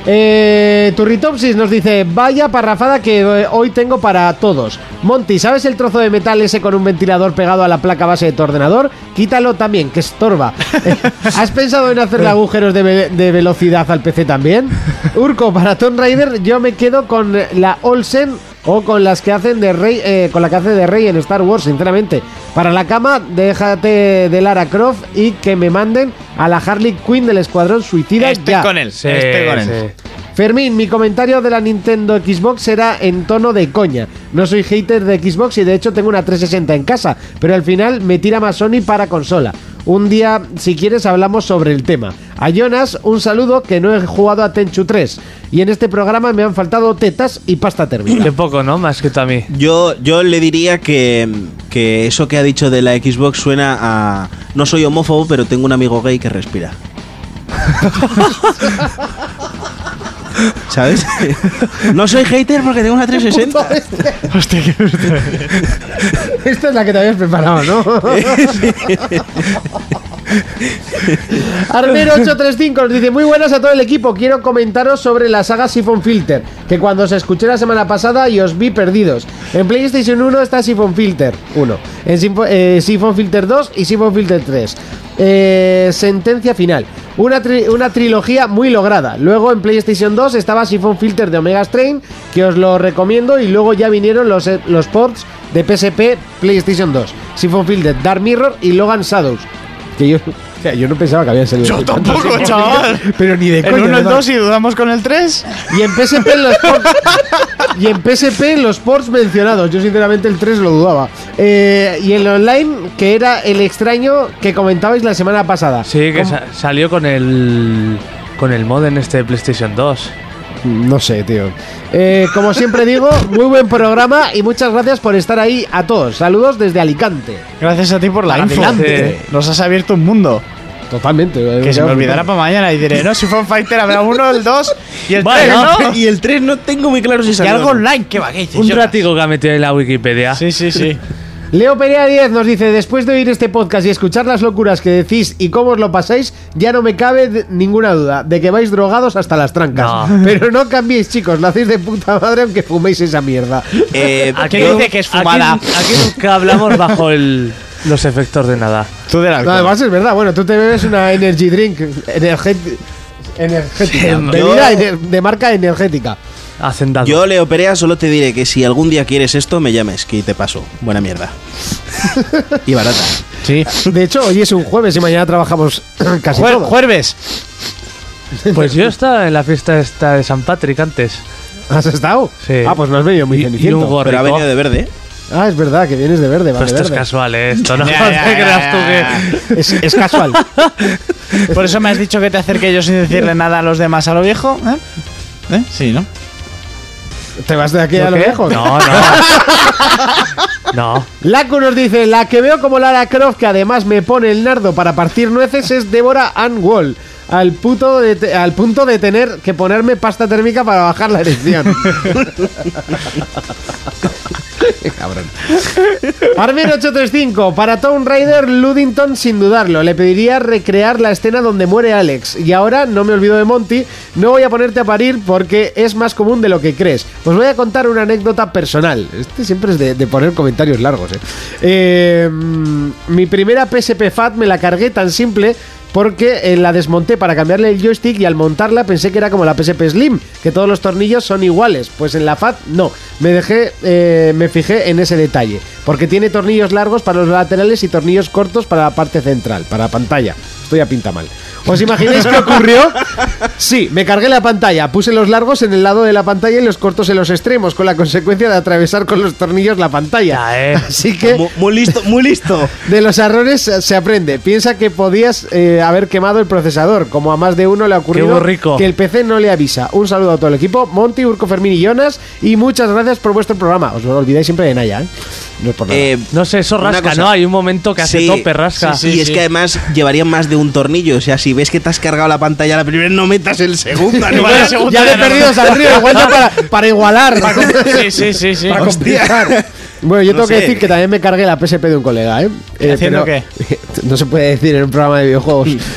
S2: Eh, Turritopsis nos dice, vaya parrafada que eh, hoy tengo para todos. Monty, ¿sabes el trozo de metal ese con un ventilador pegado a la placa base de tu ordenador? Quítalo también, que estorba. Eh, ¿Has pensado en hacerle agujeros de, ve- de velocidad al PC también? Urco, para Tomb Raider yo me quedo con la Olsen o con las que hacen de rey, eh, con la que hace de rey en Star Wars, sinceramente. Para la cama, déjate de Lara Croft y que me manden a la Harley Quinn del Escuadrón Suicida
S5: Estoy
S2: ya.
S5: con él.
S6: Sí,
S5: estoy Este con él.
S6: sí.
S2: Fermín, mi comentario de la Nintendo Xbox será en tono de coña. No soy hater de Xbox y de hecho tengo una 360 en casa, pero al final me tira más Sony para consola. Un día, si quieres, hablamos sobre el tema. A Jonas, un saludo que no he jugado a Tenchu 3. Y en este programa me han faltado tetas y pasta térmica.
S6: Qué poco, ¿no? Más que tú a mí.
S4: Yo, yo le diría que, que eso que ha dicho de la Xbox suena a. No soy homófobo, pero tengo un amigo gay que respira. ¿Sabes? No soy hater porque tengo una 360.
S2: Esta es la que te habías preparado, ¿no? Armero835 nos dice: Muy buenas a todo el equipo. Quiero comentaros sobre la saga Siphon Filter. Que cuando os escuché la semana pasada y os vi perdidos. En PlayStation 1 está Siphon Filter 1. En Sinfo- eh, Siphon Filter 2 y Siphon Filter 3. Eh, sentencia final. Una, tri- una trilogía muy lograda. Luego en PlayStation 2 estaba Siphon Filter de Omega Strain, que os lo recomiendo. Y luego ya vinieron los, eh, los ports de PSP, PlayStation 2. Siphon Filter, Dark Mirror y Logan Shadows. Que yo, o sea, yo no pensaba que habían salido.
S5: Yo
S2: tantos
S5: tampoco,
S2: Siphon
S5: chaval.
S2: Filter, Pero ni de
S5: El
S2: coña,
S5: 1, el
S2: ¿verdad?
S5: 2 y dudamos con el 3.
S2: Y en PSP en los ports, y en PSP los ports mencionados. Yo sinceramente el 3 lo dudaba. Eh, y el online, que era el extraño que comentabais la semana pasada.
S6: Sí, que
S2: ¿Cómo?
S6: sa- salió con el. Con el mod en este de PlayStation 2.
S2: No sé, tío. Eh, como siempre digo, muy buen programa y muchas gracias por estar ahí a todos. Saludos desde Alicante.
S5: Gracias a ti por la info. Eh,
S6: Adelante.
S5: Nos has abierto un mundo.
S2: Totalmente.
S5: Que se me olvidará para mañana y diré, no, si fue un fighter habrá uno, el 2 y el 3, ¿no?
S4: Y el 3 no tengo muy claro si
S5: Y
S4: salió.
S5: algo online, ¿qué va? ¿Qué dices?
S6: Un
S5: Yo- Ah.
S6: ratico que ha metido en la Wikipedia.
S5: Sí, sí, sí.
S2: Leo Perea 10 nos dice, después de oír este podcast y escuchar las locuras que decís y cómo os lo pasáis, ya no me cabe de- ninguna duda de que vais drogados hasta las trancas.
S6: No.
S2: Pero no cambiéis, chicos, lo hacéis de puta madre aunque fuméis esa mierda.
S4: Eh,
S5: Aquí
S4: yo-
S5: dice que es
S6: Aquí-
S5: fumada.
S6: Aquí, nunca hablamos bajo el, los efectos de nada.
S5: Tú del
S2: No,
S5: alcohol.
S2: además es verdad, bueno, tú te bebes una energy drink energet- energética, bebida
S4: yo-
S2: ener- de marca energética.
S6: Hacendado.
S4: Yo, Leo Perea, solo te diré que si algún día quieres esto, me llames, que te paso. Buena mierda. y barata.
S5: Sí.
S2: De hecho, hoy es un jueves y mañana trabajamos casi
S5: Juer-
S2: todo.
S5: Jueves.
S6: Pues yo estaba en la fiesta esta de San Patrick antes.
S2: ¿Has estado?
S6: Sí.
S2: Ah, pues no has venido muy bien.
S6: Y un
S4: Pero ha
S6: gorrico.
S4: venido de verde. ¿eh?
S2: Ah, es verdad que vienes de verde,
S6: Pero
S2: vale,
S6: esto es
S2: verde.
S6: casual, ¿eh? Esto no
S5: Ya, ya,
S6: te
S5: ya,
S6: creas
S5: ya,
S6: tú que...
S2: Es- es casual.
S5: Por eso me has dicho que te acerque yo sin decirle nada a los demás a lo viejo. ¿Eh? ¿Eh? Sí, ¿no?
S2: ¿Te vas de aquí
S6: ¿Yo
S2: a lo
S6: qué?
S2: lejos?
S6: No, no. No.
S2: Laku nos dice, la que veo como Lara Croft, que además me pone el nardo para partir nueces, es Débora Ann Wall. Al, puto de te- al punto de tener que ponerme pasta térmica para bajar la erección. Qué Cabrón. Armin 835, para Tomb Raider Ludington sin dudarlo. Le pediría recrear la escena donde muere Alex. Y ahora, no me olvido de Monty, no voy a ponerte a parir porque es más común de lo que crees. Os voy a contar una anécdota personal. Este siempre es de, de poner comentarios largos, ¿eh? Eh, mm, Mi primera PSP Fat me la cargué tan simple porque eh, la desmonté para cambiarle el joystick y al montarla pensé que era como la PSP Slim, que todos los tornillos son iguales. Pues en la FAT no. Me dejé, eh, me fijé en ese detalle. Porque tiene tornillos largos para los laterales y tornillos cortos para la parte central, para la pantalla. Estoy a pinta mal. ¿Os imagináis qué ocurrió? Sí, me cargué la pantalla, puse los largos en el lado de la pantalla y los cortos en los extremos, con la consecuencia de atravesar con los tornillos la pantalla.
S6: Ya, eh.
S2: Así que...
S4: Mu- muy listo, muy listo.
S2: De los errores eh, se aprende. Piensa que podías eh, haber quemado el procesador, como a más de uno le ha
S6: Qué
S2: ocurrido
S6: burrico.
S2: que el PC no le avisa. Un saludo a todo el equipo, Monty, Urco, Fermín y Jonas, y muchas gracias por vuestro programa. Os lo olvidáis siempre de Naya, ¿eh? No es por nada.
S4: Eh,
S6: No sé, eso
S4: Una
S6: rasca,
S4: cosa.
S6: ¿no? Hay un momento que hace
S4: Sí,
S6: tope, rasca.
S4: sí, sí, y es que además llevaría más de un tornillo. O sea, si ves que te has cargado la pantalla la primera, no metas el segundo. animal.
S5: Vale, segundo
S2: ya
S5: de
S2: de
S5: la
S2: perdidos al río, igual ya para, para igualar.
S5: Sí, sí, sí, sí.
S2: Para complicar. Bueno, yo
S4: No
S2: tengo que
S4: sé.
S2: decir que también me cargué la PSP de un colega, ¿eh? Eh,
S5: ¿Haciendo
S2: pero- No se puede decir en un programa de videojuegos.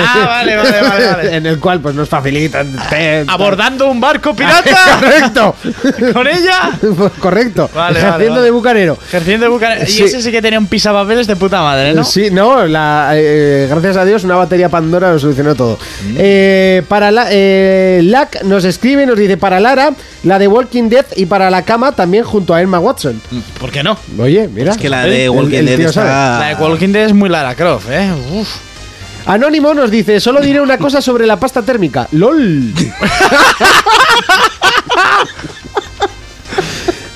S5: Ah, vale, vale, vale, vale. Ah,
S2: en el cual pues nos facilitan. te-
S5: ¿Abordando un barco pirata?
S2: Correcto.
S5: ¿Con ella?
S2: Correcto.
S5: Vale, vale,
S2: Haciendo
S5: vale.
S2: de bucanero.
S5: Ejerciendo de bucanero.
S2: Sí.
S5: Y ese sí que tenía un pisapapeles de puta madre, ¿Eh, ¿no?
S2: Sí, no, la, eh, gracias a Dios una batería Pandora lo solucionó todo.
S5: Mm.
S2: Eh, para la, eh, Lack nos escribe, nos dice para Lara, la de Walking Dead y para la cama también junto a Emma Watson.
S5: Mm, ¿Por qué no?
S2: Oye, mira.
S4: Es que la de
S2: el-
S4: Walking
S2: el
S4: Dead
S2: tío sabe.
S4: está.
S5: La de Walking Dead es muy Lara Croft, ¿eh? Uf.
S2: Anónimo nos dice, solo diré una cosa sobre la pasta térmica. LOL.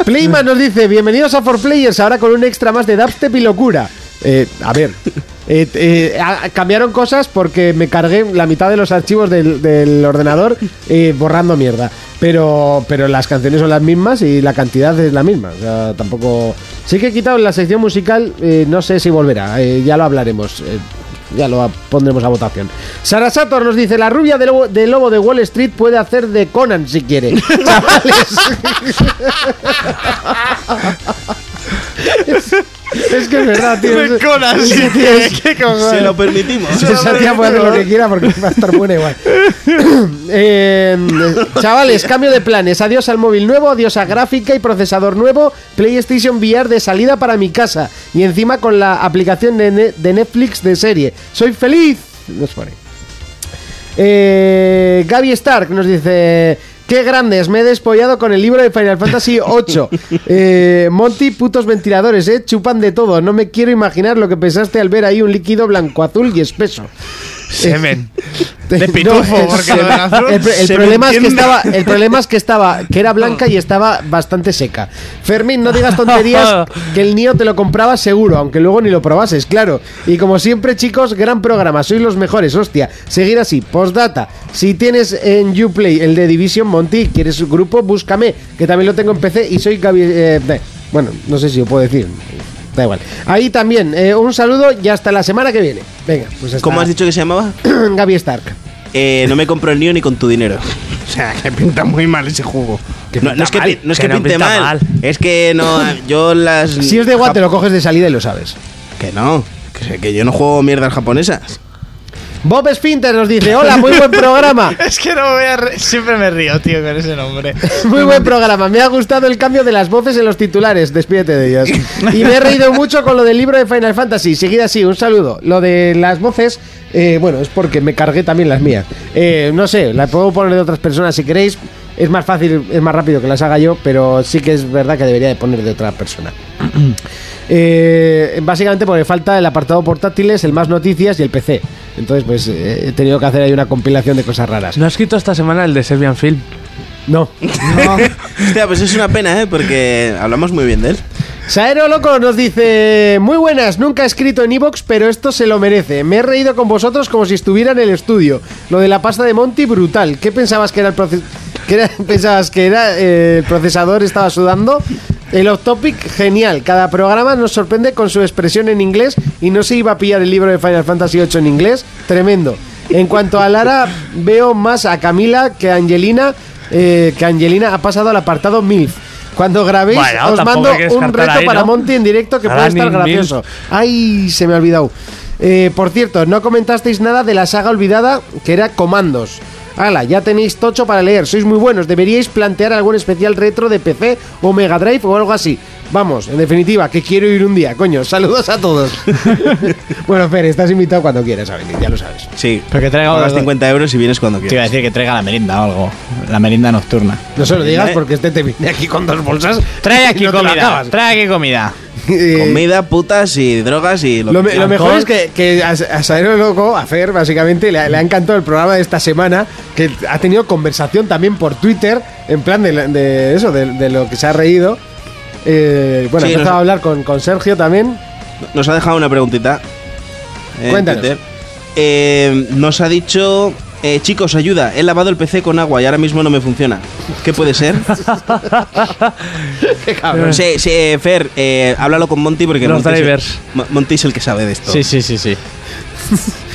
S2: Playman nos dice, bienvenidos a 4Players, ahora con un extra más de dubstep y locura. Eh, a ver, eh, eh, a- cambiaron cosas porque me cargué la mitad de los archivos del, del ordenador eh, borrando mierda. Pero, pero las canciones son las mismas y la cantidad es la misma. O sea, tampoco... Sí que he quitado la sección musical, eh, no sé si volverá, eh, ya lo hablaremos. eh, ya lo a- pondremos a votación. Sara Sator nos dice: La rubia del lobo, del lobo de Wall Street puede hacer de Conan si quiere. Chavales. es, es que es verdad, tío.
S5: De
S2: Es-
S5: Conan, sí,
S2: ese tío es-
S4: Se lo permitimos.
S2: Esa tía puede hacer lo que quiera porque va a estar buena igual. Eh, chavales, cambio de planes. Adiós al móvil nuevo, adiós a gráfica y procesador nuevo. PlayStation VR de salida para mi casa. Y encima con la aplicación de, ne- de Netflix de serie. ¡Soy feliz! Nos pone. Eh, Gaby Stark nos dice... ¡Qué grandes! Me he despollado con el libro de Final Fantasy VIII. Eh, Monty, putos ventiladores, ¿eh? Chupan de todo. No me quiero imaginar lo que pensaste al ver ahí un líquido blanco-azul y espeso.
S5: Semen.
S2: No,
S5: De pitufo,
S2: el-
S5: porque
S2: el-
S5: lo de azul
S2: el, el
S5: se me
S2: problema es que
S5: entiende.
S2: estaba, el problema es que estaba, que era blanca y estaba bastante seca. Fermín, no digas tonterías que el niño te lo compraba seguro, aunque luego ni lo probases, claro. Y como siempre, chicos, gran programa, sois los mejores, hostia. Seguir así, postdata. Si tienes en Uplay el de Division Monty, quieres un grupo, búscame, que también lo tengo en PC y soy Gaby. eh, de- bueno, no sé si lo puedo decir. Da igual. Ahí también, eh, un saludo y hasta la semana que viene. Venga, pues hasta
S4: ¿Cómo has dicho que se llamaba?
S2: Gaby Stark.
S4: Eh, no me compro el niño ni con tu dinero.
S5: O sea, que pinta muy mal ese juego.
S4: No, no es que,
S6: mal,
S4: pi- no es
S6: que
S4: que
S6: no
S4: pinte
S6: pinta
S4: mal.
S6: mal.
S4: Es que no. Yo las.
S2: Si es de guate, lo coges de salida y lo sabes.
S4: Que no. Que, sé- que yo no juego mierdas japonesas.
S2: Bob Spinter nos dice: Hola, muy buen programa.
S5: Es que no voy a. re- Siempre me río, tío, con ese nombre.
S2: Muy buen programa. Me ha gustado el cambio de las voces en los titulares. Despídete de ellas. Y me he reído mucho con lo del libro de Final Fantasy. Seguida así, un saludo. Lo de las voces, eh, bueno, es porque me cargué también las mías. Eh, no sé, las puedo poner de otras personas si queréis. Es más fácil, es más rápido que las haga yo, pero sí que es verdad que debería de poner de otra persona. Eh, básicamente porque falta el apartado portátiles, el más noticias y el PC. Entonces, pues eh, he tenido que hacer ahí una compilación de cosas raras.
S6: ¿No has escrito esta semana el de Serbian Film?
S2: No.
S4: Hostia, pues es una pena, ¿eh? Porque hablamos muy bien de él.
S2: Saero Loco nos dice: Muy buenas, nunca he escrito en Evox, pero esto se lo merece. Me he reído con vosotros como si estuviera en el estudio. Lo de la pasta de Monty, brutal. ¿Qué pensabas que era el proceso? ¿Pensabas que era eh, el procesador? Estaba sudando. El off topic, genial. Cada programa nos sorprende con su expresión en inglés y no se iba a pillar el libro de Final Fantasy VIII en inglés. Tremendo. En cuanto a Lara, veo más a Camila que a Angelina, eh, que Angelina ha pasado al apartado MILF. Cuando grabé ¿Veis?
S6: Bueno,
S2: Os
S6: tampoco
S2: mando
S6: hay que
S2: un
S6: descartar
S2: reto
S6: ahí,
S2: para
S6: ¿no?
S2: Monty en directo que
S6: Ahora
S2: puede estar
S6: ni mil.
S2: gracioso. Ay, se me ha olvidado. Eh, por cierto, no comentasteis nada de la saga olvidada que era Comandos. Hala, ya tenéis tocho para leer, sois muy buenos. Deberíais plantear algún especial retro de PC o Mega Drive o algo así. Vamos, en definitiva, que quiero ir un día, coño. Saludos a todos. bueno, Fer, estás invitado cuando quieras a venir, ya lo sabes.
S4: Sí.
S5: Pero que traiga
S4: Pagas
S5: algo.
S4: 50 euros y vienes cuando
S5: Te iba a
S4: quieras.
S5: decir que traiga la merienda o algo. La merienda nocturna.
S2: No se lo
S6: eh.
S2: digas porque este te viene aquí con dos bolsas.
S5: Trae aquí
S2: No te lo
S5: comida.
S2: acabas.
S5: Trae aquí comida.
S2: Eh,
S4: Comida, putas y drogas y lo,
S2: Lo,
S4: que
S2: me- lo
S4: quieras.
S2: mejor es que, que a, a Saero Loco, a Fer, básicamente, le, ha- le ha encantado el programa de esta semana, que ha tenido conversación también por Twitter, en plan de, la- de eso, de, de lo que se ha reído. Eh, bueno,
S4: Sí,
S2: he empezado
S4: nos-
S2: a hablar con, con Sergio también.
S4: Nos ha dejado una preguntita. en
S2: Cuéntanos.
S4: Twitter. Eh, nos ha dicho. eh, chicos, ayuda, he lavado el PC con agua y ahora mismo no me funciona. ¿Qué puede ser? Sí, sí, eh, Fer, eh, háblalo con Monty porque
S6: Los
S4: Monty es el-
S6: drivers.
S4: Mo- Monty es el que sabe de esto.
S5: Sí, sí, sí, sí.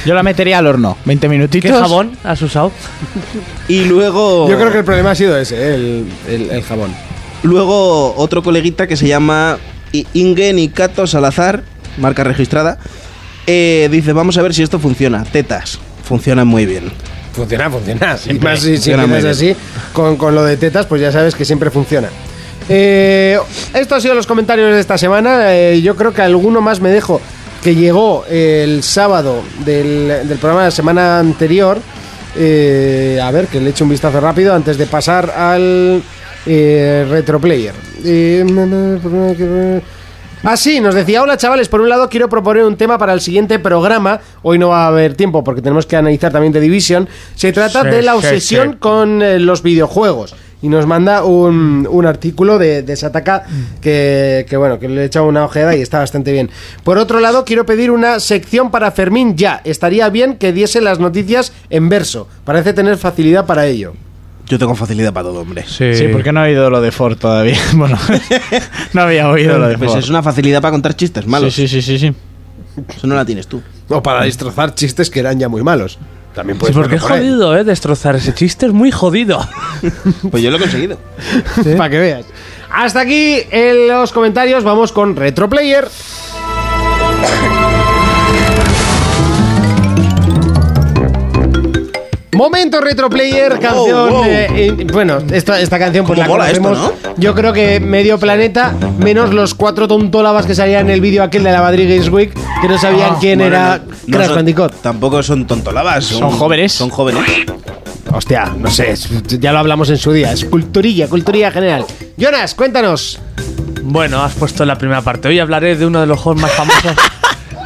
S5: Yo la metería al horno. 20 minutitos.
S6: ¿Qué jabón has usado?
S4: Y luego.
S2: Yo creo que el problema ha sido ese, eh, el, el- el jabón.
S4: Luego otro coleguita que se llama I- Inge Nikato Salazar, marca registrada, eh, dice, vamos a ver si esto funciona. Tetas, funciona muy bien.
S2: Funciona, funciona. Y
S4: Ah, Siempre
S2: más si, si
S4: funciona muy
S2: empiezas así, con, con lo de tetas, pues ya sabes que siempre funciona. Eh, esto ha sido los comentarios de esta semana. Eh, yo creo que alguno más me dejo que llegó el sábado del, del programa de la semana anterior. Eh, a ver, que le eche un vistazo rápido antes de pasar al eh, retroplayer. Eh, na, na, na, que, eh. Ah, sí, nos decía, hola chavales, por un lado quiero proponer un tema para el siguiente programa. Hoy no va a haber tiempo porque tenemos que analizar también The Division. Se trata
S6: Sí,
S2: de la
S6: sí,
S2: obsesión
S6: sí.
S2: con eh, los videojuegos. Y nos manda un, un artículo de, de Sataka que, que, bueno, que le he echado una ojeada y está bastante bien. Por otro lado, quiero pedir una sección para Fermín ya. Estaría bien que diese las noticias en verso. Parece tener facilidad para ello.
S4: Yo tengo facilidad para todo, hombre.
S6: Sí,
S5: Sí, porque no ha oído lo de Ford todavía. Bueno, no había oído lo de
S4: Pues
S5: Ford.
S4: es una facilidad para contar chistes malos.
S5: Sí, sí, sí, sí. sí.
S4: Eso no la tienes tú.
S2: O para destrozar chistes que eran ya muy malos. También
S6: Sí,
S2: puede
S6: porque es jodido, ¿eh? Destrozar ese chiste es muy jodido.
S4: Pues yo lo he conseguido.
S2: Para que veas. Hasta aquí en los comentarios. Vamos con Retroplayer. Momento Retroplayer, canción.
S4: wow.
S2: eh, in- bueno, esta, esta canción pues la
S4: Cómo mola esto,
S2: conocemos. Yo creo que medio planeta, menos los cuatro tontolabas que salían en el vídeo aquel de la Madrid Games Week, que no sabían quién
S4: Ah, Bueno,
S2: era
S4: no- no
S2: Crash
S4: son-
S2: Bandicoot.
S4: Tampoco son tontolabas. Son,
S5: jóvenes.
S4: Son jóvenes.
S2: Hostia, no sé, es- ya lo hablamos en su día. Es culturilla, culturilla general. Jonas, cuéntanos.
S6: Bueno, has puesto la primera parte. Hoy hablaré de uno de los juegos más famosos.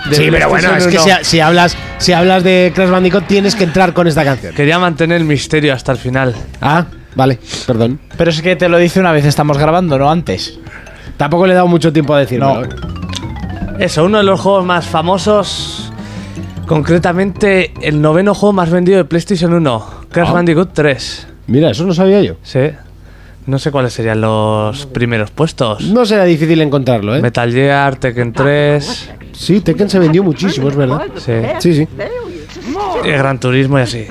S6: de
S2: Sí, pero bueno,
S6: PlayStation
S2: es que
S6: 1.
S2: si, si hablas, si hablas de Crash Bandicoot tienes que entrar con esta canción.
S6: Quería mantener el misterio hasta el final.
S2: Ah, vale, perdón.
S5: Pero es que te lo dice una vez estamos grabando, no antes.
S2: Tampoco le he dado mucho tiempo a decirlo. ¿eh?
S5: No.
S6: Eso, uno de los juegos más famosos. Concretamente, el noveno juego más vendido de PlayStation 1,
S2: Ah.
S6: Crash Bandicoot 3.
S2: Mira, eso no sabía yo.
S6: Sí. No sé cuáles serían los primeros puestos.
S2: No será difícil encontrarlo, ¿eh?
S6: Metal Gear, Tekken 3,
S2: Sí, Tekken se vendió muchísimo, es verdad.
S6: sí,
S2: Sí, sí.
S6: y Gran Turismo y así.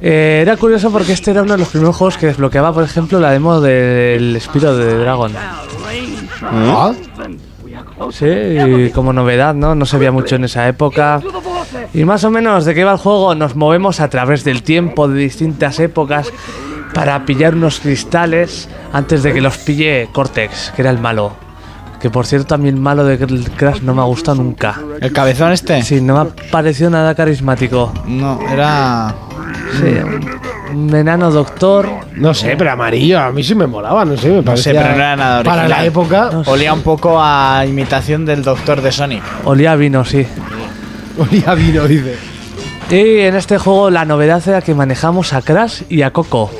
S6: Eh, era curioso porque este era uno de los primeros juegos que desbloqueaba, por ejemplo, la demo del Spiro de Dragon.
S2: Ah,
S6: Sí, y como novedad, ¿no? No se veía mucho en esa época. Y más o menos de qué va el juego, nos movemos a través del tiempo de distintas épocas para pillar unos cristales antes de que los pille Cortex, que era el malo. Que por cierto, a mí el malo de Crash no me ha gustado nunca.
S5: ¿El cabezón este?
S6: Sí, no me ha parecido nada carismático.
S5: No, era.
S6: Sí, un enano doctor.
S2: no sé, pero amarillo, a mí sí me molaba, no sé, me parecía...
S5: pero no era nada
S2: Para
S5: original.
S2: la época...
S5: Olía un poco a imitación del doctor de Sonic.
S6: Olía a vino, sí.
S2: Olía a vino, dice.
S6: Y en este juego la novedad era que manejamos a Crash y a Coco.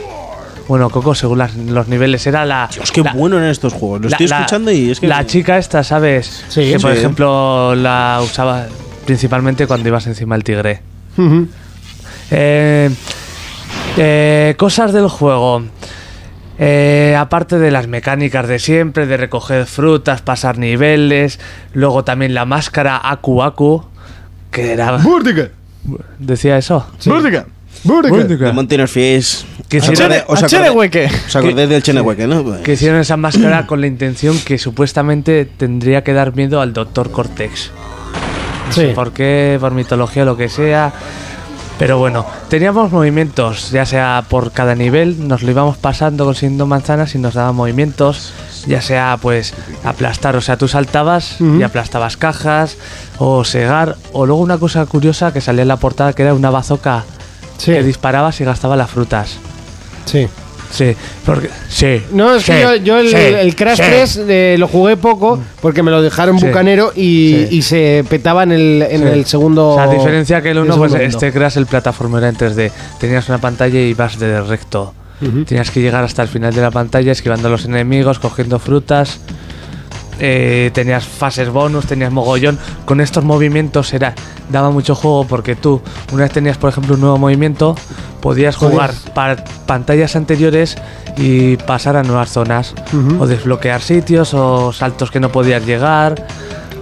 S6: Bueno, Coco, según las- los niveles, era la.
S4: Dios, qué
S6: la-
S4: bueno eran estos juegos. Lo estoy
S6: la-
S4: escuchando y es que.
S6: La chica esta, ¿sabes?
S2: Sí,
S6: que por
S4: sí.
S6: ejemplo la usaba principalmente cuando ibas encima del tigre.
S2: Ujú.
S6: Eh, eh, cosas del juego. Eh, aparte de las mecánicas de siempre, de recoger frutas, pasar niveles, luego también la máscara Aku Aku, que era...
S2: Búrdica,
S6: Decía eso.
S2: búrdica, búrdica.
S4: De Mountain of Fies.
S6: Que
S4: Os
S6: si
S4: acordáis-
S6: era-
S4: os acordáis-
S5: Cherehueque.
S4: ¿Os acordáis del Chenehueque, no? Pues-
S6: Que hicieron esa máscara con la intención que supuestamente tendría que dar miedo al Doctor Cortex.
S2: Sí.
S6: por qué, por mitología, lo que sea. Pero bueno, teníamos movimientos, ya sea por cada nivel, nos lo íbamos pasando consiguiendo manzanas y nos daban movimientos, ya sea pues aplastar, o sea, tú saltabas y aplastabas cajas, o segar, o luego una cosa curiosa que salía en la portada que era una bazooka
S2: Sí.
S6: que disparabas y gastaba las frutas.
S2: Sí.
S6: Sí, porque. Sí.
S2: No, es
S6: sí,
S2: que yo, yo el,
S6: sí,
S2: el Crash
S6: sí.
S2: 3 eh, lo jugué poco porque me lo dejaron
S6: Sí.
S2: bucanero y,
S6: Sí.
S2: y se petaba en el, en
S6: Sí.
S2: el segundo.
S6: O sea, a diferencia que el
S2: en
S6: 1, pues
S2: segundo
S6: este Crash, el plataforma era en 3D. Tenías una pantalla y ibas de recto. Tenías que llegar hasta el final de la pantalla esquivando a los enemigos, cogiendo frutas. Eh, tenías fases bonus, tenías mogollón. Con estos movimientos era daba mucho juego porque tú, una vez tenías, por ejemplo, un nuevo movimiento, podías jugar para pantallas anteriores y pasar a nuevas zonas. O desbloquear sitios o saltos que no podías llegar.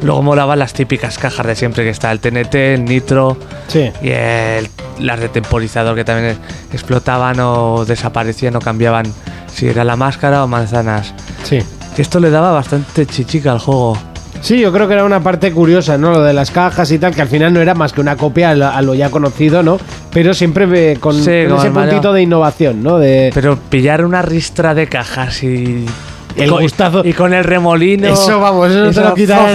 S6: Luego molaban las típicas cajas de siempre que está el TNT, el nitro
S2: Sí.
S6: y el- las de temporizador que también explotaban o desaparecían o cambiaban si era la máscara o manzanas.
S2: Sí.
S6: Que esto le daba bastante chichica al juego.
S2: Sí, yo creo que era una parte curiosa, ¿no? Lo de las cajas y tal, que al final no era más que una copia a lo, a lo ya conocido, ¿no? Pero siempre eh, con,
S6: Sí,
S2: con
S6: como
S2: ese
S6: el Mario.
S2: puntito de innovación, ¿no? De,
S6: Pero pillar una ristra de cajas y.
S2: El
S6: y con-
S2: gustazo.
S6: Y con el remolino.
S2: eso, vamos, eso, no te lo
S6: fa,
S2: quitaré.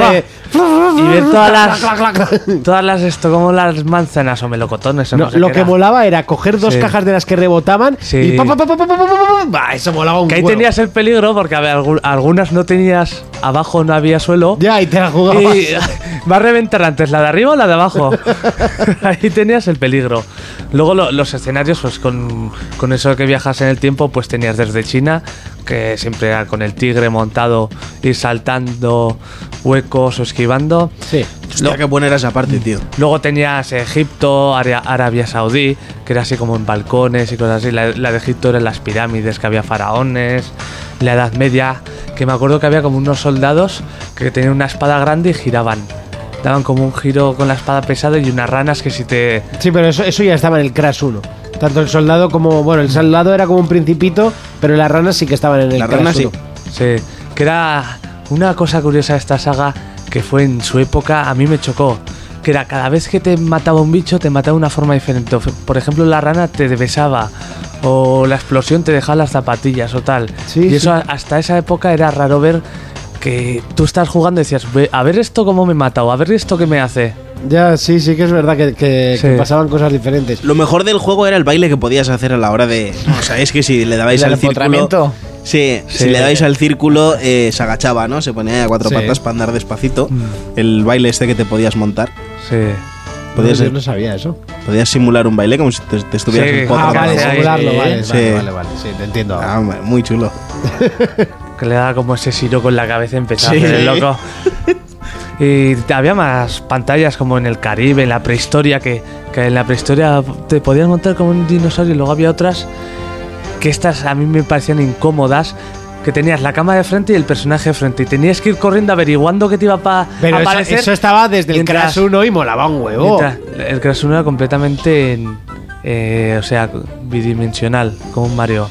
S6: fa. Y ver todas las. todas las esto, como las manzanas o melocotones. o
S2: No,
S6: no sé
S2: lo
S6: qué
S2: que
S6: era.
S2: molaba era coger dos
S6: Sí.
S2: cajas de las que rebotaban
S6: Sí.
S2: y pa, pa, pa, pa, pa, pa, pa, pa, pa, pa, eso molaba un
S6: Que ahí
S2: huevo.
S6: tenías el peligro porque a ver, algu- algunas no tenías. Abajo no había suelo.
S2: Ya, y te la jugabas.
S6: Y va a reventar antes la de arriba o la de abajo. Ahí tenías el peligro. Luego lo- los escenarios, pues con, con eso que viajas en el tiempo, pues tenías desde China, que siempre era con el tigre montado, ir saltando huecos o esquivando.
S2: Sí.
S4: Hostia, qué buena era esa parte, tío.
S6: Luego tenías Egipto, Ara- Arabia Saudí, que era así como en balcones y cosas así. La, la de Egipto eran las pirámides, que había faraones, la Edad Media, que me acuerdo que había como unos soldados que tenían una espada grande y giraban. Daban como un giro con la espada pesada y unas ranas que si te...
S2: Sí, pero eso, eso ya estaba en el Crash 1. Tanto el soldado como. Bueno, el soldado era como un principito, pero las ranas sí que estaban en el
S4: Las
S2: Crash
S4: ranas sí.
S2: 1.
S6: Sí, que era una cosa curiosa de esta saga que fue en su época, a mí me chocó. Que era cada vez que te mataba un bicho, te mataba de una forma diferente. O, Por ejemplo, la rana te besaba, o la explosión te dejaba las zapatillas, o tal.
S2: Sí,
S6: y
S2: sí.
S6: eso a- hasta esa época era raro ver que tú estás jugando y decías, "Ve- a ver esto cómo me mata, o a ver esto qué me hace.
S2: Ya, sí, sí que es verdad que, que-
S6: Sí.
S2: que pasaban cosas diferentes.
S4: Lo mejor del juego era el baile que podías hacer a la hora de. O sea, es que si le dabais
S5: ¿El
S4: al círculo.
S5: empotramiento?
S4: Sí,
S6: Sí.
S4: si le dabais al círculo, eh, se agachaba, ¿no? Se ponía a cuatro
S2: Sí. Mm.
S4: patas para andar despacito. El baile este que te podías montar.
S6: Sí.
S2: No,
S4: Podías,
S2: yo no sabía eso.
S4: podías simular un baile como si te, te estuvieras
S6: Sí,
S4: en
S6: Otra
S2: Ah,
S4: cuatro
S6: cosa
S2: vale,
S4: patas.
S6: ahí,
S2: simularlo,
S6: ¿eh?
S2: vale,
S4: Sí.
S2: vale, vale, vale, sí, te entiendo. ahora.
S4: Ah, hombre, muy chulo.
S6: Que le daba como ese siro con la cabeza empezaba
S4: Sí.
S6: a hacer el loco. Y te- había más pantallas como en el Caribe, en la prehistoria, que, que en la prehistoria te podías montar como un dinosaurio y luego había otras que estas a mí me parecían incómodas, que tenías la cama de frente y el personaje de frente y tenías que ir corriendo averiguando qué te iba pa-
S2: Pero
S6: a
S2: eso,
S6: aparecer.
S2: eso estaba oh. desde el
S6: mientras-
S2: Crash 1 y molaba un huevo.
S6: mientras- el Crash 1 era completamente, en- eh, o sea, bidimensional, como un Mario.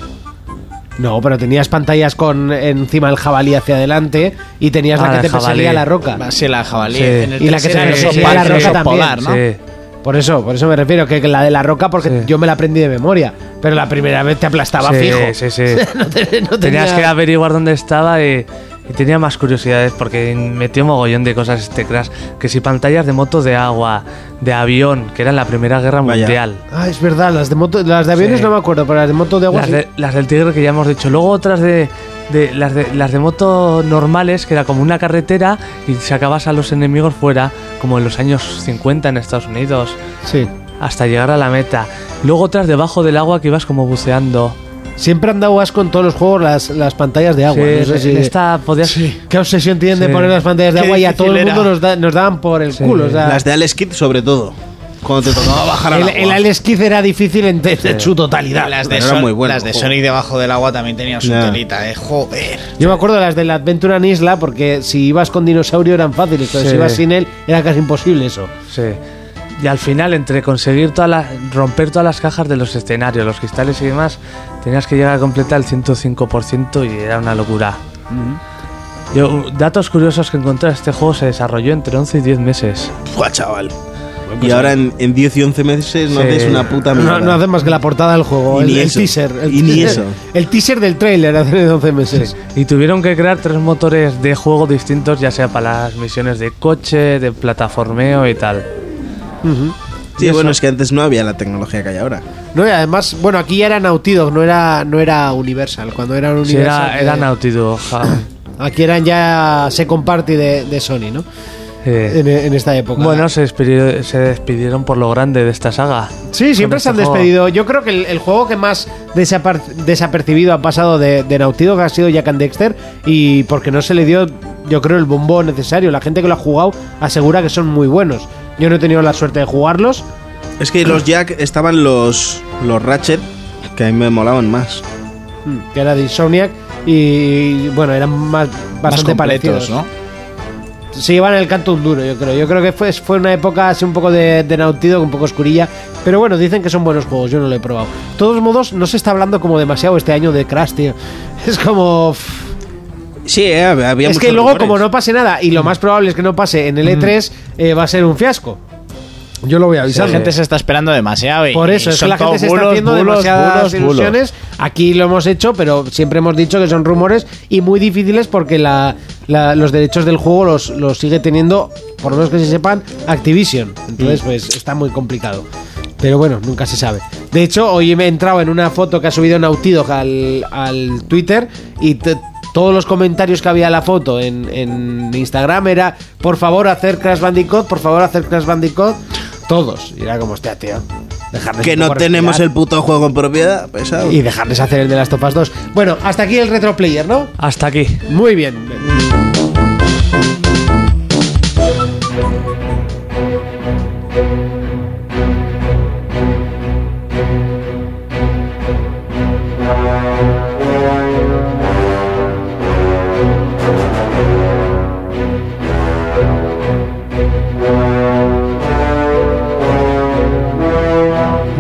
S2: No, pero tenías pantallas con encima el jabalí hacia adelante y tenías
S6: Ah,
S2: la
S6: el
S2: que te
S6: jabalí.
S2: salía la roca.
S5: Sí, la jabalí.
S6: Sí.
S5: En el
S2: Y la que
S5: tercero
S2: se
S5: era
S2: le
S5: el
S2: sopla
S5: sopar,
S2: la
S5: el
S2: roca también,
S5: sopolar, ¿no?
S6: Sí.
S2: Por eso, por eso me refiero, que que la de la roca, porque
S6: Sí.
S2: yo me la aprendí de memoria, pero la primera vez te aplastaba
S6: Sí,
S2: fijo.
S6: sí, sí.
S2: No te- no
S6: Tenías
S2: tenía-
S6: que averiguar dónde estaba y, y tenía más curiosidades porque metió mogollón de cosas este Crash. Que si pantallas de motos de agua, de avión, que era la Primera Guerra
S4: Vaya.
S6: Mundial.
S2: Ah, es verdad, las de moto, las de aviones
S6: Sí.
S2: no me acuerdo, pero las de moto de agua
S6: Las,
S2: sí.
S6: de- las del Tigre que ya hemos dicho. Luego otras de, de- las de las de moto normales, que era como una carretera y sacabas a los enemigos fuera, como en los años 50 en Estados Unidos,
S2: Sí.
S6: hasta llegar a la meta. Luego otras debajo del agua que ibas como buceando.
S2: Siempre han dado asco en todos los juegos las, las pantallas de agua.
S6: Sí,
S2: no sé
S6: en
S2: si-
S6: esta podías...
S2: ¿Qué obsesión tienen de
S6: Sí.
S2: poner las pantallas de
S5: Qué
S2: agua y a todo el
S5: difícil
S2: mundo
S5: era.
S2: nos, da- nos daban por el
S6: Sí.
S2: culo? o sea,
S4: Las de Alex Kidd, sobre todo. Cuando te tocaba bajar al
S2: Ah. el,
S4: agua.
S2: el Alex Kidd era difícil en, en su totalidad.
S5: Las de,
S4: Pero era
S5: Son-
S4: muy bueno
S5: las de
S4: el juego.
S5: Sonic debajo del agua también tenían su
S4: Ya.
S5: telita, eh. Joder.
S2: Yo me acuerdo de las del Adventure en Isla, porque si ibas con dinosaurio eran fáciles, pero
S6: Sí.
S2: si ibas sin él era casi imposible eso.
S6: Sí. Y al final, entre conseguir todas las, romper todas las cajas de los escenarios, los cristales y demás, tenías que llegar a completar el 105% y era una locura. Yo, datos curiosos que encontré, este juego se desarrolló entre 11 y 10 meses.
S4: Buah, chaval. y ahora en, en 10 y 11 meses no
S6: Sí.
S4: haces una puta mierda.
S2: No, no hacen más que la portada del juego,
S4: Y
S2: el,
S4: ni
S2: el
S4: eso.
S2: teaser. El
S4: Y ni
S2: teaser-
S4: eso.
S2: El teaser del trailer hace 12 meses.
S6: Y tuvieron que crear tres motores de juego distintos, ya sea para las misiones de coche, de plataformeo y tal.
S4: Sí, bueno, es que antes no había la tecnología que hay ahora.
S2: No, y además, bueno, aquí ya era Naughty Dog, no era, no era Universal. Cuando era Universal.
S6: Sí, era,
S2: eh,
S6: era Naughty Dog, ja.
S2: Aquí eran ya Second Party de, de Sony, ¿no?
S6: Eh,
S2: En, en esta época. ¿eh?
S6: Bueno, se despidieron, se despidieron por lo grande de esta saga.
S2: Sí, siempre
S6: Con
S2: se han
S6: este juego.
S2: despedido. Yo creo que el, el juego que más desapar- desapercibido ha pasado de, de Naughty Dog ha sido Jack and Dexter y porque no se le dio, yo creo, el bombo necesario. La gente que lo ha jugado asegura que son muy buenos. Yo no he tenido la suerte de jugarlos.
S4: Es que los Jack estaban los, los Ratchet, que a mí me molaban más.
S2: que era de Insomniac y bueno, eran más
S5: Más
S2: bastante
S5: completos,
S2: parecidos.
S5: ¿no?
S2: Se llevan el canto un duro, yo creo. Yo creo que fue, fue una época así un poco de, de Naughty Dog, un poco oscurilla, pero bueno, dicen que son buenos juegos, yo no lo he probado. De todos modos, no se está hablando como demasiado este año de Crash, tío. Es como pff,
S4: Sí, eh, había
S2: es que
S4: muchos
S2: luego,
S4: rumores.
S2: como no pase nada, y lo
S5: Mm.
S2: más probable es que no pase en el E3, eh, va a ser un fiasco. Yo lo voy
S5: La
S2: avisando.
S5: gente se está esperando demasiado. y-
S2: Por eso,
S5: y
S2: es que
S5: son
S2: la gente
S5: todo
S2: se está
S5: bulos,
S2: haciendo
S5: bulos,
S2: demasiadas
S5: bulos, bulos.
S2: ilusiones. Aquí lo hemos hecho, pero siempre hemos dicho que son rumores y muy difíciles porque la, la- los derechos del juego los, los sigue teniendo, por lo menos que se sepan, Activision. Entonces,
S4: Mm.
S2: pues está muy complicado. Pero bueno, nunca se sabe. De hecho, hoy me he entrado en una foto que ha subido Nautido al, al Twitter y te- todos los comentarios que había en la foto en, en Instagram era por favor hacer Crash Bandicoot, por favor hacer Crash Bandicoot. Todos. Y era como, hostia, tío. dejarles
S4: Que
S2: un
S4: no
S2: poco
S4: tenemos el
S2: respirar
S4: puto juego en propiedad, pesado.
S2: Y dejarles hacer el de las topas 2. Bueno, hasta aquí el retro player, ¿no?
S6: Hasta aquí.
S2: Muy bien.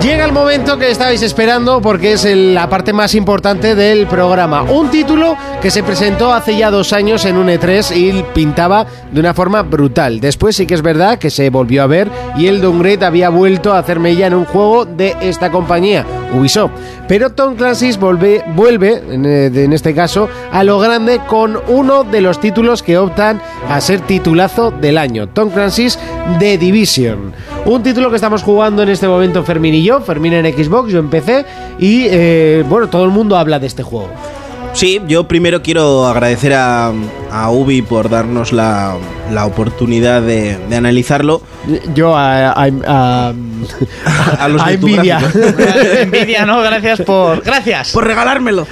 S2: Llega el momento que estabais esperando porque es el- la parte más importante del programa. Un título que se presentó hace ya dos años en un E3 y pintaba de una forma brutal. Después sí que es verdad que se volvió a ver y el downgrade había vuelto a hacer mella en un juego de esta compañía, Ubisoft. Pero Tom Clancy volve- vuelve, en, eh, en este caso, a lo grande con uno de los títulos que optan a ser titulazo del año. Tom Clancy's The Division. Un título que estamos jugando en este momento Fermín y yo. Fermín en Xbox, yo en PC. Y eh, bueno, todo el mundo habla de este juego.
S4: Sí, yo primero quiero agradecer a, a Ubi por darnos la, la oportunidad de, de analizarlo.
S2: Yo a, a- a-
S4: A los
S2: a
S4: de tu
S2: envidia.
S4: gráfico.
S5: Envidia, ¿no? Gracias por. Gracias.
S4: Por regalármelo.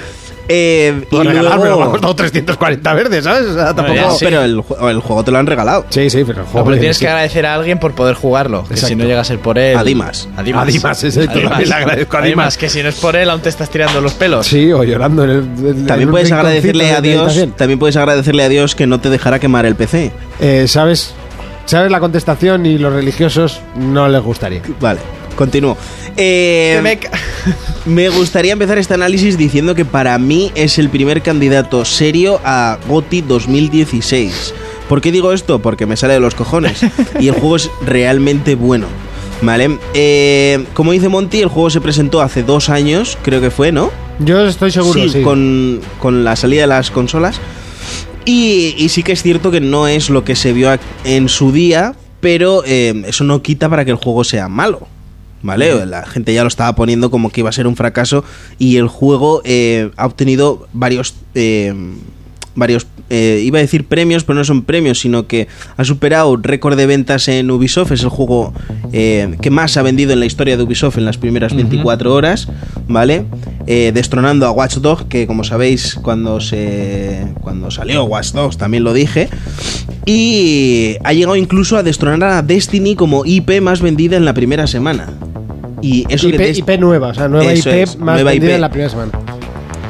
S4: Eh, y
S2: Regalármelo,
S4: luego-
S2: me ha costado 340 verdes, ¿sabes? O sea, tampoco-
S5: Bueno, ya
S4: No,
S5: sí.
S4: pero el, ju- el juego te lo han regalado.
S2: Sí, sí, pero el
S5: No,
S2: juego
S5: pero
S2: que-
S5: tienes que agradecer a alguien por poder jugarlo. Que si no llega a ser por él.
S4: A Dimas.
S5: A Dimas.
S2: A Dimas, ese
S5: Además,
S2: también le agradezco a Dimas.
S5: que si no es por él, aún te estás tirando los pelos.
S2: Sí, o llorando en el- en
S4: También
S2: un
S4: puedes
S2: rinconcito
S4: agradecerle
S2: de la
S4: a Dios.
S2: habitación.
S4: También puedes agradecerle a Dios que no te dejará quemar el PC.
S2: Eh, ¿sabes? ¿Sabes la contestación? Y los religiosos no les gustaría.
S4: Vale, continúo. Eh,
S5: Que me ca-
S4: Me gustaría empezar este análisis diciendo que para mí es el primer candidato serio a GOTI 2016. ¿Por qué digo esto? Porque me sale de los cojones. Y el juego es realmente bueno. ¿Vale? Eh, como dice Monty, el juego se presentó hace dos años, creo que fue, ¿no?
S2: Yo estoy seguro, sí.
S4: Con, con la salida de las consolas. Y, y sí que es cierto que no es lo que se vio ac- en su día, pero eh, eso no quita para que el juego sea malo. ¿Vale? La gente ya lo estaba poniendo como que iba a ser un fracaso y el juego eh, ha obtenido varios... eh, varios eh, iba a decir premios, pero no son premios, sino que ha superado récord de ventas en Ubisoft, es el juego eh, que más ha vendido en la historia de Ubisoft en las primeras 24 horas, ¿vale? Eh, destronando a Watch Dogs, que como sabéis, cuando se cuando salió Watch Dogs también lo dije, y ha llegado incluso a destronar a Destiny como IP más vendida en la primera semana. Y eso
S2: IP,
S4: que Dest-
S2: IP nueva, o sea, nueva
S4: Eso
S2: IP
S4: es,
S2: más
S4: nueva
S2: vendida
S4: IP.
S2: en la primera semana.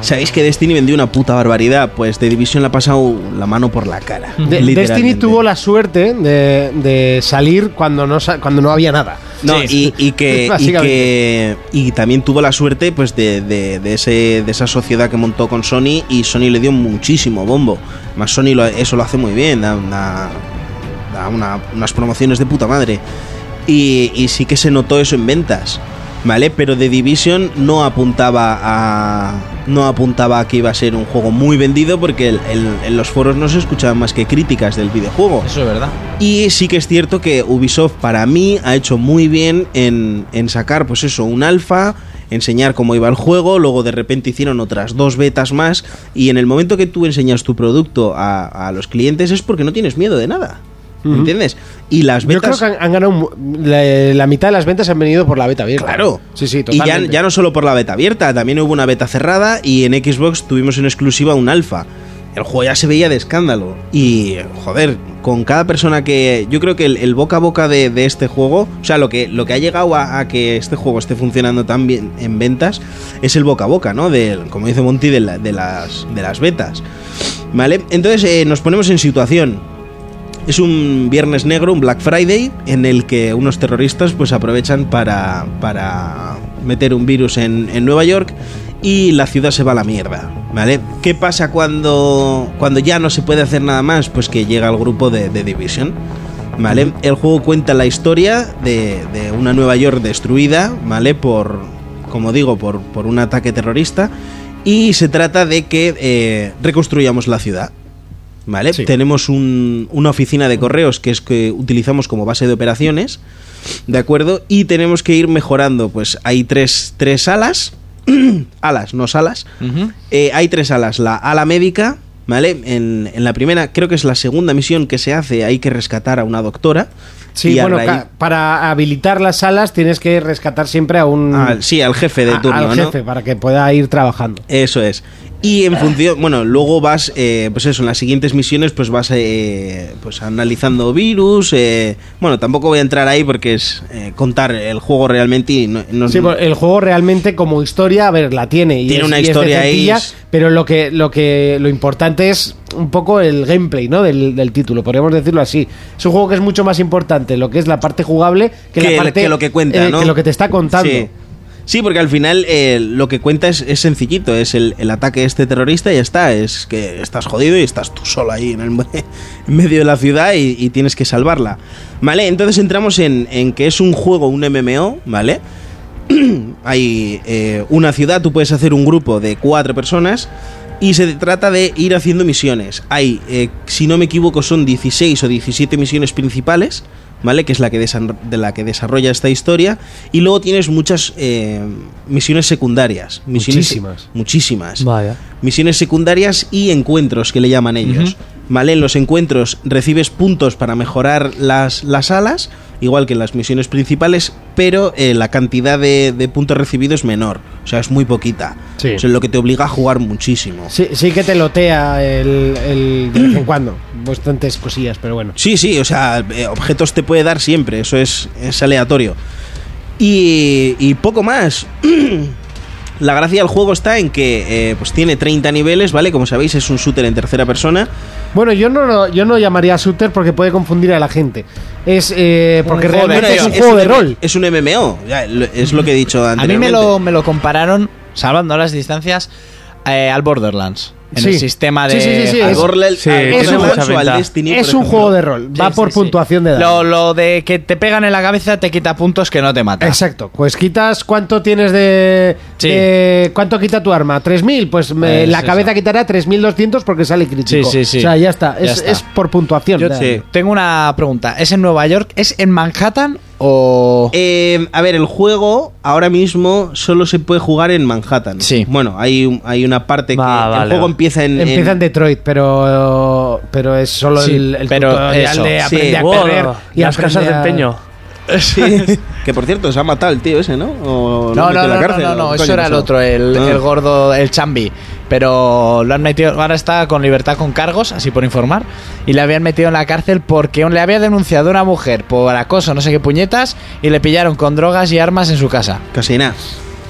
S4: sabéis que Destiny vendió una puta barbaridad, pues de Division le ha pasado la mano por la cara.
S2: De-
S4: literalmente.
S2: Destiny tuvo la suerte de, de salir cuando no, sa- cuando no había nada.
S4: No, y, y que, y
S2: Básicamente.
S4: que- y también tuvo la suerte pues de, de- de ese, de esa sociedad que montó con Sony y Sony le dio muchísimo bombo. Más Sony lo- eso lo hace muy bien, da, una- da una- unas promociones de puta madre. Y, y sí que se notó eso en ventas. ¿Vale? Pero The Division no apuntaba a. No apuntaba a que iba a ser un juego muy vendido porque el- el- en los foros no se escuchaban más que críticas del videojuego.
S5: Eso es verdad.
S4: Y sí que es cierto que Ubisoft para mí ha hecho muy bien en, en sacar, pues eso, un alfa, enseñar cómo iba el juego, luego de repente hicieron otras dos betas más y en el momento que tú enseñas tu producto a, a los clientes es porque no tienes miedo de nada. ¿Entiendes? Y las
S2: Yo creo
S4: betas...
S2: que han, han ganado mu- la, la mitad de las ventas han venido por la beta abierta.
S4: Claro.
S2: Sí, sí,
S4: Y ya,
S2: totalmente.
S4: ya no solo por la beta abierta, también hubo una beta cerrada y en Xbox tuvimos en exclusiva un alfa. El juego ya se veía de escándalo. Y, joder, con cada persona que. Yo creo que el, el boca a boca de, de este juego, o sea, lo que, lo que ha llegado a, a que este juego esté funcionando tan bien en ventas, es el boca a boca, ¿no? Del- como dice Monty, de, la- de las, de las betas. ¿Vale? Entonces eh, nos ponemos en situación. Es un viernes negro, un Black Friday, en el que unos terroristas pues aprovechan para, para meter un virus en, en Nueva York y la ciudad se va a la mierda, ¿Vale? ¿Qué pasa cuando, cuando ya no se puede hacer nada más? Pues que llega al grupo de, de Division. ¿Vale? El juego cuenta la historia de, de una Nueva York destruida, ¿vale? Por, como digo, por, por un ataque terrorista. Y se trata de que eh, reconstruyamos la ciudad. ¿Vale? Tenemos un- una oficina de correos que es que utilizamos como base de operaciones. ¿De acuerdo? Y tenemos que ir mejorando. Pues hay tres, tres alas. alas, no salas. Eh, hay tres alas. La ala médica, ¿vale? En, en la primera, creo que es la segunda misión que se hace, hay que rescatar a una doctora.
S2: Sí,
S4: Y a
S2: bueno,
S4: raíz-
S2: ca- para habilitar las salas tienes que rescatar siempre a un...
S4: al- sí, al jefe de
S2: a-
S4: turno,
S2: al
S4: ¿no?
S2: jefe para que pueda ir trabajando.
S4: Eso es. Y en función, bueno, luego vas, eh, pues eso, en las siguientes misiones, pues vas eh, pues analizando virus. eh, bueno, tampoco voy a entrar ahí porque es eh, contar el juego realmente y no, no-
S2: Sí, pues, el juego realmente como historia, a ver, la tiene. Y
S4: Tiene
S2: es-
S4: una
S2: y es de
S4: historia ahí,
S2: sencilla,
S4: es-
S2: Pero lo que, lo que lo importante es un poco el gameplay, ¿no? Del, del título, podríamos decirlo así. Es un juego que es mucho más importante, lo que es la parte jugable que,
S4: que,
S2: la parte,
S4: que lo que cuenta,
S2: eh,
S4: ¿no?
S2: que lo que te está contando.
S4: Sí. Sí, porque al final eh, lo que cuenta es, es sencillito, es el, el ataque de este terrorista y ya está, es que estás jodido y estás tú solo ahí en, el me- en medio de la ciudad y, y tienes que salvarla. Vale, entonces entramos en, en que es un juego, un MMO, ¿vale? Hay eh, una ciudad, tú puedes hacer un grupo de cuatro personas y se trata de ir haciendo misiones. Hay, eh, si no me equivoco, son 16 o 17 misiones principales, ¿vale? Que es la que, desan- de la que desarrolla esta historia. Y luego tienes muchas eh, misiones secundarias. Misiones,
S2: Muchísimas.
S4: Muchísimas
S6: Vaya.
S4: misiones secundarias y encuentros que le llaman ellos. ¿Vale? En los encuentros recibes puntos para mejorar las, las alas, igual que en las misiones principales, pero eh, la cantidad de, de puntos recibidos es menor. O sea, es muy poquita.
S2: Sí.
S4: O sea, lo que te obliga a jugar muchísimo.
S2: Sí, sí que te lotea el, el- de vez en cuando. Bastantes cosillas, pero bueno.
S4: Sí, sí, o sea, eh, objetos te puede dar siempre, eso es, es aleatorio. Y, y poco más. La gracia del juego está en que eh, pues tiene 30 niveles, ¿vale? Como sabéis, es un shooter en tercera persona.
S2: Bueno, yo no, lo- yo no llamaría shooter porque puede confundir a la gente. Es eh, porque
S5: juego de
S2: realmente es
S5: rol.
S2: un juego de
S4: M-
S2: rol.
S4: Es un MMO, ya, lo- es lo que he dicho antes.
S5: A mí me lo, me lo compararon, salvando las distancias, eh, al Borderlands. En
S2: Sí.
S5: el sistema
S2: Sí,
S5: de.
S2: sí, sí, sí,
S4: Al
S2: es-
S4: Borderlands-
S6: sí,
S4: al
S6: tiene
S4: Borderlands
S6: mucha
S4: o al
S6: ventaja.
S4: Destiny, por
S2: es un
S4: ejemplo.
S2: juego de rol. Va
S5: Sí,
S2: por
S5: sí, sí.
S2: puntuación de edad.
S5: Lo, lo de que te pegan en la cabeza te quita puntos que no te mata.
S2: Exacto, pues quitas cuánto tienes de,
S5: Ah. Sí.
S2: de- ¿Cuánto quita tu arma? ¿3.000? Pues me-
S5: Es
S2: la
S5: eso.
S2: cabeza quitará 3.200 porque sale crítico.
S5: Sí, sí, sí.
S2: O sea, ya está,
S5: Ya
S2: es,
S5: está.
S2: es por puntuación.
S5: Yo
S2: Nada.
S4: sí.
S5: tengo una pregunta. ¿Es en Nueva York? ¿Es en Manhattan o.?
S4: Eh, a ver, el juego ahora mismo solo se puede jugar en Manhattan.
S5: Sí.
S4: Bueno, hay, un- hay una parte que
S6: Va,
S4: el
S6: vale,
S4: juego
S6: va.
S4: empieza en.
S2: Empieza en
S4: en-
S2: Detroit, pero pero es solo
S5: Sí,
S2: el, el
S5: pero
S2: tutorial
S5: eso,
S2: de
S5: sí.
S2: aprende a perder
S6: Wow,
S2: y
S6: las
S2: aprende
S6: casas de
S2: a-
S6: empeño.
S4: Sí. que por cierto, se ha matado el tío ese, ¿no? O lo
S5: No, no,
S4: han metido en la
S5: no, no,
S4: cárcel,
S5: no,
S4: ¿o
S5: no,
S4: qué
S5: eso
S4: coño
S5: era el
S4: pasó?
S5: otro, el,
S4: Ah.
S5: el gordo, el Chambi. Pero lo han metido, ahora está con libertad con cargos, así por informar. Y le habían metido en la cárcel porque le había denunciado a una mujer por acoso, no sé qué puñetas, y le pillaron con drogas y armas en su casa.
S4: Casi nada.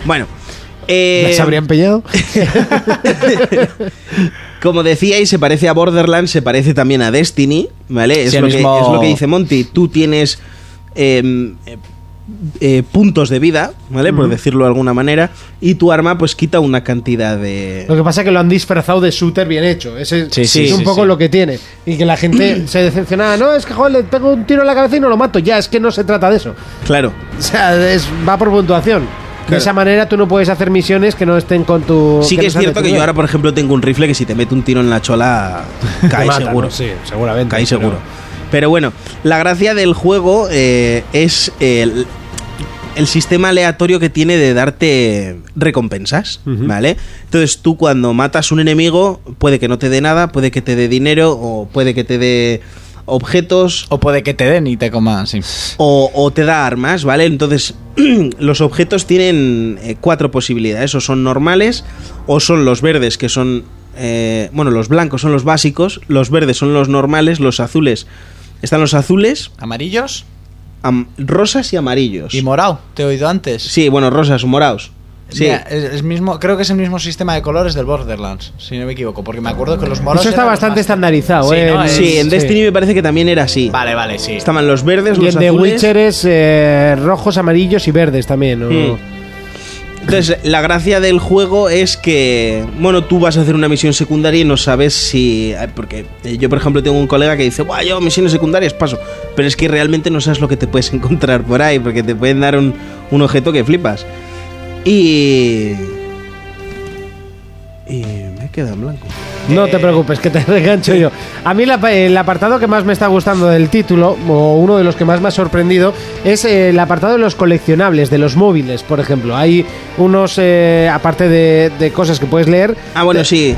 S4: Bueno. eh,
S2: ¿Las habrían pillado?
S4: Como decíais, se parece a Borderlands, se parece también a Destiny, ¿vale? Es,
S5: Sí, el
S4: lo, que,
S5: mismo-
S4: es lo que dice Monty. Tú tienes eh, eh, eh, puntos de vida, ¿vale? Por decirlo de alguna manera. Y tu arma, pues quita una cantidad de.
S2: Lo que pasa es que lo han disfrazado de shooter bien hecho. Ese
S5: Sí, sí,
S2: es un
S5: sí,
S2: poco
S5: sí.
S2: lo que tiene. Y que la gente se decepciona. No, es que joder, le pego un tiro en la cabeza y no lo mato. Ya, es que no se trata de eso.
S4: Claro.
S2: O sea, es- va por puntuación. De
S4: Claro.
S2: esa manera tú no puedes hacer misiones que no estén con tu.
S4: Sí que
S2: no
S4: es
S2: sean de
S4: cierto
S2: tu
S4: que yo
S2: nivel.
S4: ahora, por ejemplo, tengo un rifle que si te mete un tiro en la chola, cae
S2: mata,
S4: seguro.
S2: ¿no? Sí, seguramente.
S4: Caí
S2: pero-
S4: seguro. Pero bueno, la gracia del juego eh, es el, el sistema aleatorio que tiene de darte recompensas, ¿vale? Entonces tú cuando matas un enemigo, puede que no te dé nada, puede que te dé dinero o puede que te dé objetos
S5: O puede que te den y te coman, sí.
S4: o, o te da armas, ¿vale? Entonces, los objetos tienen eh, cuatro posibilidades, o son normales, o son los verdes, que son... eh, bueno, los blancos son los básicos, los verdes son los normales, los azules... Están los azules,
S5: ¿Amarillos?
S4: am- rosas y amarillos.
S5: Y morado, te he oído antes.
S4: sí, bueno, rosas, morados. Sí.
S5: Mira, es, es mismo, creo que es el mismo sistema de colores del Borderlands, si no me equico, porque me acuerdo que los moros.
S2: Eso está
S5: eran los
S2: bastante
S5: más-
S2: estandarizado,
S5: Sí,
S2: ¿eh?
S5: ¿no?
S2: El-
S5: Es-
S4: sí, en
S2: sí.
S4: Destiny me parece que también era así.
S5: Vale, vale, sí.
S4: Estaban los verdes,
S2: Y
S4: los
S2: en The
S4: azules...
S2: Witcher es eh, rojos, amarillos y verdes también. ¿no?
S4: Mm. Entonces, la gracia del juego es que, bueno, tú vas a hacer una misión secundaria y no sabes si... Porque eh, yo, por ejemplo, tengo un colega que dice, ¡buah, yo misiones secundarias paso! Pero es que realmente no sabes lo que te puedes encontrar por ahí, porque te pueden dar un, un objeto que flipas. Y... Y me he quedado en blanco.
S2: No te preocupes, que te regancho yo. A mí la- el apartado que más me está gustando del título, o uno de los que más me ha sorprendido, es eh, el apartado de los coleccionables, de los móviles, por ejemplo. Hay unos, eh, aparte de, de cosas que puedes leer,
S4: Ah, bueno, sí.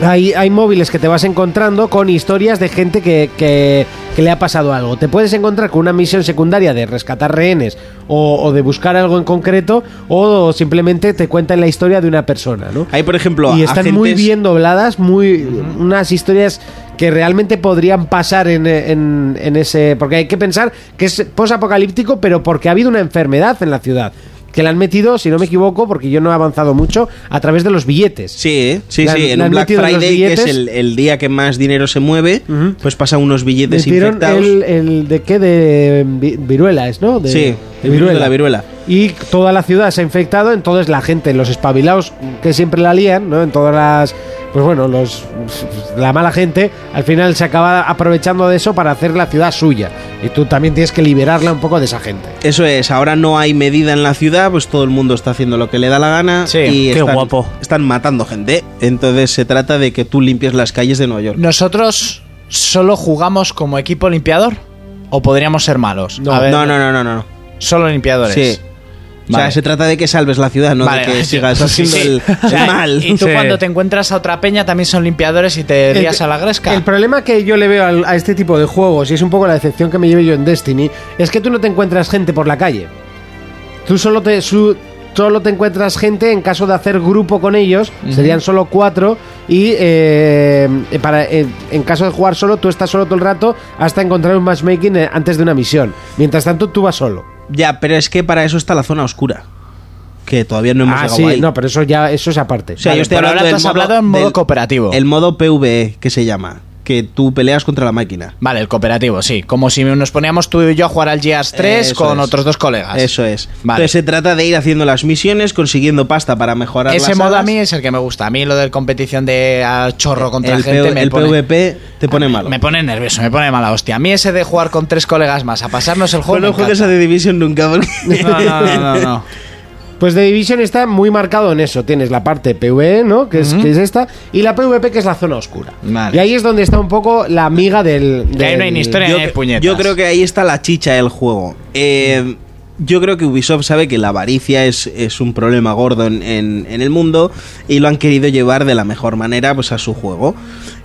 S2: hay, hay móviles que te vas encontrando con historias de gente que, que- que le ha pasado algo. Te puedes encontrar con una misión secundaria de rescatar rehenes o, o de buscar algo en concreto, o simplemente te cuentan la historia de una persona, ¿no?
S4: Hay, por ejemplo,
S2: Y están muy
S4: agentes-
S2: bien dobladas, muy unas historias que realmente podrían pasar en, en- en ese... Porque hay que pensar que es posapocalíptico, pero porque ha habido una enfermedad en la ciudad. Que la han metido, si no me equivoco, porque yo no he avanzado mucho, a través de los billetes.
S4: Sí, ¿eh? sí,
S2: Le han-
S4: sí. En
S2: le han
S4: un Black
S2: metido los
S4: Friday, que es
S2: billetes.
S4: el, el día que más dinero se mueve,
S2: Ujú.
S4: pues pasa unos billetes
S2: Metieron
S4: infectados.
S2: el, el de qué de em, vi- viruela es, ¿no? De,
S4: Sí,
S2: de
S4: el virus de la viruela.
S2: Y toda la ciudad se ha infectado, entonces la gente, los espabilados que siempre la lían, ¿no? En todas las pues bueno, los la mala gente al final se acaba aprovechando de eso para hacer la ciudad suya. Y tú también tienes que liberarla un poco de esa gente.
S4: Eso es, ahora no hay medida en la ciudad, pues todo el mundo está haciendo lo que le da la gana.
S5: Sí,
S4: y
S6: qué
S4: están,
S6: guapo.
S4: Están matando gente. Entonces se trata de que tú limpies las calles de Nueva York.
S5: ¿Nosotros solo jugamos como equipo limpiador? ¿O podríamos ser malos?
S4: No,
S5: A ver,
S4: no, no, no, no, no.
S5: Solo limpiadores.
S4: Sí. O sea,
S5: Vale.
S4: se trata de que salves la ciudad, no
S5: Vale,
S4: de que
S5: sí,
S4: sigas
S5: sí,
S4: haciendo
S5: sí.
S4: el,
S5: O
S4: el
S5: sea,
S4: mal.
S5: Y tú
S6: Sí.
S5: cuando te encuentras a otra peña también son limpiadores y te rías a la gresca.
S2: El problema que yo le veo al- a este tipo de juegos, y es un poco la decepción que me llevé yo en Destiny, es que tú no te encuentras gente por la calle. Tú solo te, su- solo te encuentras gente en caso de hacer grupo con ellos, serían solo cuatro, y eh, para, eh, en caso de jugar solo, tú estás solo todo el rato hasta encontrar un matchmaking eh, antes de una misión. Mientras tanto, tú vas solo.
S4: Ya, pero es que para eso está la zona oscura. Que todavía no hemos
S2: ah,
S4: llegado
S2: sí,
S4: ahí.
S2: no, pero eso ya eso es aparte.
S4: O sea,
S5: Vale,
S4: yo estoy
S5: pero ahora
S4: hablando
S5: tú
S4: del
S5: has
S4: modo-
S5: hablado en modo
S4: del-
S5: cooperativo.
S4: El modo PvE que se llama. Que tú peleas contra la máquina.
S5: Vale, el cooperativo, sí. Como si nos poníamos tú y yo a jugar al Gears 3
S4: Eso
S5: con
S4: es.
S5: otros dos colegas.
S4: Eso es.
S5: Vale.
S4: Entonces se trata de ir haciendo las misiones, consiguiendo pasta para mejorar
S5: Ese
S4: las
S5: modo a
S4: alas.
S5: mí es el que me gusta. A mí lo de competición de ah, chorro contra
S4: el,
S5: gente
S4: PV-
S5: me
S4: el E.
S5: pone-
S4: PvP te pone malo.
S5: Me pone nervioso, me pone mala hostia. A mí ese de jugar con tres colegas más, a pasarnos el juego.
S4: Bueno,
S5: me
S4: juegues a
S5: encanta.
S4: The Division nunca. porque-
S5: No, no, no, no, no.
S2: Pues The Division está muy marcado en eso. Tienes la parte PvE, ¿no? Que es, que es esta. Y la PvP, que es la zona oscura.
S5: Vale.
S2: Y ahí es donde está un poco la amiga del.
S5: Que ahí no hay
S2: del-
S5: ni historia. Eh, puñetas.
S4: yo creo que ahí está la chicha del juego. Eh, yo creo que Ubisoft sabe que la avaricia es, es un problema gordo en, en- en el mundo y lo han querido llevar de la mejor manera pues, a su juego.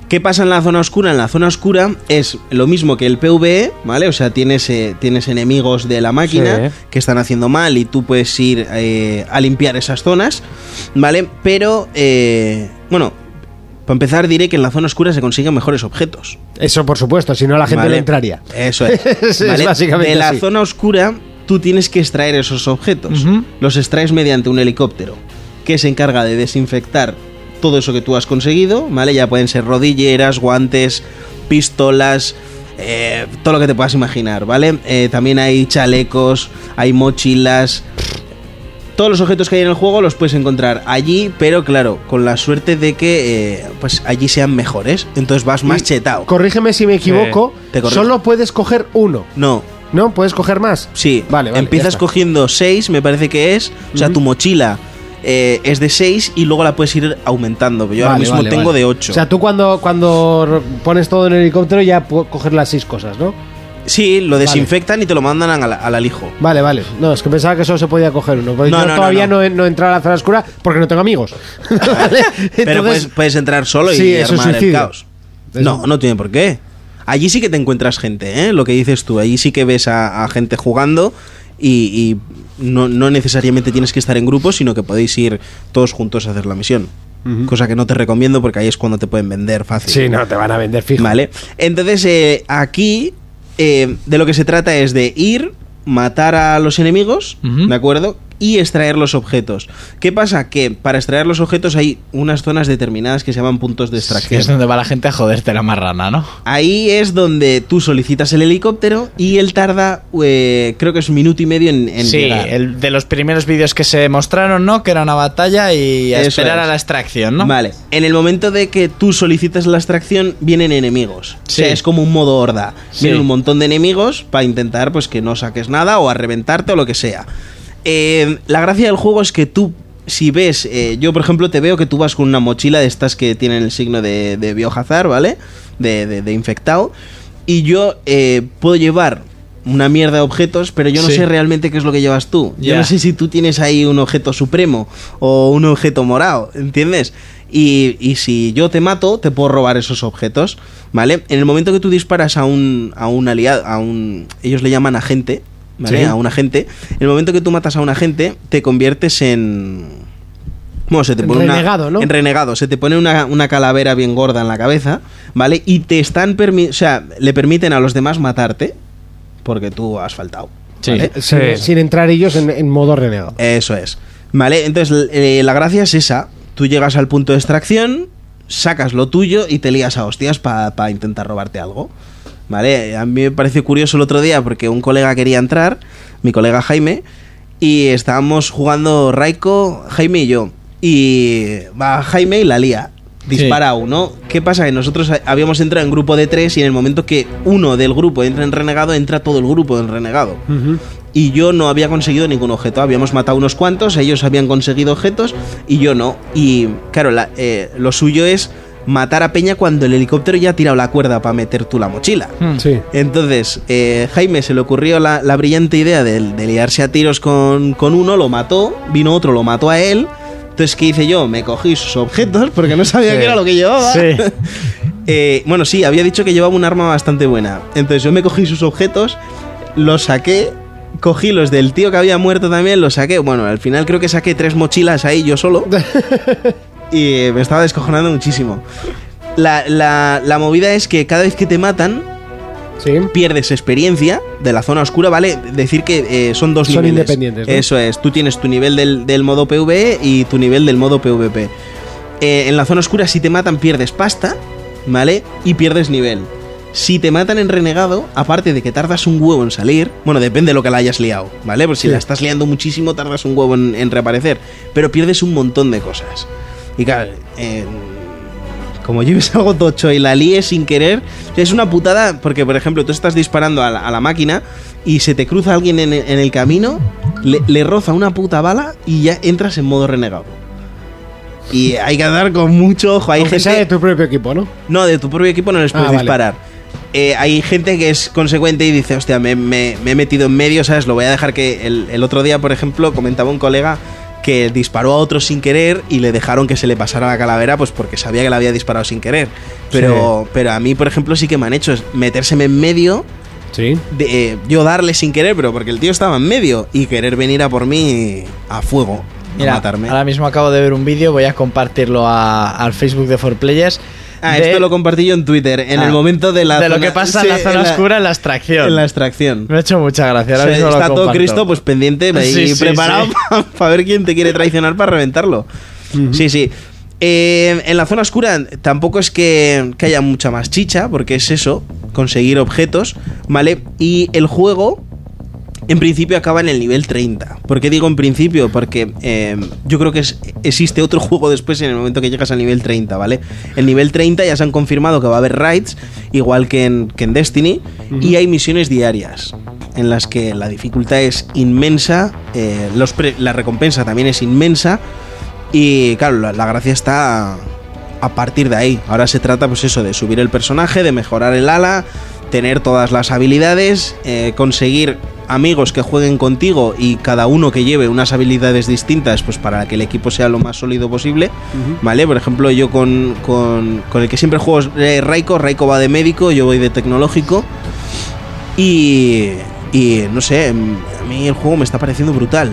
S4: ¿Qué pasa en la zona oscura? En la zona oscura es lo mismo que el PvE, ¿vale? O sea, tienes, eh, tienes enemigos de la máquina
S6: Sí.
S4: que están haciendo mal y tú puedes ir eh, a limpiar esas zonas, ¿vale? Pero, eh, bueno, para empezar diré que en la zona oscura se consiguen mejores objetos.
S2: Eso, por supuesto, si no la gente
S4: Vale.
S2: no entraría.
S4: Eso es.
S2: Es básicamente
S4: de la
S2: así.
S4: zona oscura, tú tienes que extraer esos objetos.
S5: Ujú.
S4: Los extraes mediante un helicóptero que se encarga de desinfectar todo eso que tú has conseguido, ¿vale? Ya pueden ser rodilleras, guantes, pistolas. eh, todo lo que te puedas imaginar, ¿vale? Eh, también hay chalecos, hay mochilas. Todos los objetos que hay en el juego los puedes encontrar allí, pero claro, con la suerte de que eh, pues allí sean mejores. Entonces vas más chetado.
S2: Corrígeme si me equivoco.
S4: te corrijo.
S2: solo puedes coger uno.
S4: No,
S2: ¿No? ¿Puedes coger más?
S4: Sí,
S2: Vale, vale, ya
S4: empiezas
S2: está.
S4: cogiendo 6, me parece que es. O sea, tu mochila eh, es de 6 y luego la puedes ir aumentando. Yo ahora
S2: Vale,
S4: mismo
S2: vale,
S4: tengo
S2: vale.
S4: de 8.
S2: O sea, tú cuando, cuando pones todo en el helicóptero ya puedes coger las seis cosas, ¿no?
S4: sí, lo desinfectan y te lo mandan al, al alijo.
S2: Vale, vale. No, es que pensaba que solo se podía coger uno. porque
S4: No,
S2: yo
S4: no, no,
S2: todavía no,
S4: no.
S2: he- no he entrado a la zona oscura porque no tengo amigos. Vale.
S4: Pero
S2: Entonces-
S4: puedes, puedes entrar solo y
S2: Sí, eso es
S4: armar el
S2: suicidio.
S4: caos.
S2: Eso-
S4: No, no tiene por qué. Allí sí que te encuentras gente, ¿eh? lo que dices tú. Allí sí que ves a, a gente jugando y, y no, no necesariamente tienes que estar en grupo, sino que podéis ir todos juntos a hacer la misión. Cosa que no te recomiendo porque ahí es cuando te pueden vender fácil.
S2: Sí, no, te van a vender fijo.
S4: Vale. Entonces, eh, aquí eh, de lo que se trata es de ir, matar a los enemigos, ¿de acuerdo? y extraer los objetos. ¿Qué pasa? Que para extraer los objetos hay unas zonas determinadas que se llaman puntos de
S5: Que
S4: extracción.
S5: es donde va la gente a joderte la marrana, ¿no?
S4: Ahí es donde tú solicitas el helicóptero y él tarda, eh, creo que es un minuto y medio en, en
S5: sí,
S4: llegar.
S5: el de los primeros vídeos que se mostraron, ¿no? Que era una batalla y a
S4: Eso
S5: esperar
S4: es.
S5: a la extracción, ¿no?
S4: Vale, en el momento de que tú solicitas la extracción, vienen enemigos.
S5: Sí.
S4: O sea, es como un modo horda.
S5: Sí.
S4: Vienen un montón de enemigos para intentar pues que no saques nada o a reventarte o lo que sea. Eh, la gracia del juego es que tú, si ves, eh, yo por ejemplo te veo que tú vas con una mochila de estas que tienen el signo de, de biohazard, ¿vale? De, de- de infectado. Y yo eh, puedo llevar una mierda de objetos, pero yo no
S5: Sí.
S4: sé realmente qué es lo que llevas tú. Yo
S5: Ya.
S4: no sé si tú tienes ahí un objeto supremo o un objeto morado, ¿entiendes? Y, y si yo te mato, te puedo robar esos objetos, ¿vale? En el momento que tú disparas a un, a un aliado, a un... Ellos le llaman agente, ¿vale?
S5: Sí.
S4: A un agente. En el momento que tú matas a un agente, te conviertes en... Bueno, se te
S2: En
S4: pone una-
S2: renegado, ¿no?
S4: En renegado. Se te pone una, una calavera bien gorda en la cabeza, ¿vale? Y te están... permi- O sea, le permiten a los demás matarte porque tú has faltado.
S5: Sí.
S4: ¿vale?
S6: Sí.
S2: Sin, sin entrar ellos en, en modo renegado.
S4: Eso es. Vale, entonces eh, la gracia es esa. Tú llegas al punto de extracción, sacas lo tuyo y te lías a hostias para intentar robarte algo. Vale, a mí me pareció curioso el otro día porque un colega quería entrar, mi colega Jaime, y estábamos jugando Raiko, Jaime y yo. Y va Jaime y la lía. Dispara a uno. ¿Qué pasa? Que nosotros ha- habíamos entrado en grupo de tres y en el momento que uno del grupo entra en renegado, entra todo el grupo en renegado y yo no había conseguido ningún objeto. Habíamos matado unos cuantos, ellos habían conseguido objetos y yo no. Y claro, la- eh, lo suyo es matar a Peña cuando el helicóptero ya ha tirado la cuerda para meter tú la mochila.
S2: Sí.
S4: Entonces, eh, Jaime se le ocurrió la, la brillante idea de, de liarse a tiros con, con uno, lo mató, vino otro, lo mató a él. Entonces, ¿qué hice yo? Me cogí sus objetos porque no sabía
S6: Sí.
S4: qué era lo que llevaba.
S5: Sí.
S4: Eh, bueno, sí, había dicho que llevaba un arma bastante buena. Entonces yo me cogí sus objetos, los saqué, cogí los del tío que había muerto también, los saqué. Bueno, al final creo que saqué tres mochilas ahí yo solo. y eh, me estaba descojonando muchísimo. La, la- la movida es que cada vez que te matan,
S2: Sí.
S4: pierdes experiencia de la zona oscura, ¿vale? Decir que eh, son dos
S2: Son
S4: niveles.
S2: independientes, ¿no?
S4: Eso es, tú tienes tu nivel del, del modo PvE y tu nivel del modo PvP. Eh, en la zona oscura, si te matan, pierdes pasta, ¿vale? Y pierdes nivel. Si te matan en renegado, aparte de que tardas un huevo en salir, bueno, depende de lo que la hayas liado, ¿vale? Por si
S2: Sí.
S4: la estás liando muchísimo, tardas un huevo en, en reaparecer, pero pierdes un montón de cosas. Y claro, eh, como lleves algo tocho y la líes sin querer, es una putada porque, por ejemplo, tú estás disparando a la, a la máquina y se te cruza alguien en, en el camino, le, le roza una puta bala y ya entras en modo renegado. Y hay que andar con mucho ojo. Hay
S2: Aunque
S4: gente...
S2: sea de tu propio equipo, ¿no?
S4: No, de tu propio equipo no les
S2: Ah,
S4: puedes
S2: vale.
S4: disparar. Eh, hay gente que es consecuente y dice, hostia, me, me- me he metido en medio, ¿sabes? Lo voy a dejar que el, el otro día, por ejemplo, comentaba un colega que disparó a otro sin querer y le dejaron que se le pasara la calavera, pues porque sabía que la había disparado sin querer. Pero, pero a mí, por ejemplo, sí que me han hecho es metérseme en medio,
S2: Sí.
S4: de, eh, yo darle sin querer, pero porque el tío estaba en medio y querer venir a por mí a fuego,
S5: Mira,
S4: a matarme.
S5: ahora mismo acabo de ver un vídeo, voy a compartirlo a- al Facebook de 4Players.
S4: Ah,
S5: de-
S4: esto lo compartí yo en Twitter, en
S5: Ah,
S4: el momento de la
S5: de lo
S4: zona-
S5: que pasa
S4: sí,
S5: en la zona oscura, en la extracción.
S4: En la extracción.
S5: Me ha hecho mucha gracia. Ahora
S4: O sea,
S5: mismo lo
S4: está todo
S5: comparto.
S4: Cristo pues pendiente ahí
S5: Sí, sí,
S4: preparado
S5: sí.
S4: para ver quién te quiere traicionar para reventarlo. Sí, sí. Eh, en la zona oscura tampoco es que, que haya mucha más chicha, porque es eso, conseguir objetos, ¿vale? Y el juego, en principio, acaba en el nivel 30. ¿Por qué digo en principio? Porque eh, yo creo que es- existe otro juego después en el momento que llegas al nivel 30, ¿vale? El nivel 30 ya se han confirmado que va a haber raids, igual que en, que en Destiny, y hay misiones diarias en las que la dificultad es inmensa, eh, los pre- la recompensa también es inmensa, y claro, la, la gracia está a partir de ahí. Ahora se trata, pues eso, de subir el personaje, de mejorar el ala, tener todas las habilidades, eh, conseguir amigos que jueguen contigo y cada uno que lleve unas habilidades distintas, pues para que el equipo sea lo más sólido posible. ¿Vale? Por ejemplo, yo con, con, con el que siempre juego es eh, Raiko, Raiko va de médico, yo voy de tecnológico. Y. Y no sé, em, a mí el juego me está pareciendo brutal.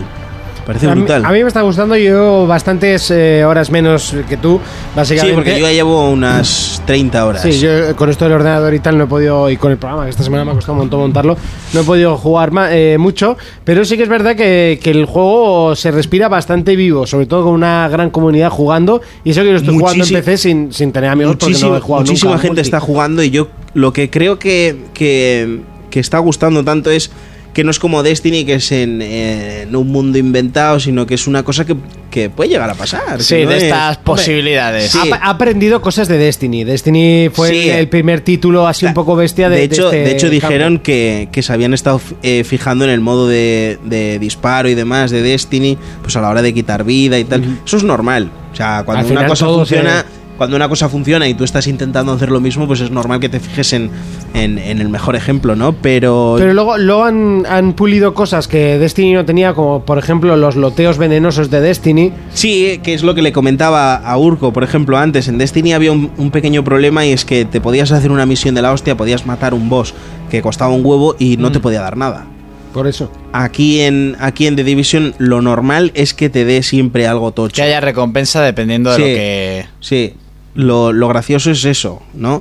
S4: Parece
S2: A mí-
S4: brutal.
S2: A mí me está gustando, yo bastantes eh, horas menos que tú,
S4: sí,
S2: básicamente.
S4: porque yo ya llevo unas 30 horas.
S2: Sí, yo eh, con esto del ordenador y tal no he podido, y con el programa, que esta semana me ha costado un montón montarlo, no he podido jugar ma- eh, mucho, pero sí que es verdad que, que el juego se respira bastante vivo, sobre todo con una gran comunidad jugando, y eso que yo estoy jugando en
S4: Muchísimo-
S2: PC sin, sin tener amigos porque no
S4: Muchísima,
S2: he jugado
S4: muchísima
S2: nunca a
S4: gente
S2: multi.
S4: está jugando y yo lo que creo que, que, que está gustando tanto es que no es como Destiny, que es en, eh, en un mundo inventado, sino que es una cosa que, que puede llegar a pasar.
S5: Sí,
S4: que no
S5: de
S4: es-
S5: estas
S4: Hombre,
S5: posibilidades.
S4: sí.
S2: Ha, ha aprendido cosas de Destiny. Destiny fue
S4: Sí.
S2: el, el primer título así un poco bestia de
S4: de hecho,
S2: este
S4: de hecho
S2: campo.
S4: dijeron que, que se habían estado eh, fijando en el modo de, de disparo y demás de Destiny, pues a la hora de quitar vida y tal. Eso es normal. O sea,
S2: Al
S4: cuando una
S2: final
S4: cosa
S2: todo
S4: funciona,
S2: se-
S4: cuando una cosa funciona y tú estás intentando hacer lo mismo, pues es normal que te fijes en, en- en el mejor ejemplo, ¿no? Pero,
S2: Pero luego, luego han, han pulido cosas que Destiny no tenía, como por ejemplo los loteos venenosos de Destiny.
S4: sí, eh, que es lo que le comentaba a Urco, por ejemplo, antes. En Destiny había un, un pequeño problema y es que te podías hacer una misión de la hostia, podías matar un boss que costaba un huevo y no te podía dar nada.
S2: Por eso.
S4: Aquí en, aquí en The Division lo normal es que te dé siempre algo tocho.
S5: Que haya recompensa dependiendo de
S4: Sí.
S5: lo que.
S4: Sí, lo, lo gracioso es eso, ¿no?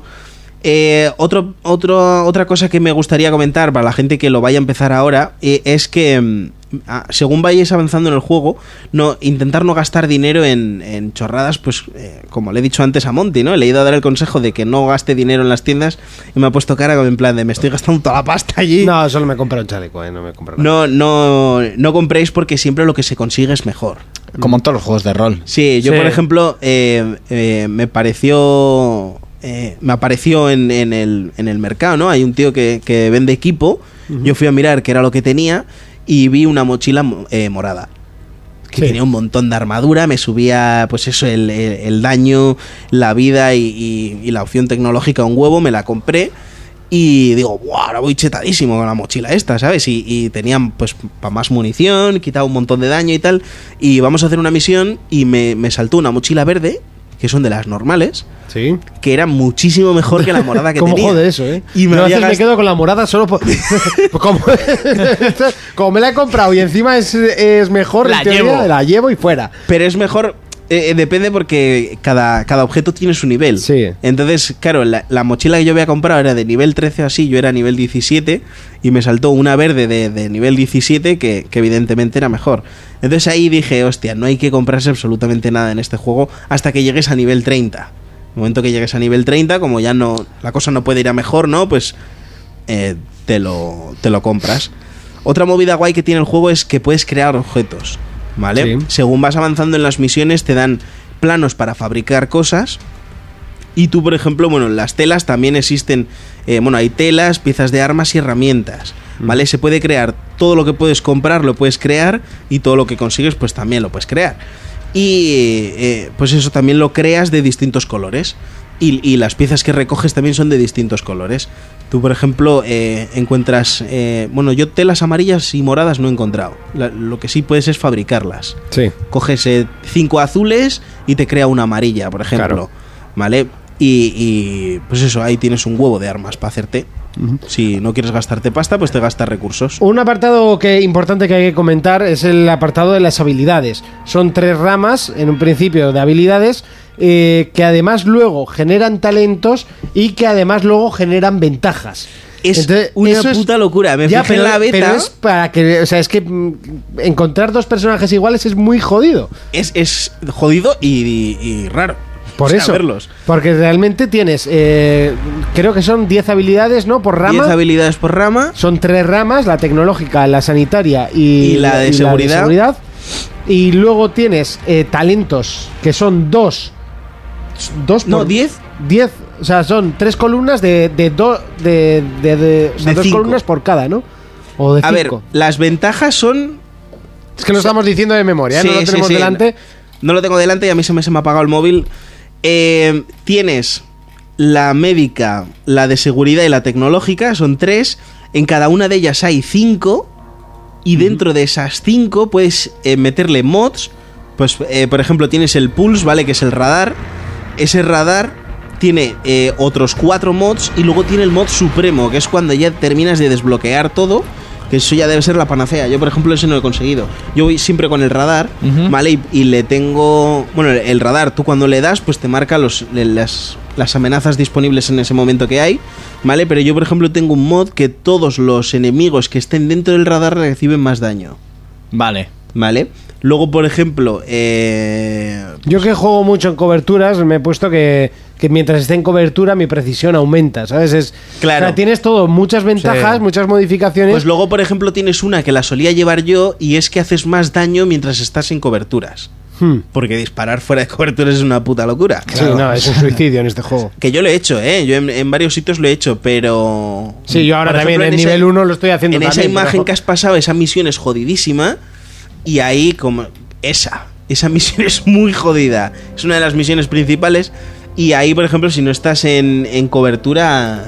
S4: Eh, otro, otro, otra cosa que me gustaría comentar para la gente que lo vaya a empezar ahora eh, es que mm, a- según vayáis avanzando en el juego, no, intentar no gastar dinero en, en chorradas, pues eh, como le he dicho antes a Monty, ¿no? Le he ido a dar el consejo de que no gaste dinero en las tiendas y me ha puesto cara como en plan de me estoy gastando toda la pasta allí.
S2: No, solo me compré un chaleco, eh, no me compré nada.
S4: No, no, no compréis porque siempre lo que se consigue es mejor.
S5: Como en todos los juegos de rol.
S4: Sí, yo
S6: Sí.
S4: por ejemplo eh, eh, me pareció eh, me apareció en, en el, en el mercado, ¿no? Hay un tío que, que vende equipo. Yo fui a mirar qué era lo que tenía y vi una mochila mo- eh, morada que
S2: Sí.
S4: tenía un montón de armadura, me subía pues eso, el, el- el daño, la vida y, y- y la opción tecnológica un huevo, me la compré y digo, "Buah, ahora voy chetadísimo con la mochila esta, ¿sabes? Y, y tenían pues pa' más munición, quitaba un montón de daño y tal, y vamos a hacer una misión y me, me saltó una mochila verde, que son de las normales,
S2: Sí.
S4: que era muchísimo mejor que la morada Ah, que
S2: ¿Cómo
S4: tenía.
S2: jode eso, eh?
S4: Y me
S2: Yo a
S4: había
S2: veces me
S4: gast-
S2: quedo con la morada solo por. como, como me la he comprado y encima es, es mejor,
S5: La
S2: en teoría,
S5: llevo.
S2: la llevo y fuera.
S4: Pero es mejor. eh, eh, depende porque cada, cada objeto tiene su nivel.
S2: Sí.
S4: Entonces, claro, la, la mochila que yo había comprado era de nivel 13 o así, yo era nivel 17 y me saltó una verde de, de nivel 17 que, que evidentemente era mejor. Entonces ahí dije, hostia, no hay que comprarse absolutamente nada en este juego hasta que llegues a nivel 30. En el momento que llegues a nivel 30, como ya no la cosa no puede ir a mejor, ¿no? Pues eh, te, lo, te lo compras. Otra movida guay que tiene el juego es que puedes crear objetos, ¿vale?
S2: Sí.
S4: Según vas avanzando en las misiones te dan planos para fabricar cosas y tú, por ejemplo, bueno, en las telas también existen, eh, bueno, hay telas, piezas de armas y herramientas, ¿vale? Se puede crear todo lo que puedes comprar, lo puedes crear y todo lo que consigues, pues también lo puedes crear. Y eh, pues eso también lo creas de distintos colores. Y, y las piezas que recoges también son de distintos colores. Tú, por ejemplo, eh, encuentras... eh, bueno, yo telas amarillas y moradas no he encontrado. La- lo que sí puedes es fabricarlas
S2: Sí.
S4: coges eh, cinco azules y te crea una amarilla, por ejemplo.
S2: Claro.
S4: ¿Vale? Y, y, pues eso, ahí tienes un huevo de armas para hacerte. Si no quieres gastarte pasta, pues te gastas recursos.
S2: Un apartado que importante que hay que comentar es el apartado de las habilidades. Son tres ramas, en un principio, de habilidades eh, que además luego generan talentos y que además luego generan ventajas.
S4: Es una
S2: eso
S4: puta locura. Me fijé en la beta.
S2: pero es para que, o sea, es que mm, encontrar dos personajes iguales es muy jodido.
S4: Es, es jodido y, y- y raro.
S2: Por
S4: O sea,
S2: eso.
S4: verlos.
S2: Porque realmente tienes, eh, creo que son 10 habilidades, ¿no? Por rama.
S4: 10 habilidades por rama.
S2: Son tres ramas, la tecnológica, la sanitaria y,
S4: Y la de seguridad.
S2: seguridad. Y luego tienes eh, talentos, que son dos. dos
S4: No,
S2: por-
S4: diez.
S2: Diez, o sea, son tres columnas de, de, do- de, de- de- o sea,
S4: De
S2: dos
S4: cinco.
S2: columnas por cada, ¿no? O de
S4: A ver,
S2: cinco.
S4: las ventajas son
S2: es que lo estamos diciendo de memoria, ¿eh?
S4: Sí,
S2: no lo
S4: sí,
S2: tenemos
S4: sí.
S2: delante.
S4: No lo tengo delante y a mí se me, se me ha apagado el móvil. Eh, tienes la médica, la de seguridad y la tecnológica, son tres. En cada una de ellas hay cinco. Y dentro de esas cinco puedes eh, meterle mods. Pues, eh, por ejemplo, tienes el Pulse, ¿vale? Que es el radar. Ese radar tiene eh, otros cuatro mods. Y luego tiene el mod supremo, que es cuando ya terminas de desbloquear todo. que eso ya debe ser la panacea. Yo, por ejemplo, eso no lo he conseguido. Yo voy siempre con el radar,
S5: Ujú.
S4: ¿vale? Y, y le tengo... Bueno, el- el radar, tú cuando le das, pues te marca los, le- las, las amenazas disponibles en ese momento que hay, ¿vale? Pero yo, por ejemplo, tengo un mod que todos los enemigos que estén dentro del radar reciben más daño,
S5: Vale.
S4: ¿vale? Luego, por ejemplo, eh,
S2: Yo que juego mucho en coberturas, me he puesto que, que mientras esté en cobertura mi precisión aumenta, ¿sabes? Es, o
S4: Claro.
S2: sea, tienes todo, muchas ventajas,
S6: Sí.
S2: muchas modificaciones.
S4: Pues luego, por ejemplo, tienes una que la solía llevar yo y es que haces más daño mientras estás en coberturas.
S2: Hmm.
S4: Porque disparar fuera de coberturas es una puta locura.
S2: Sí, no, es un suicidio en este juego.
S4: Que yo lo he hecho, ¿eh? Yo en, en varios sitios lo he hecho, pero...
S2: Sí, yo ahora
S4: Por
S2: también en
S4: esa-
S2: nivel 1 lo estoy haciendo
S4: En esa
S2: también,
S4: imagen
S2: pero-
S4: que has pasado, esa misión es jodidísima y ahí como... Esa, esa misión es muy jodida. Es una de las misiones principales y ahí, por ejemplo, si no estás en, en cobertura...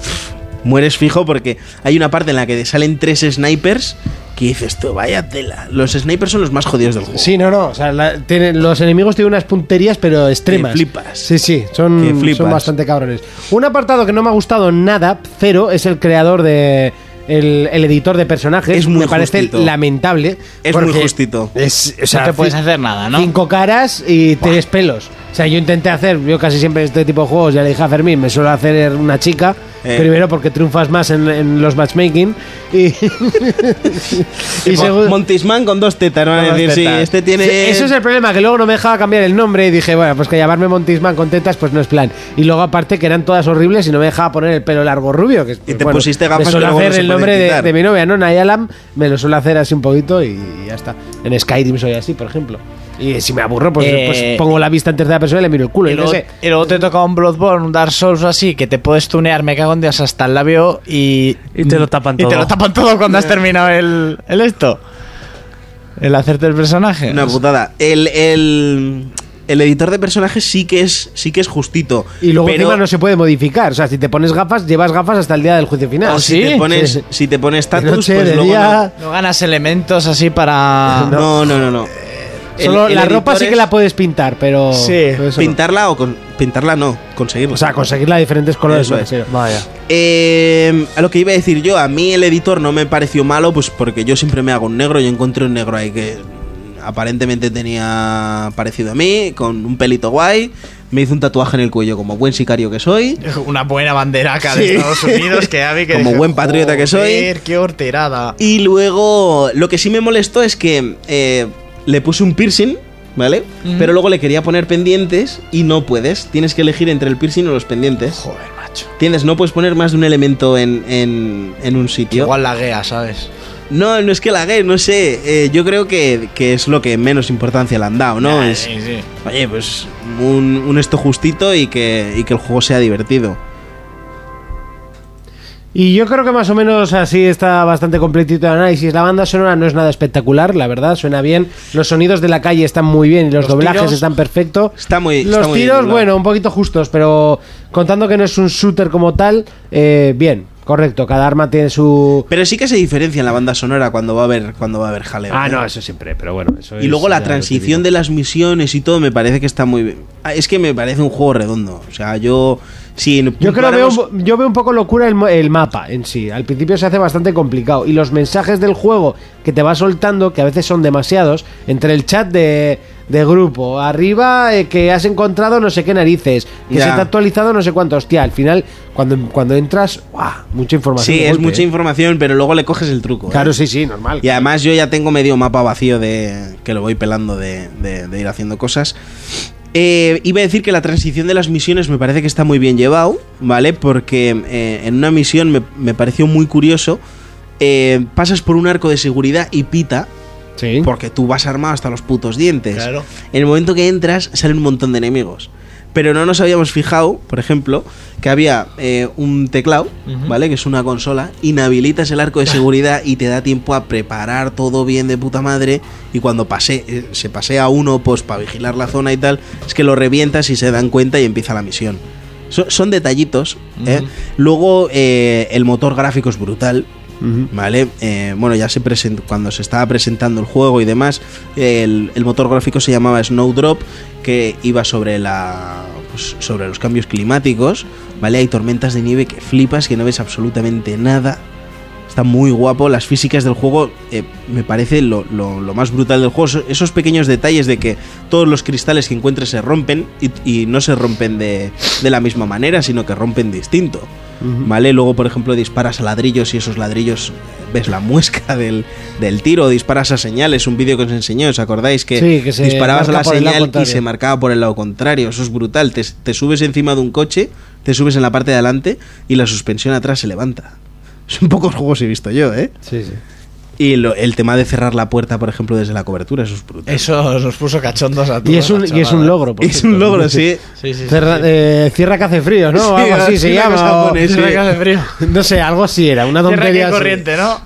S4: pff, Mueres fijo porque hay una parte en la que te salen tres snipers que dices tú, vaya tela. Los snipers son los más jodidos del juego.
S2: Sí, no, no. O sea, la- tienen- los enemigos tienen unas punterías, pero extremas.
S4: Que flipas.
S2: Sí, sí,
S4: Que
S2: son,
S4: flipas.
S2: son bastante cabrones. Un apartado que no me ha gustado nada, cero, es el creador de. El, el editor de personajes
S4: Es muy
S2: me parece
S4: justito.
S2: lamentable.
S4: Es
S2: porque
S4: muy justito.
S2: Es, o sea,
S5: No te puedes
S2: ci-
S5: hacer nada, ¿no?
S2: Cinco caras y tres pelos. O sea, yo intenté hacer, yo casi siempre este tipo de juegos, ya le dije a Fermín, me suelo hacer una chica.
S4: Eh.
S2: Primero porque triunfas más en, en los matchmaking. Y, y
S4: Mon-
S2: segu-
S4: Montisman con dos tetas, van
S5: Con
S4: a
S5: dos
S4: decir, sí,
S5: tetas.
S4: este tiene...
S2: Sí, Eso es el problema, que luego no me dejaba cambiar el nombre y dije, bueno, pues que llamarme Montisman con tetas, pues no es plan. Y luego aparte que eran todas horribles y no me dejaba poner el pelo largo rubio. Que, pues,
S4: te
S2: bueno,
S4: pusiste gafas
S2: Me suelo
S4: que luego no
S2: hacer
S4: se
S2: el
S4: pueden
S2: nombre de,
S4: quitar.
S2: de mi novia, ¿no? Nayalam, me lo suelo hacer así un poquito y ya está. En Skyrim soy así, por ejemplo. Y si me aburro, pues,
S5: Eh,
S2: pues pongo la vista en tercera persona y le miro el culo.
S5: Y
S2: yo qué
S5: luego,
S2: sé.
S5: y luego te toca un Bloodborne, un Dark Souls o así, que te puedes tunear, me cago en Dios, hasta el labio y.
S6: Y te lo tapan
S5: y te
S6: todo.
S5: lo tapan todo cuando has terminado el, el esto. El hacerte el personaje.
S4: Una putada. El, el, el editor de personajes sí que es, sí que es justito.
S2: Y luego
S4: pero
S2: encima no se puede modificar. O sea, si te pones gafas, llevas gafas hasta el día del juicio final.
S4: o si, te pones,
S2: Sí.
S4: si te pones
S2: De
S4: status,
S2: noche,
S4: pues
S2: de
S4: luego
S2: día, Eh,
S5: No ganas elementos así para.
S4: no. No, no, no, no. El-
S2: Solo
S4: el
S2: la ropa
S4: editor
S2: sí que
S4: es
S2: la puedes pintar, pero.
S5: Sí.
S2: pero eso no.
S4: Pintarla o con, pintarla no, conseguirla.
S2: O sea, conseguirla de diferentes colores.
S4: Eso
S2: me
S4: es.
S2: refiero.
S6: Vaya.
S4: Eh, a lo que iba a decir yo, a mí el editor no me pareció malo, pues porque yo siempre me hago un negro. Yo encontré un negro ahí que aparentemente tenía parecido a mí, con un pelito guay. Me hizo un tatuaje en el cuello, como buen sicario que soy.
S5: Una buena banderaca de Estados Unidos que Abby que
S4: Como
S5: dije,
S4: buen patriota que soy.
S5: "Joder, ¡Qué horterada!
S4: Y luego, lo que sí me molestó es que eh, le puse un piercing, ¿vale? Pero luego le quería poner pendientes y no puedes. Tienes que elegir entre el piercing o los pendientes.
S5: Joder, macho.
S4: Tienes, no puedes poner más de un elemento en, en- en un sitio.
S5: Igual laguea, ¿sabes?
S4: No, no es que la gay, no sé. eh, yo creo que, que es lo que menos importancia le han dado, ¿no?
S5: Ah,
S4: Es-
S5: sí, sí.
S4: oye, pues un, un esto justito y que, y que el juego sea divertido.
S2: Y yo creo que más o menos así está bastante completito el análisis. La banda sonora no es nada espectacular, la verdad, suena bien. Los sonidos de la calle están muy bien y los,
S5: Los
S2: doblajes
S5: tiros-
S2: están perfectos.
S4: Está muy-
S2: Los
S4: está muy bien
S2: tiros,
S4: doblado.
S2: bueno, un poquito justos, pero contando que no es un shooter como tal, eh, bien, correcto. Cada arma tiene su.
S4: Pero sí que se diferencia en la banda sonora cuando va a haber, cuando va a haber jaleo.
S2: Ah,
S4: ¿eh?
S2: no, eso siempre, pero bueno. Eso
S4: Y luego la transición de las misiones y todo me parece que está muy bien. Ah, Es que me parece un juego redondo. O sea, yo. Si
S2: Yo creo veo,
S4: comparamos-
S2: un- yo veo un poco locura el, mo- el mapa en sí. Al principio se hace bastante complicado. Y los mensajes del juego que te va soltando, que a veces son demasiados, entre el chat de, de grupo, arriba eh, que has encontrado no sé qué narices, que
S4: Ya.
S2: se te ha actualizado no sé cuánto. Hostia, al final, cuando, cuando entras, ¡guau! Mucha información.
S4: Sí,
S2: de
S4: es
S2: golpe,
S4: mucha
S2: eh.
S4: información, pero luego le coges el truco. ¿eh?
S2: Claro, sí, sí, normal.
S4: Y además yo ya tengo medio mapa vacío de que lo voy pelando de, de- de ir haciendo cosas. Eh, iba a decir que la transición de las misiones me parece que está muy bien llevado, ¿vale? Porque eh, en una misión me, me pareció muy curioso. eh, pasas por un arco de seguridad y pita,
S2: Sí.
S4: porque tú vas armado hasta los putos dientes.
S5: Claro.
S4: En el momento que entras, salen un montón de enemigos. Pero no nos habíamos fijado, por ejemplo, que había eh, un teclado, ¿vale? Que es una consola. Inhabilitas el arco de seguridad y te da tiempo a preparar todo bien de puta madre. Y cuando pase, eh, se pasea uno, pues para vigilar la zona y tal, es que lo revientas y se dan cuenta y empieza la misión. So- son detallitos. ¿eh? Luego, eh, el motor gráfico es brutal. ¿Vale? Eh, bueno, ya se presentó cuando se estaba presentando el juego y demás, el, el motor gráfico se llamaba Snowdrop, que iba sobre la pues, sobre los cambios climáticos, ¿vale? Hay tormentas de nieve que flipas, que no ves absolutamente nada. Está muy guapo. Las físicas del juego eh, me parece lo, lo- lo más brutal del juego. Eso- Esos pequeños detalles de que todos los cristales que encuentres se rompen y, y no se rompen de, de la misma manera, sino que rompen distinto. ¿Vale? Luego, por ejemplo, disparas a ladrillos y esos ladrillos ves la muesca del, del tiro, disparas a señales, un vídeo que os enseñé, ¿os acordáis? Que,
S2: Sí, que se
S4: disparabas a
S2: marca
S4: la
S2: por el lado
S4: señal y
S2: contrario.
S4: se marcaba por el lado contrario. Eso es brutal. Te, te subes encima de un coche, te subes en la parte de adelante y la suspensión atrás se levanta. Son pocos juegos he visto yo, ¿eh?
S2: Sí, sí.
S4: Y lo- el tema de cerrar la puerta, por ejemplo, desde la cobertura, eso es brutal.
S5: Eso nos puso cachondos a todos.
S2: Y es un,
S5: la
S2: y es un
S5: chavala.
S2: logro. por
S4: es
S2: cierto.
S4: un logro, sí.
S5: Sí, sí, sí.
S2: Cerra- eh, cierra que hace frío, ¿no? O algo así se
S4: una cosa
S2: llama. o-
S4: pone, sí.
S5: Cierra que hace frío.
S2: No sé, algo así era. Una
S5: Cierra que
S2: tontería.
S5: hay
S2: así.
S5: corriente, ¿no?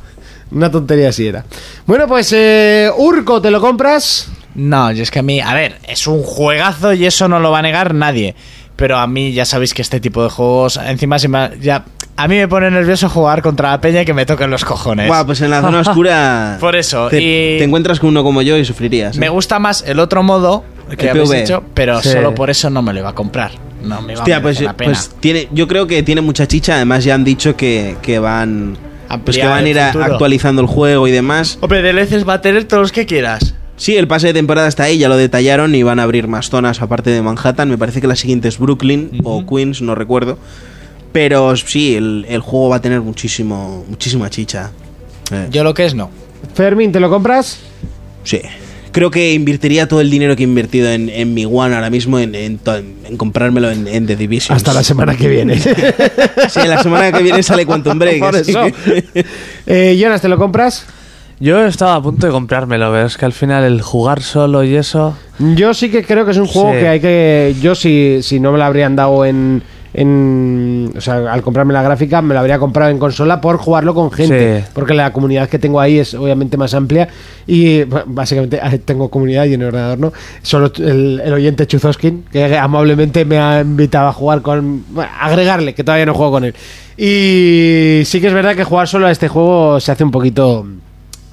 S2: Una tontería así era. Bueno, pues eh, Urco, ¿te lo compras?
S5: No, y es que a mí, a ver, es un juegazo y eso no lo va a negar nadie. Pero a mí ya sabéis que este tipo de juegos, encima se me- ya a mí me pone nervioso jugar contra la peña y que me toquen los cojones.
S4: Guau, pues en la zona oscura.
S5: Por eso,
S4: Te,
S5: y-
S4: te encuentras con uno como yo y sufrirías. ¿eh?
S5: Me gusta más el otro modo que
S4: El
S5: habéis
S4: PV.
S5: hecho, pero
S6: Sí.
S5: solo por eso no me lo iba a comprar. No me iba a
S4: Hostia, pues,
S5: merecer la pena.
S4: pues tiene, yo creo que tiene mucha chicha. Además, ya han dicho que, que van. Pues que
S5: Ampliar
S4: van a
S5: el
S4: ir a-
S5: futuro.
S4: actualizando el juego y demás.
S5: Hombre, DLCs va a tener todos los que quieras.
S4: Sí, el pase de temporada está ahí, ya lo detallaron y van a abrir más zonas aparte de Manhattan. Me parece que la siguiente es Brooklyn o Queens, no recuerdo. Pero sí, el, el juego va a tener muchísimo, muchísima chicha. Eh,
S5: Yo lo que es no.
S2: Fermín, ¿te lo compras?
S4: sí. Creo que invertiría todo el dinero que he invertido en, en mi One ahora mismo en, en to- en comprármelo en, en The Division.
S2: Hasta la semana que viene.
S4: Sí, la semana que viene sale Quantum Break.
S2: Por
S4: así
S2: eso.
S4: que-
S2: Eh, Jonas, ¿te lo compras?
S6: Yo estaba a punto de comprármelo, pero es que al final el jugar solo y eso.
S2: Yo sí que creo que es un juego
S6: Sí.
S2: que hay que. Yo, si, si no me lo habrían dado en. en- o sea, al comprarme la gráfica, me lo habría comprado en consola por jugarlo con gente.
S6: Sí.
S2: Porque la comunidad que tengo ahí es obviamente más amplia. Y b- básicamente ah, tengo comunidad y en el ordenador no. Solo el, el oyente Chuzoskin, que amablemente me ha invitado a jugar con. bueno, agregarle, que todavía no juego con él. Y sí que es verdad que jugar solo a este juego se hace un poquito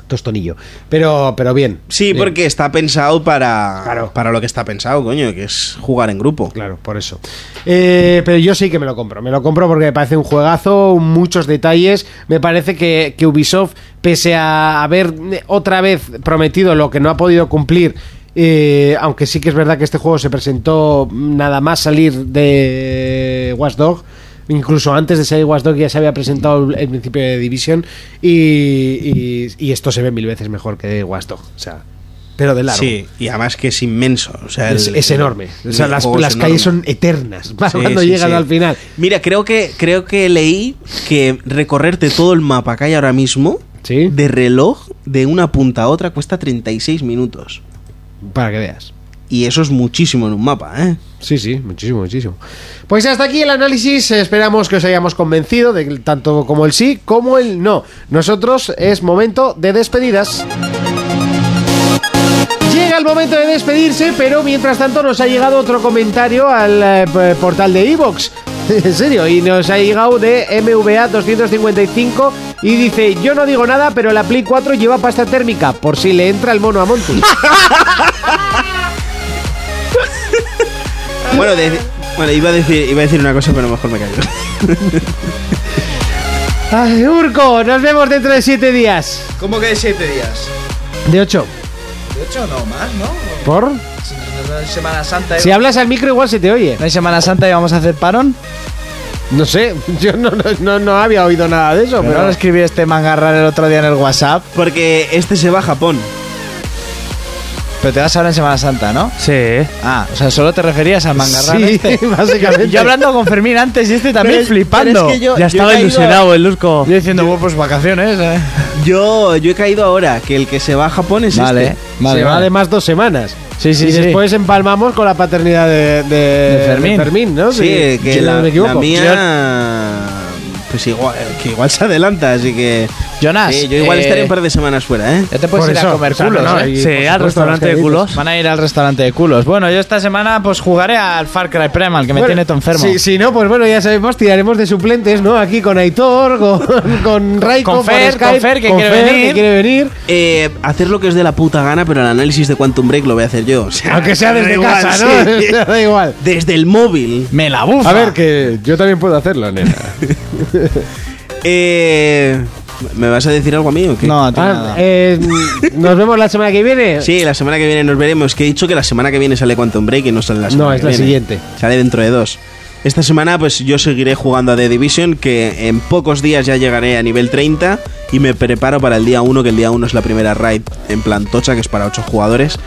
S2: tostonillo. Pero, pero bien.
S4: Sí,
S2: bien.
S4: porque está pensado para,
S2: Claro.
S4: para lo que está pensado, coño, que es jugar en grupo.
S2: Claro, por eso. Eh, pero yo sí que me lo compro. Me lo compro porque me parece un juegazo, muchos detalles. Me parece que, que Ubisoft, pese a haber eh, otra vez prometido lo que no ha podido cumplir, eh, aunque sí que es verdad que este juego se presentó nada más salir de Watchdog. Incluso antes de salir Watchdog ya se había presentado el el principio de Division y, y- y esto se ve mil veces mejor que Watchdog. O sea, pero de largo.
S4: Sí, y además que es inmenso. o sea, el-
S2: Es, es enorme.
S4: el
S2: O sea, las,
S4: juego es
S2: las calles son
S4: enorme.
S2: eternas. Más
S4: Sí,
S2: cuando
S4: sí,
S2: llegan
S4: sí.
S2: al final.
S4: Mira, creo que, creo que leí que recorrerte todo el mapa que hay ahora mismo
S2: Sí.
S4: de reloj de una punta a otra cuesta 36 minutos.
S2: Para que veas.
S4: Y eso es muchísimo en un mapa, ¿eh?
S2: Sí, sí, muchísimo, muchísimo. Pues hasta aquí el análisis. Esperamos que os hayamos convencido de tanto como el sí como el no. Nosotros es momento de despedidas. Llega el momento de despedirse, pero mientras tanto nos ha llegado otro comentario al eh, p- portal de Evox. En serio, y nos ha llegado de MVA255 y dice, yo no digo nada, pero la Play 4 lleva pasta térmica, por si le entra el mono a Monty.
S4: Bueno, de- bueno, iba, a decir, iba a decir una cosa, pero mejor me callo.
S2: Ay, Urco, nos vemos dentro de siete días.
S5: ¿Cómo que de 7 días?
S2: De 8.
S5: De 8 no, más, ¿no?
S2: ¿Por?
S5: Semana Santa. ¿eh?
S2: Si hablas al micro igual se te oye.
S5: ¿No hay Semana Santa y vamos a hacer parón?
S2: No sé, yo no, no, no- no había oído nada de eso,
S5: Pero
S2: pero...
S5: ahora escribí este mangarrar el otro día en el WhatsApp.
S4: Porque este se va a Japón.
S5: Pero te vas ahora en Semana Santa, ¿no?
S6: Sí,
S5: Ah, o sea, solo te referías al mangarrar
S2: Sí,
S5: este.
S2: básicamente.
S5: Y yo hablando con Fermín antes y este también flipando.
S4: pero es que yo-
S6: ya
S4: he
S6: estaba
S4: caído-
S6: ilusionado el Lurco.
S5: Yo diciendo, bueno, pues vacaciones, ¿eh?
S4: Yo, yo he caído ahora, que el que se va a Japón es
S5: Vale,
S4: este.
S5: vale,
S2: se va
S5: vale.
S2: de más dos semanas.
S5: Sí, sí,
S2: y
S5: sí.
S2: después empalmamos con la paternidad de, de-
S5: De Fermín.
S2: de ¿no?
S4: Sí,
S2: Si-
S4: que
S2: si
S4: la,
S2: no me equivoco.
S4: la mía. Pues igual, que igual se adelanta, así que.
S5: Jonas,
S4: Sí, yo igual
S5: eh,
S4: estaré un par de semanas fuera, ¿eh?
S5: Ya te puedes
S2: Por
S5: ir
S2: eso,
S5: a comer
S2: o sea, no,
S5: culos,
S2: no,
S5: ¿eh?
S2: y-
S6: Sí,
S2: por
S6: al
S2: supuesto,
S6: restaurante
S2: los
S6: de
S2: que
S6: culos.
S5: Van a ir al restaurante de culos. Bueno, yo esta semana pues jugaré al Far Cry Primal, que me
S2: Bueno,
S5: tiene todo enfermo.
S2: Si, si no, pues bueno, ya sabemos, tiraremos de suplentes, ¿no? Aquí con Aitor, con, con Raiko,
S5: Con Fer,
S2: Skype,
S5: con Fer, que quiere venir.
S2: que quiere venir.
S4: Eh, hacer lo que os dé la puta gana, pero el análisis de Quantum Break lo voy a hacer yo. o sea,
S2: Aunque sea
S4: da
S2: desde
S4: igual,
S2: casa, ¿no?
S4: sí.
S2: da igual.
S4: Desde el móvil.
S5: Me la bufa.
S2: A ver, que yo también puedo hacerlo, nena.
S4: Eh, ¿Me vas a decir algo a mí o qué?
S5: No, a ti
S2: Ah,
S5: nada.
S2: eh, nos vemos la semana que viene.
S4: Sí, la semana que viene nos veremos. Que he dicho que la semana que viene sale Quantum Break y no sale la semana
S2: No, es
S4: que
S2: la
S4: viene.
S2: siguiente.
S4: Sale dentro de dos. Esta semana pues yo seguiré jugando a The Division, que en pocos días ya llegaré a nivel 30 y me preparo para el día 1, que el día 1 es la primera raid en plan tocha, que es para 8 jugadores.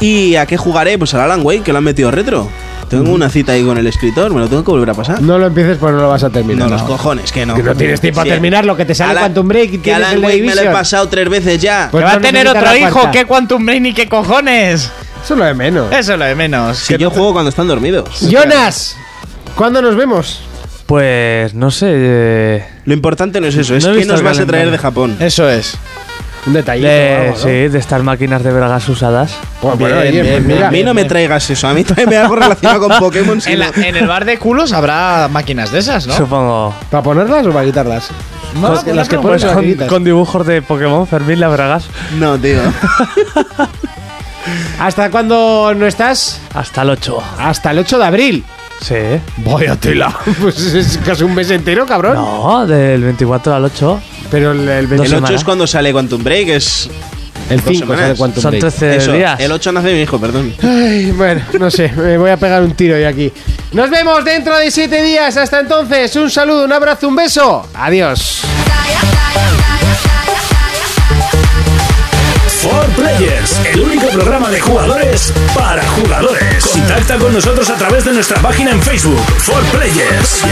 S4: ¿Y a qué jugaré? Pues al Alan Wake, que lo han metido retro.
S2: Mm.
S4: Tengo una cita ahí con el escritor, me lo tengo que volver a pasar.
S2: No lo empieces porque Mm. no lo vas a terminar.
S4: No, los cojones, que no.
S2: Que no tienes tiempo a terminar lo que te sale
S4: Alan-
S2: Quantum Break y
S4: Que
S2: tienes
S4: Alan
S2: el
S4: Wake me lo he
S2: Division.
S4: pasado tres veces ya.
S2: Pues
S5: que va
S2: no
S5: a tener
S2: necesita
S5: otro
S2: la
S5: hijo,
S2: cuarta.
S5: ¿qué Quantum Brain y qué cojones?
S2: Eso es lo de
S4: Eh,
S2: menos.
S5: Eso es lo de menos.
S4: si
S5: Que-
S4: yo juego cuando están dormidos.
S2: Jonas, ¿cuándo nos vemos?
S6: Pues no sé. eh,
S4: Lo importante no es eso, es
S6: No he
S4: qué
S6: visto
S4: nos
S6: el
S4: vas a traer
S6: calendario. Eh,
S4: de Japón.
S5: Eso es.
S2: Un detallito.
S6: de-
S2: o algo, ¿no?
S6: Eh, Sí, de estas máquinas de vergas usadas.
S2: Pues bueno,
S5: Bien,
S2: oye,
S5: bien,
S2: pues
S5: bien,
S2: mira.
S4: a mí no
S6: eh,
S4: me traigas eso, a mí tráeme algo relacionado con Pokémon. si
S5: En, la-
S4: no.
S5: en el bar de culos habrá máquinas de esas, ¿no?
S6: Supongo.
S2: ¿Para ponerlas o para quitarlas?
S5: No,
S2: Pues las que
S5: no,
S2: pones
S5: no.
S2: las
S6: Con,
S2: amiguitas.
S6: con dibujos de Pokémon, Fermín la Bragas.
S4: No, tío.
S2: ¿Hasta cuándo no estás?
S6: Hasta el 8.
S2: Hasta el 8 de abril.
S6: Sí.
S2: Vaya tela. Pues es casi un mes entero, cabrón.
S6: No, del 24 al 8.
S2: Pero el, el,
S6: Dos
S4: El 8
S6: semanas.
S4: es cuando sale Quantum Break, es.
S2: el
S4: dos
S2: 5
S4: semanas.
S2: de Quantum
S6: Son
S2: Break.
S6: 13
S4: eso,
S6: días.
S4: El 8 nace mi hijo, perdón.
S2: Ay, bueno, no sé, me voy a pegar un tiro yo aquí. Nos vemos dentro de 7 días. Hasta entonces, un saludo, un abrazo, un beso. Adiós.
S1: For Players, el único programa de jugadores para jugadores. Contacta con nosotros a través de nuestra página en Facebook, For Players.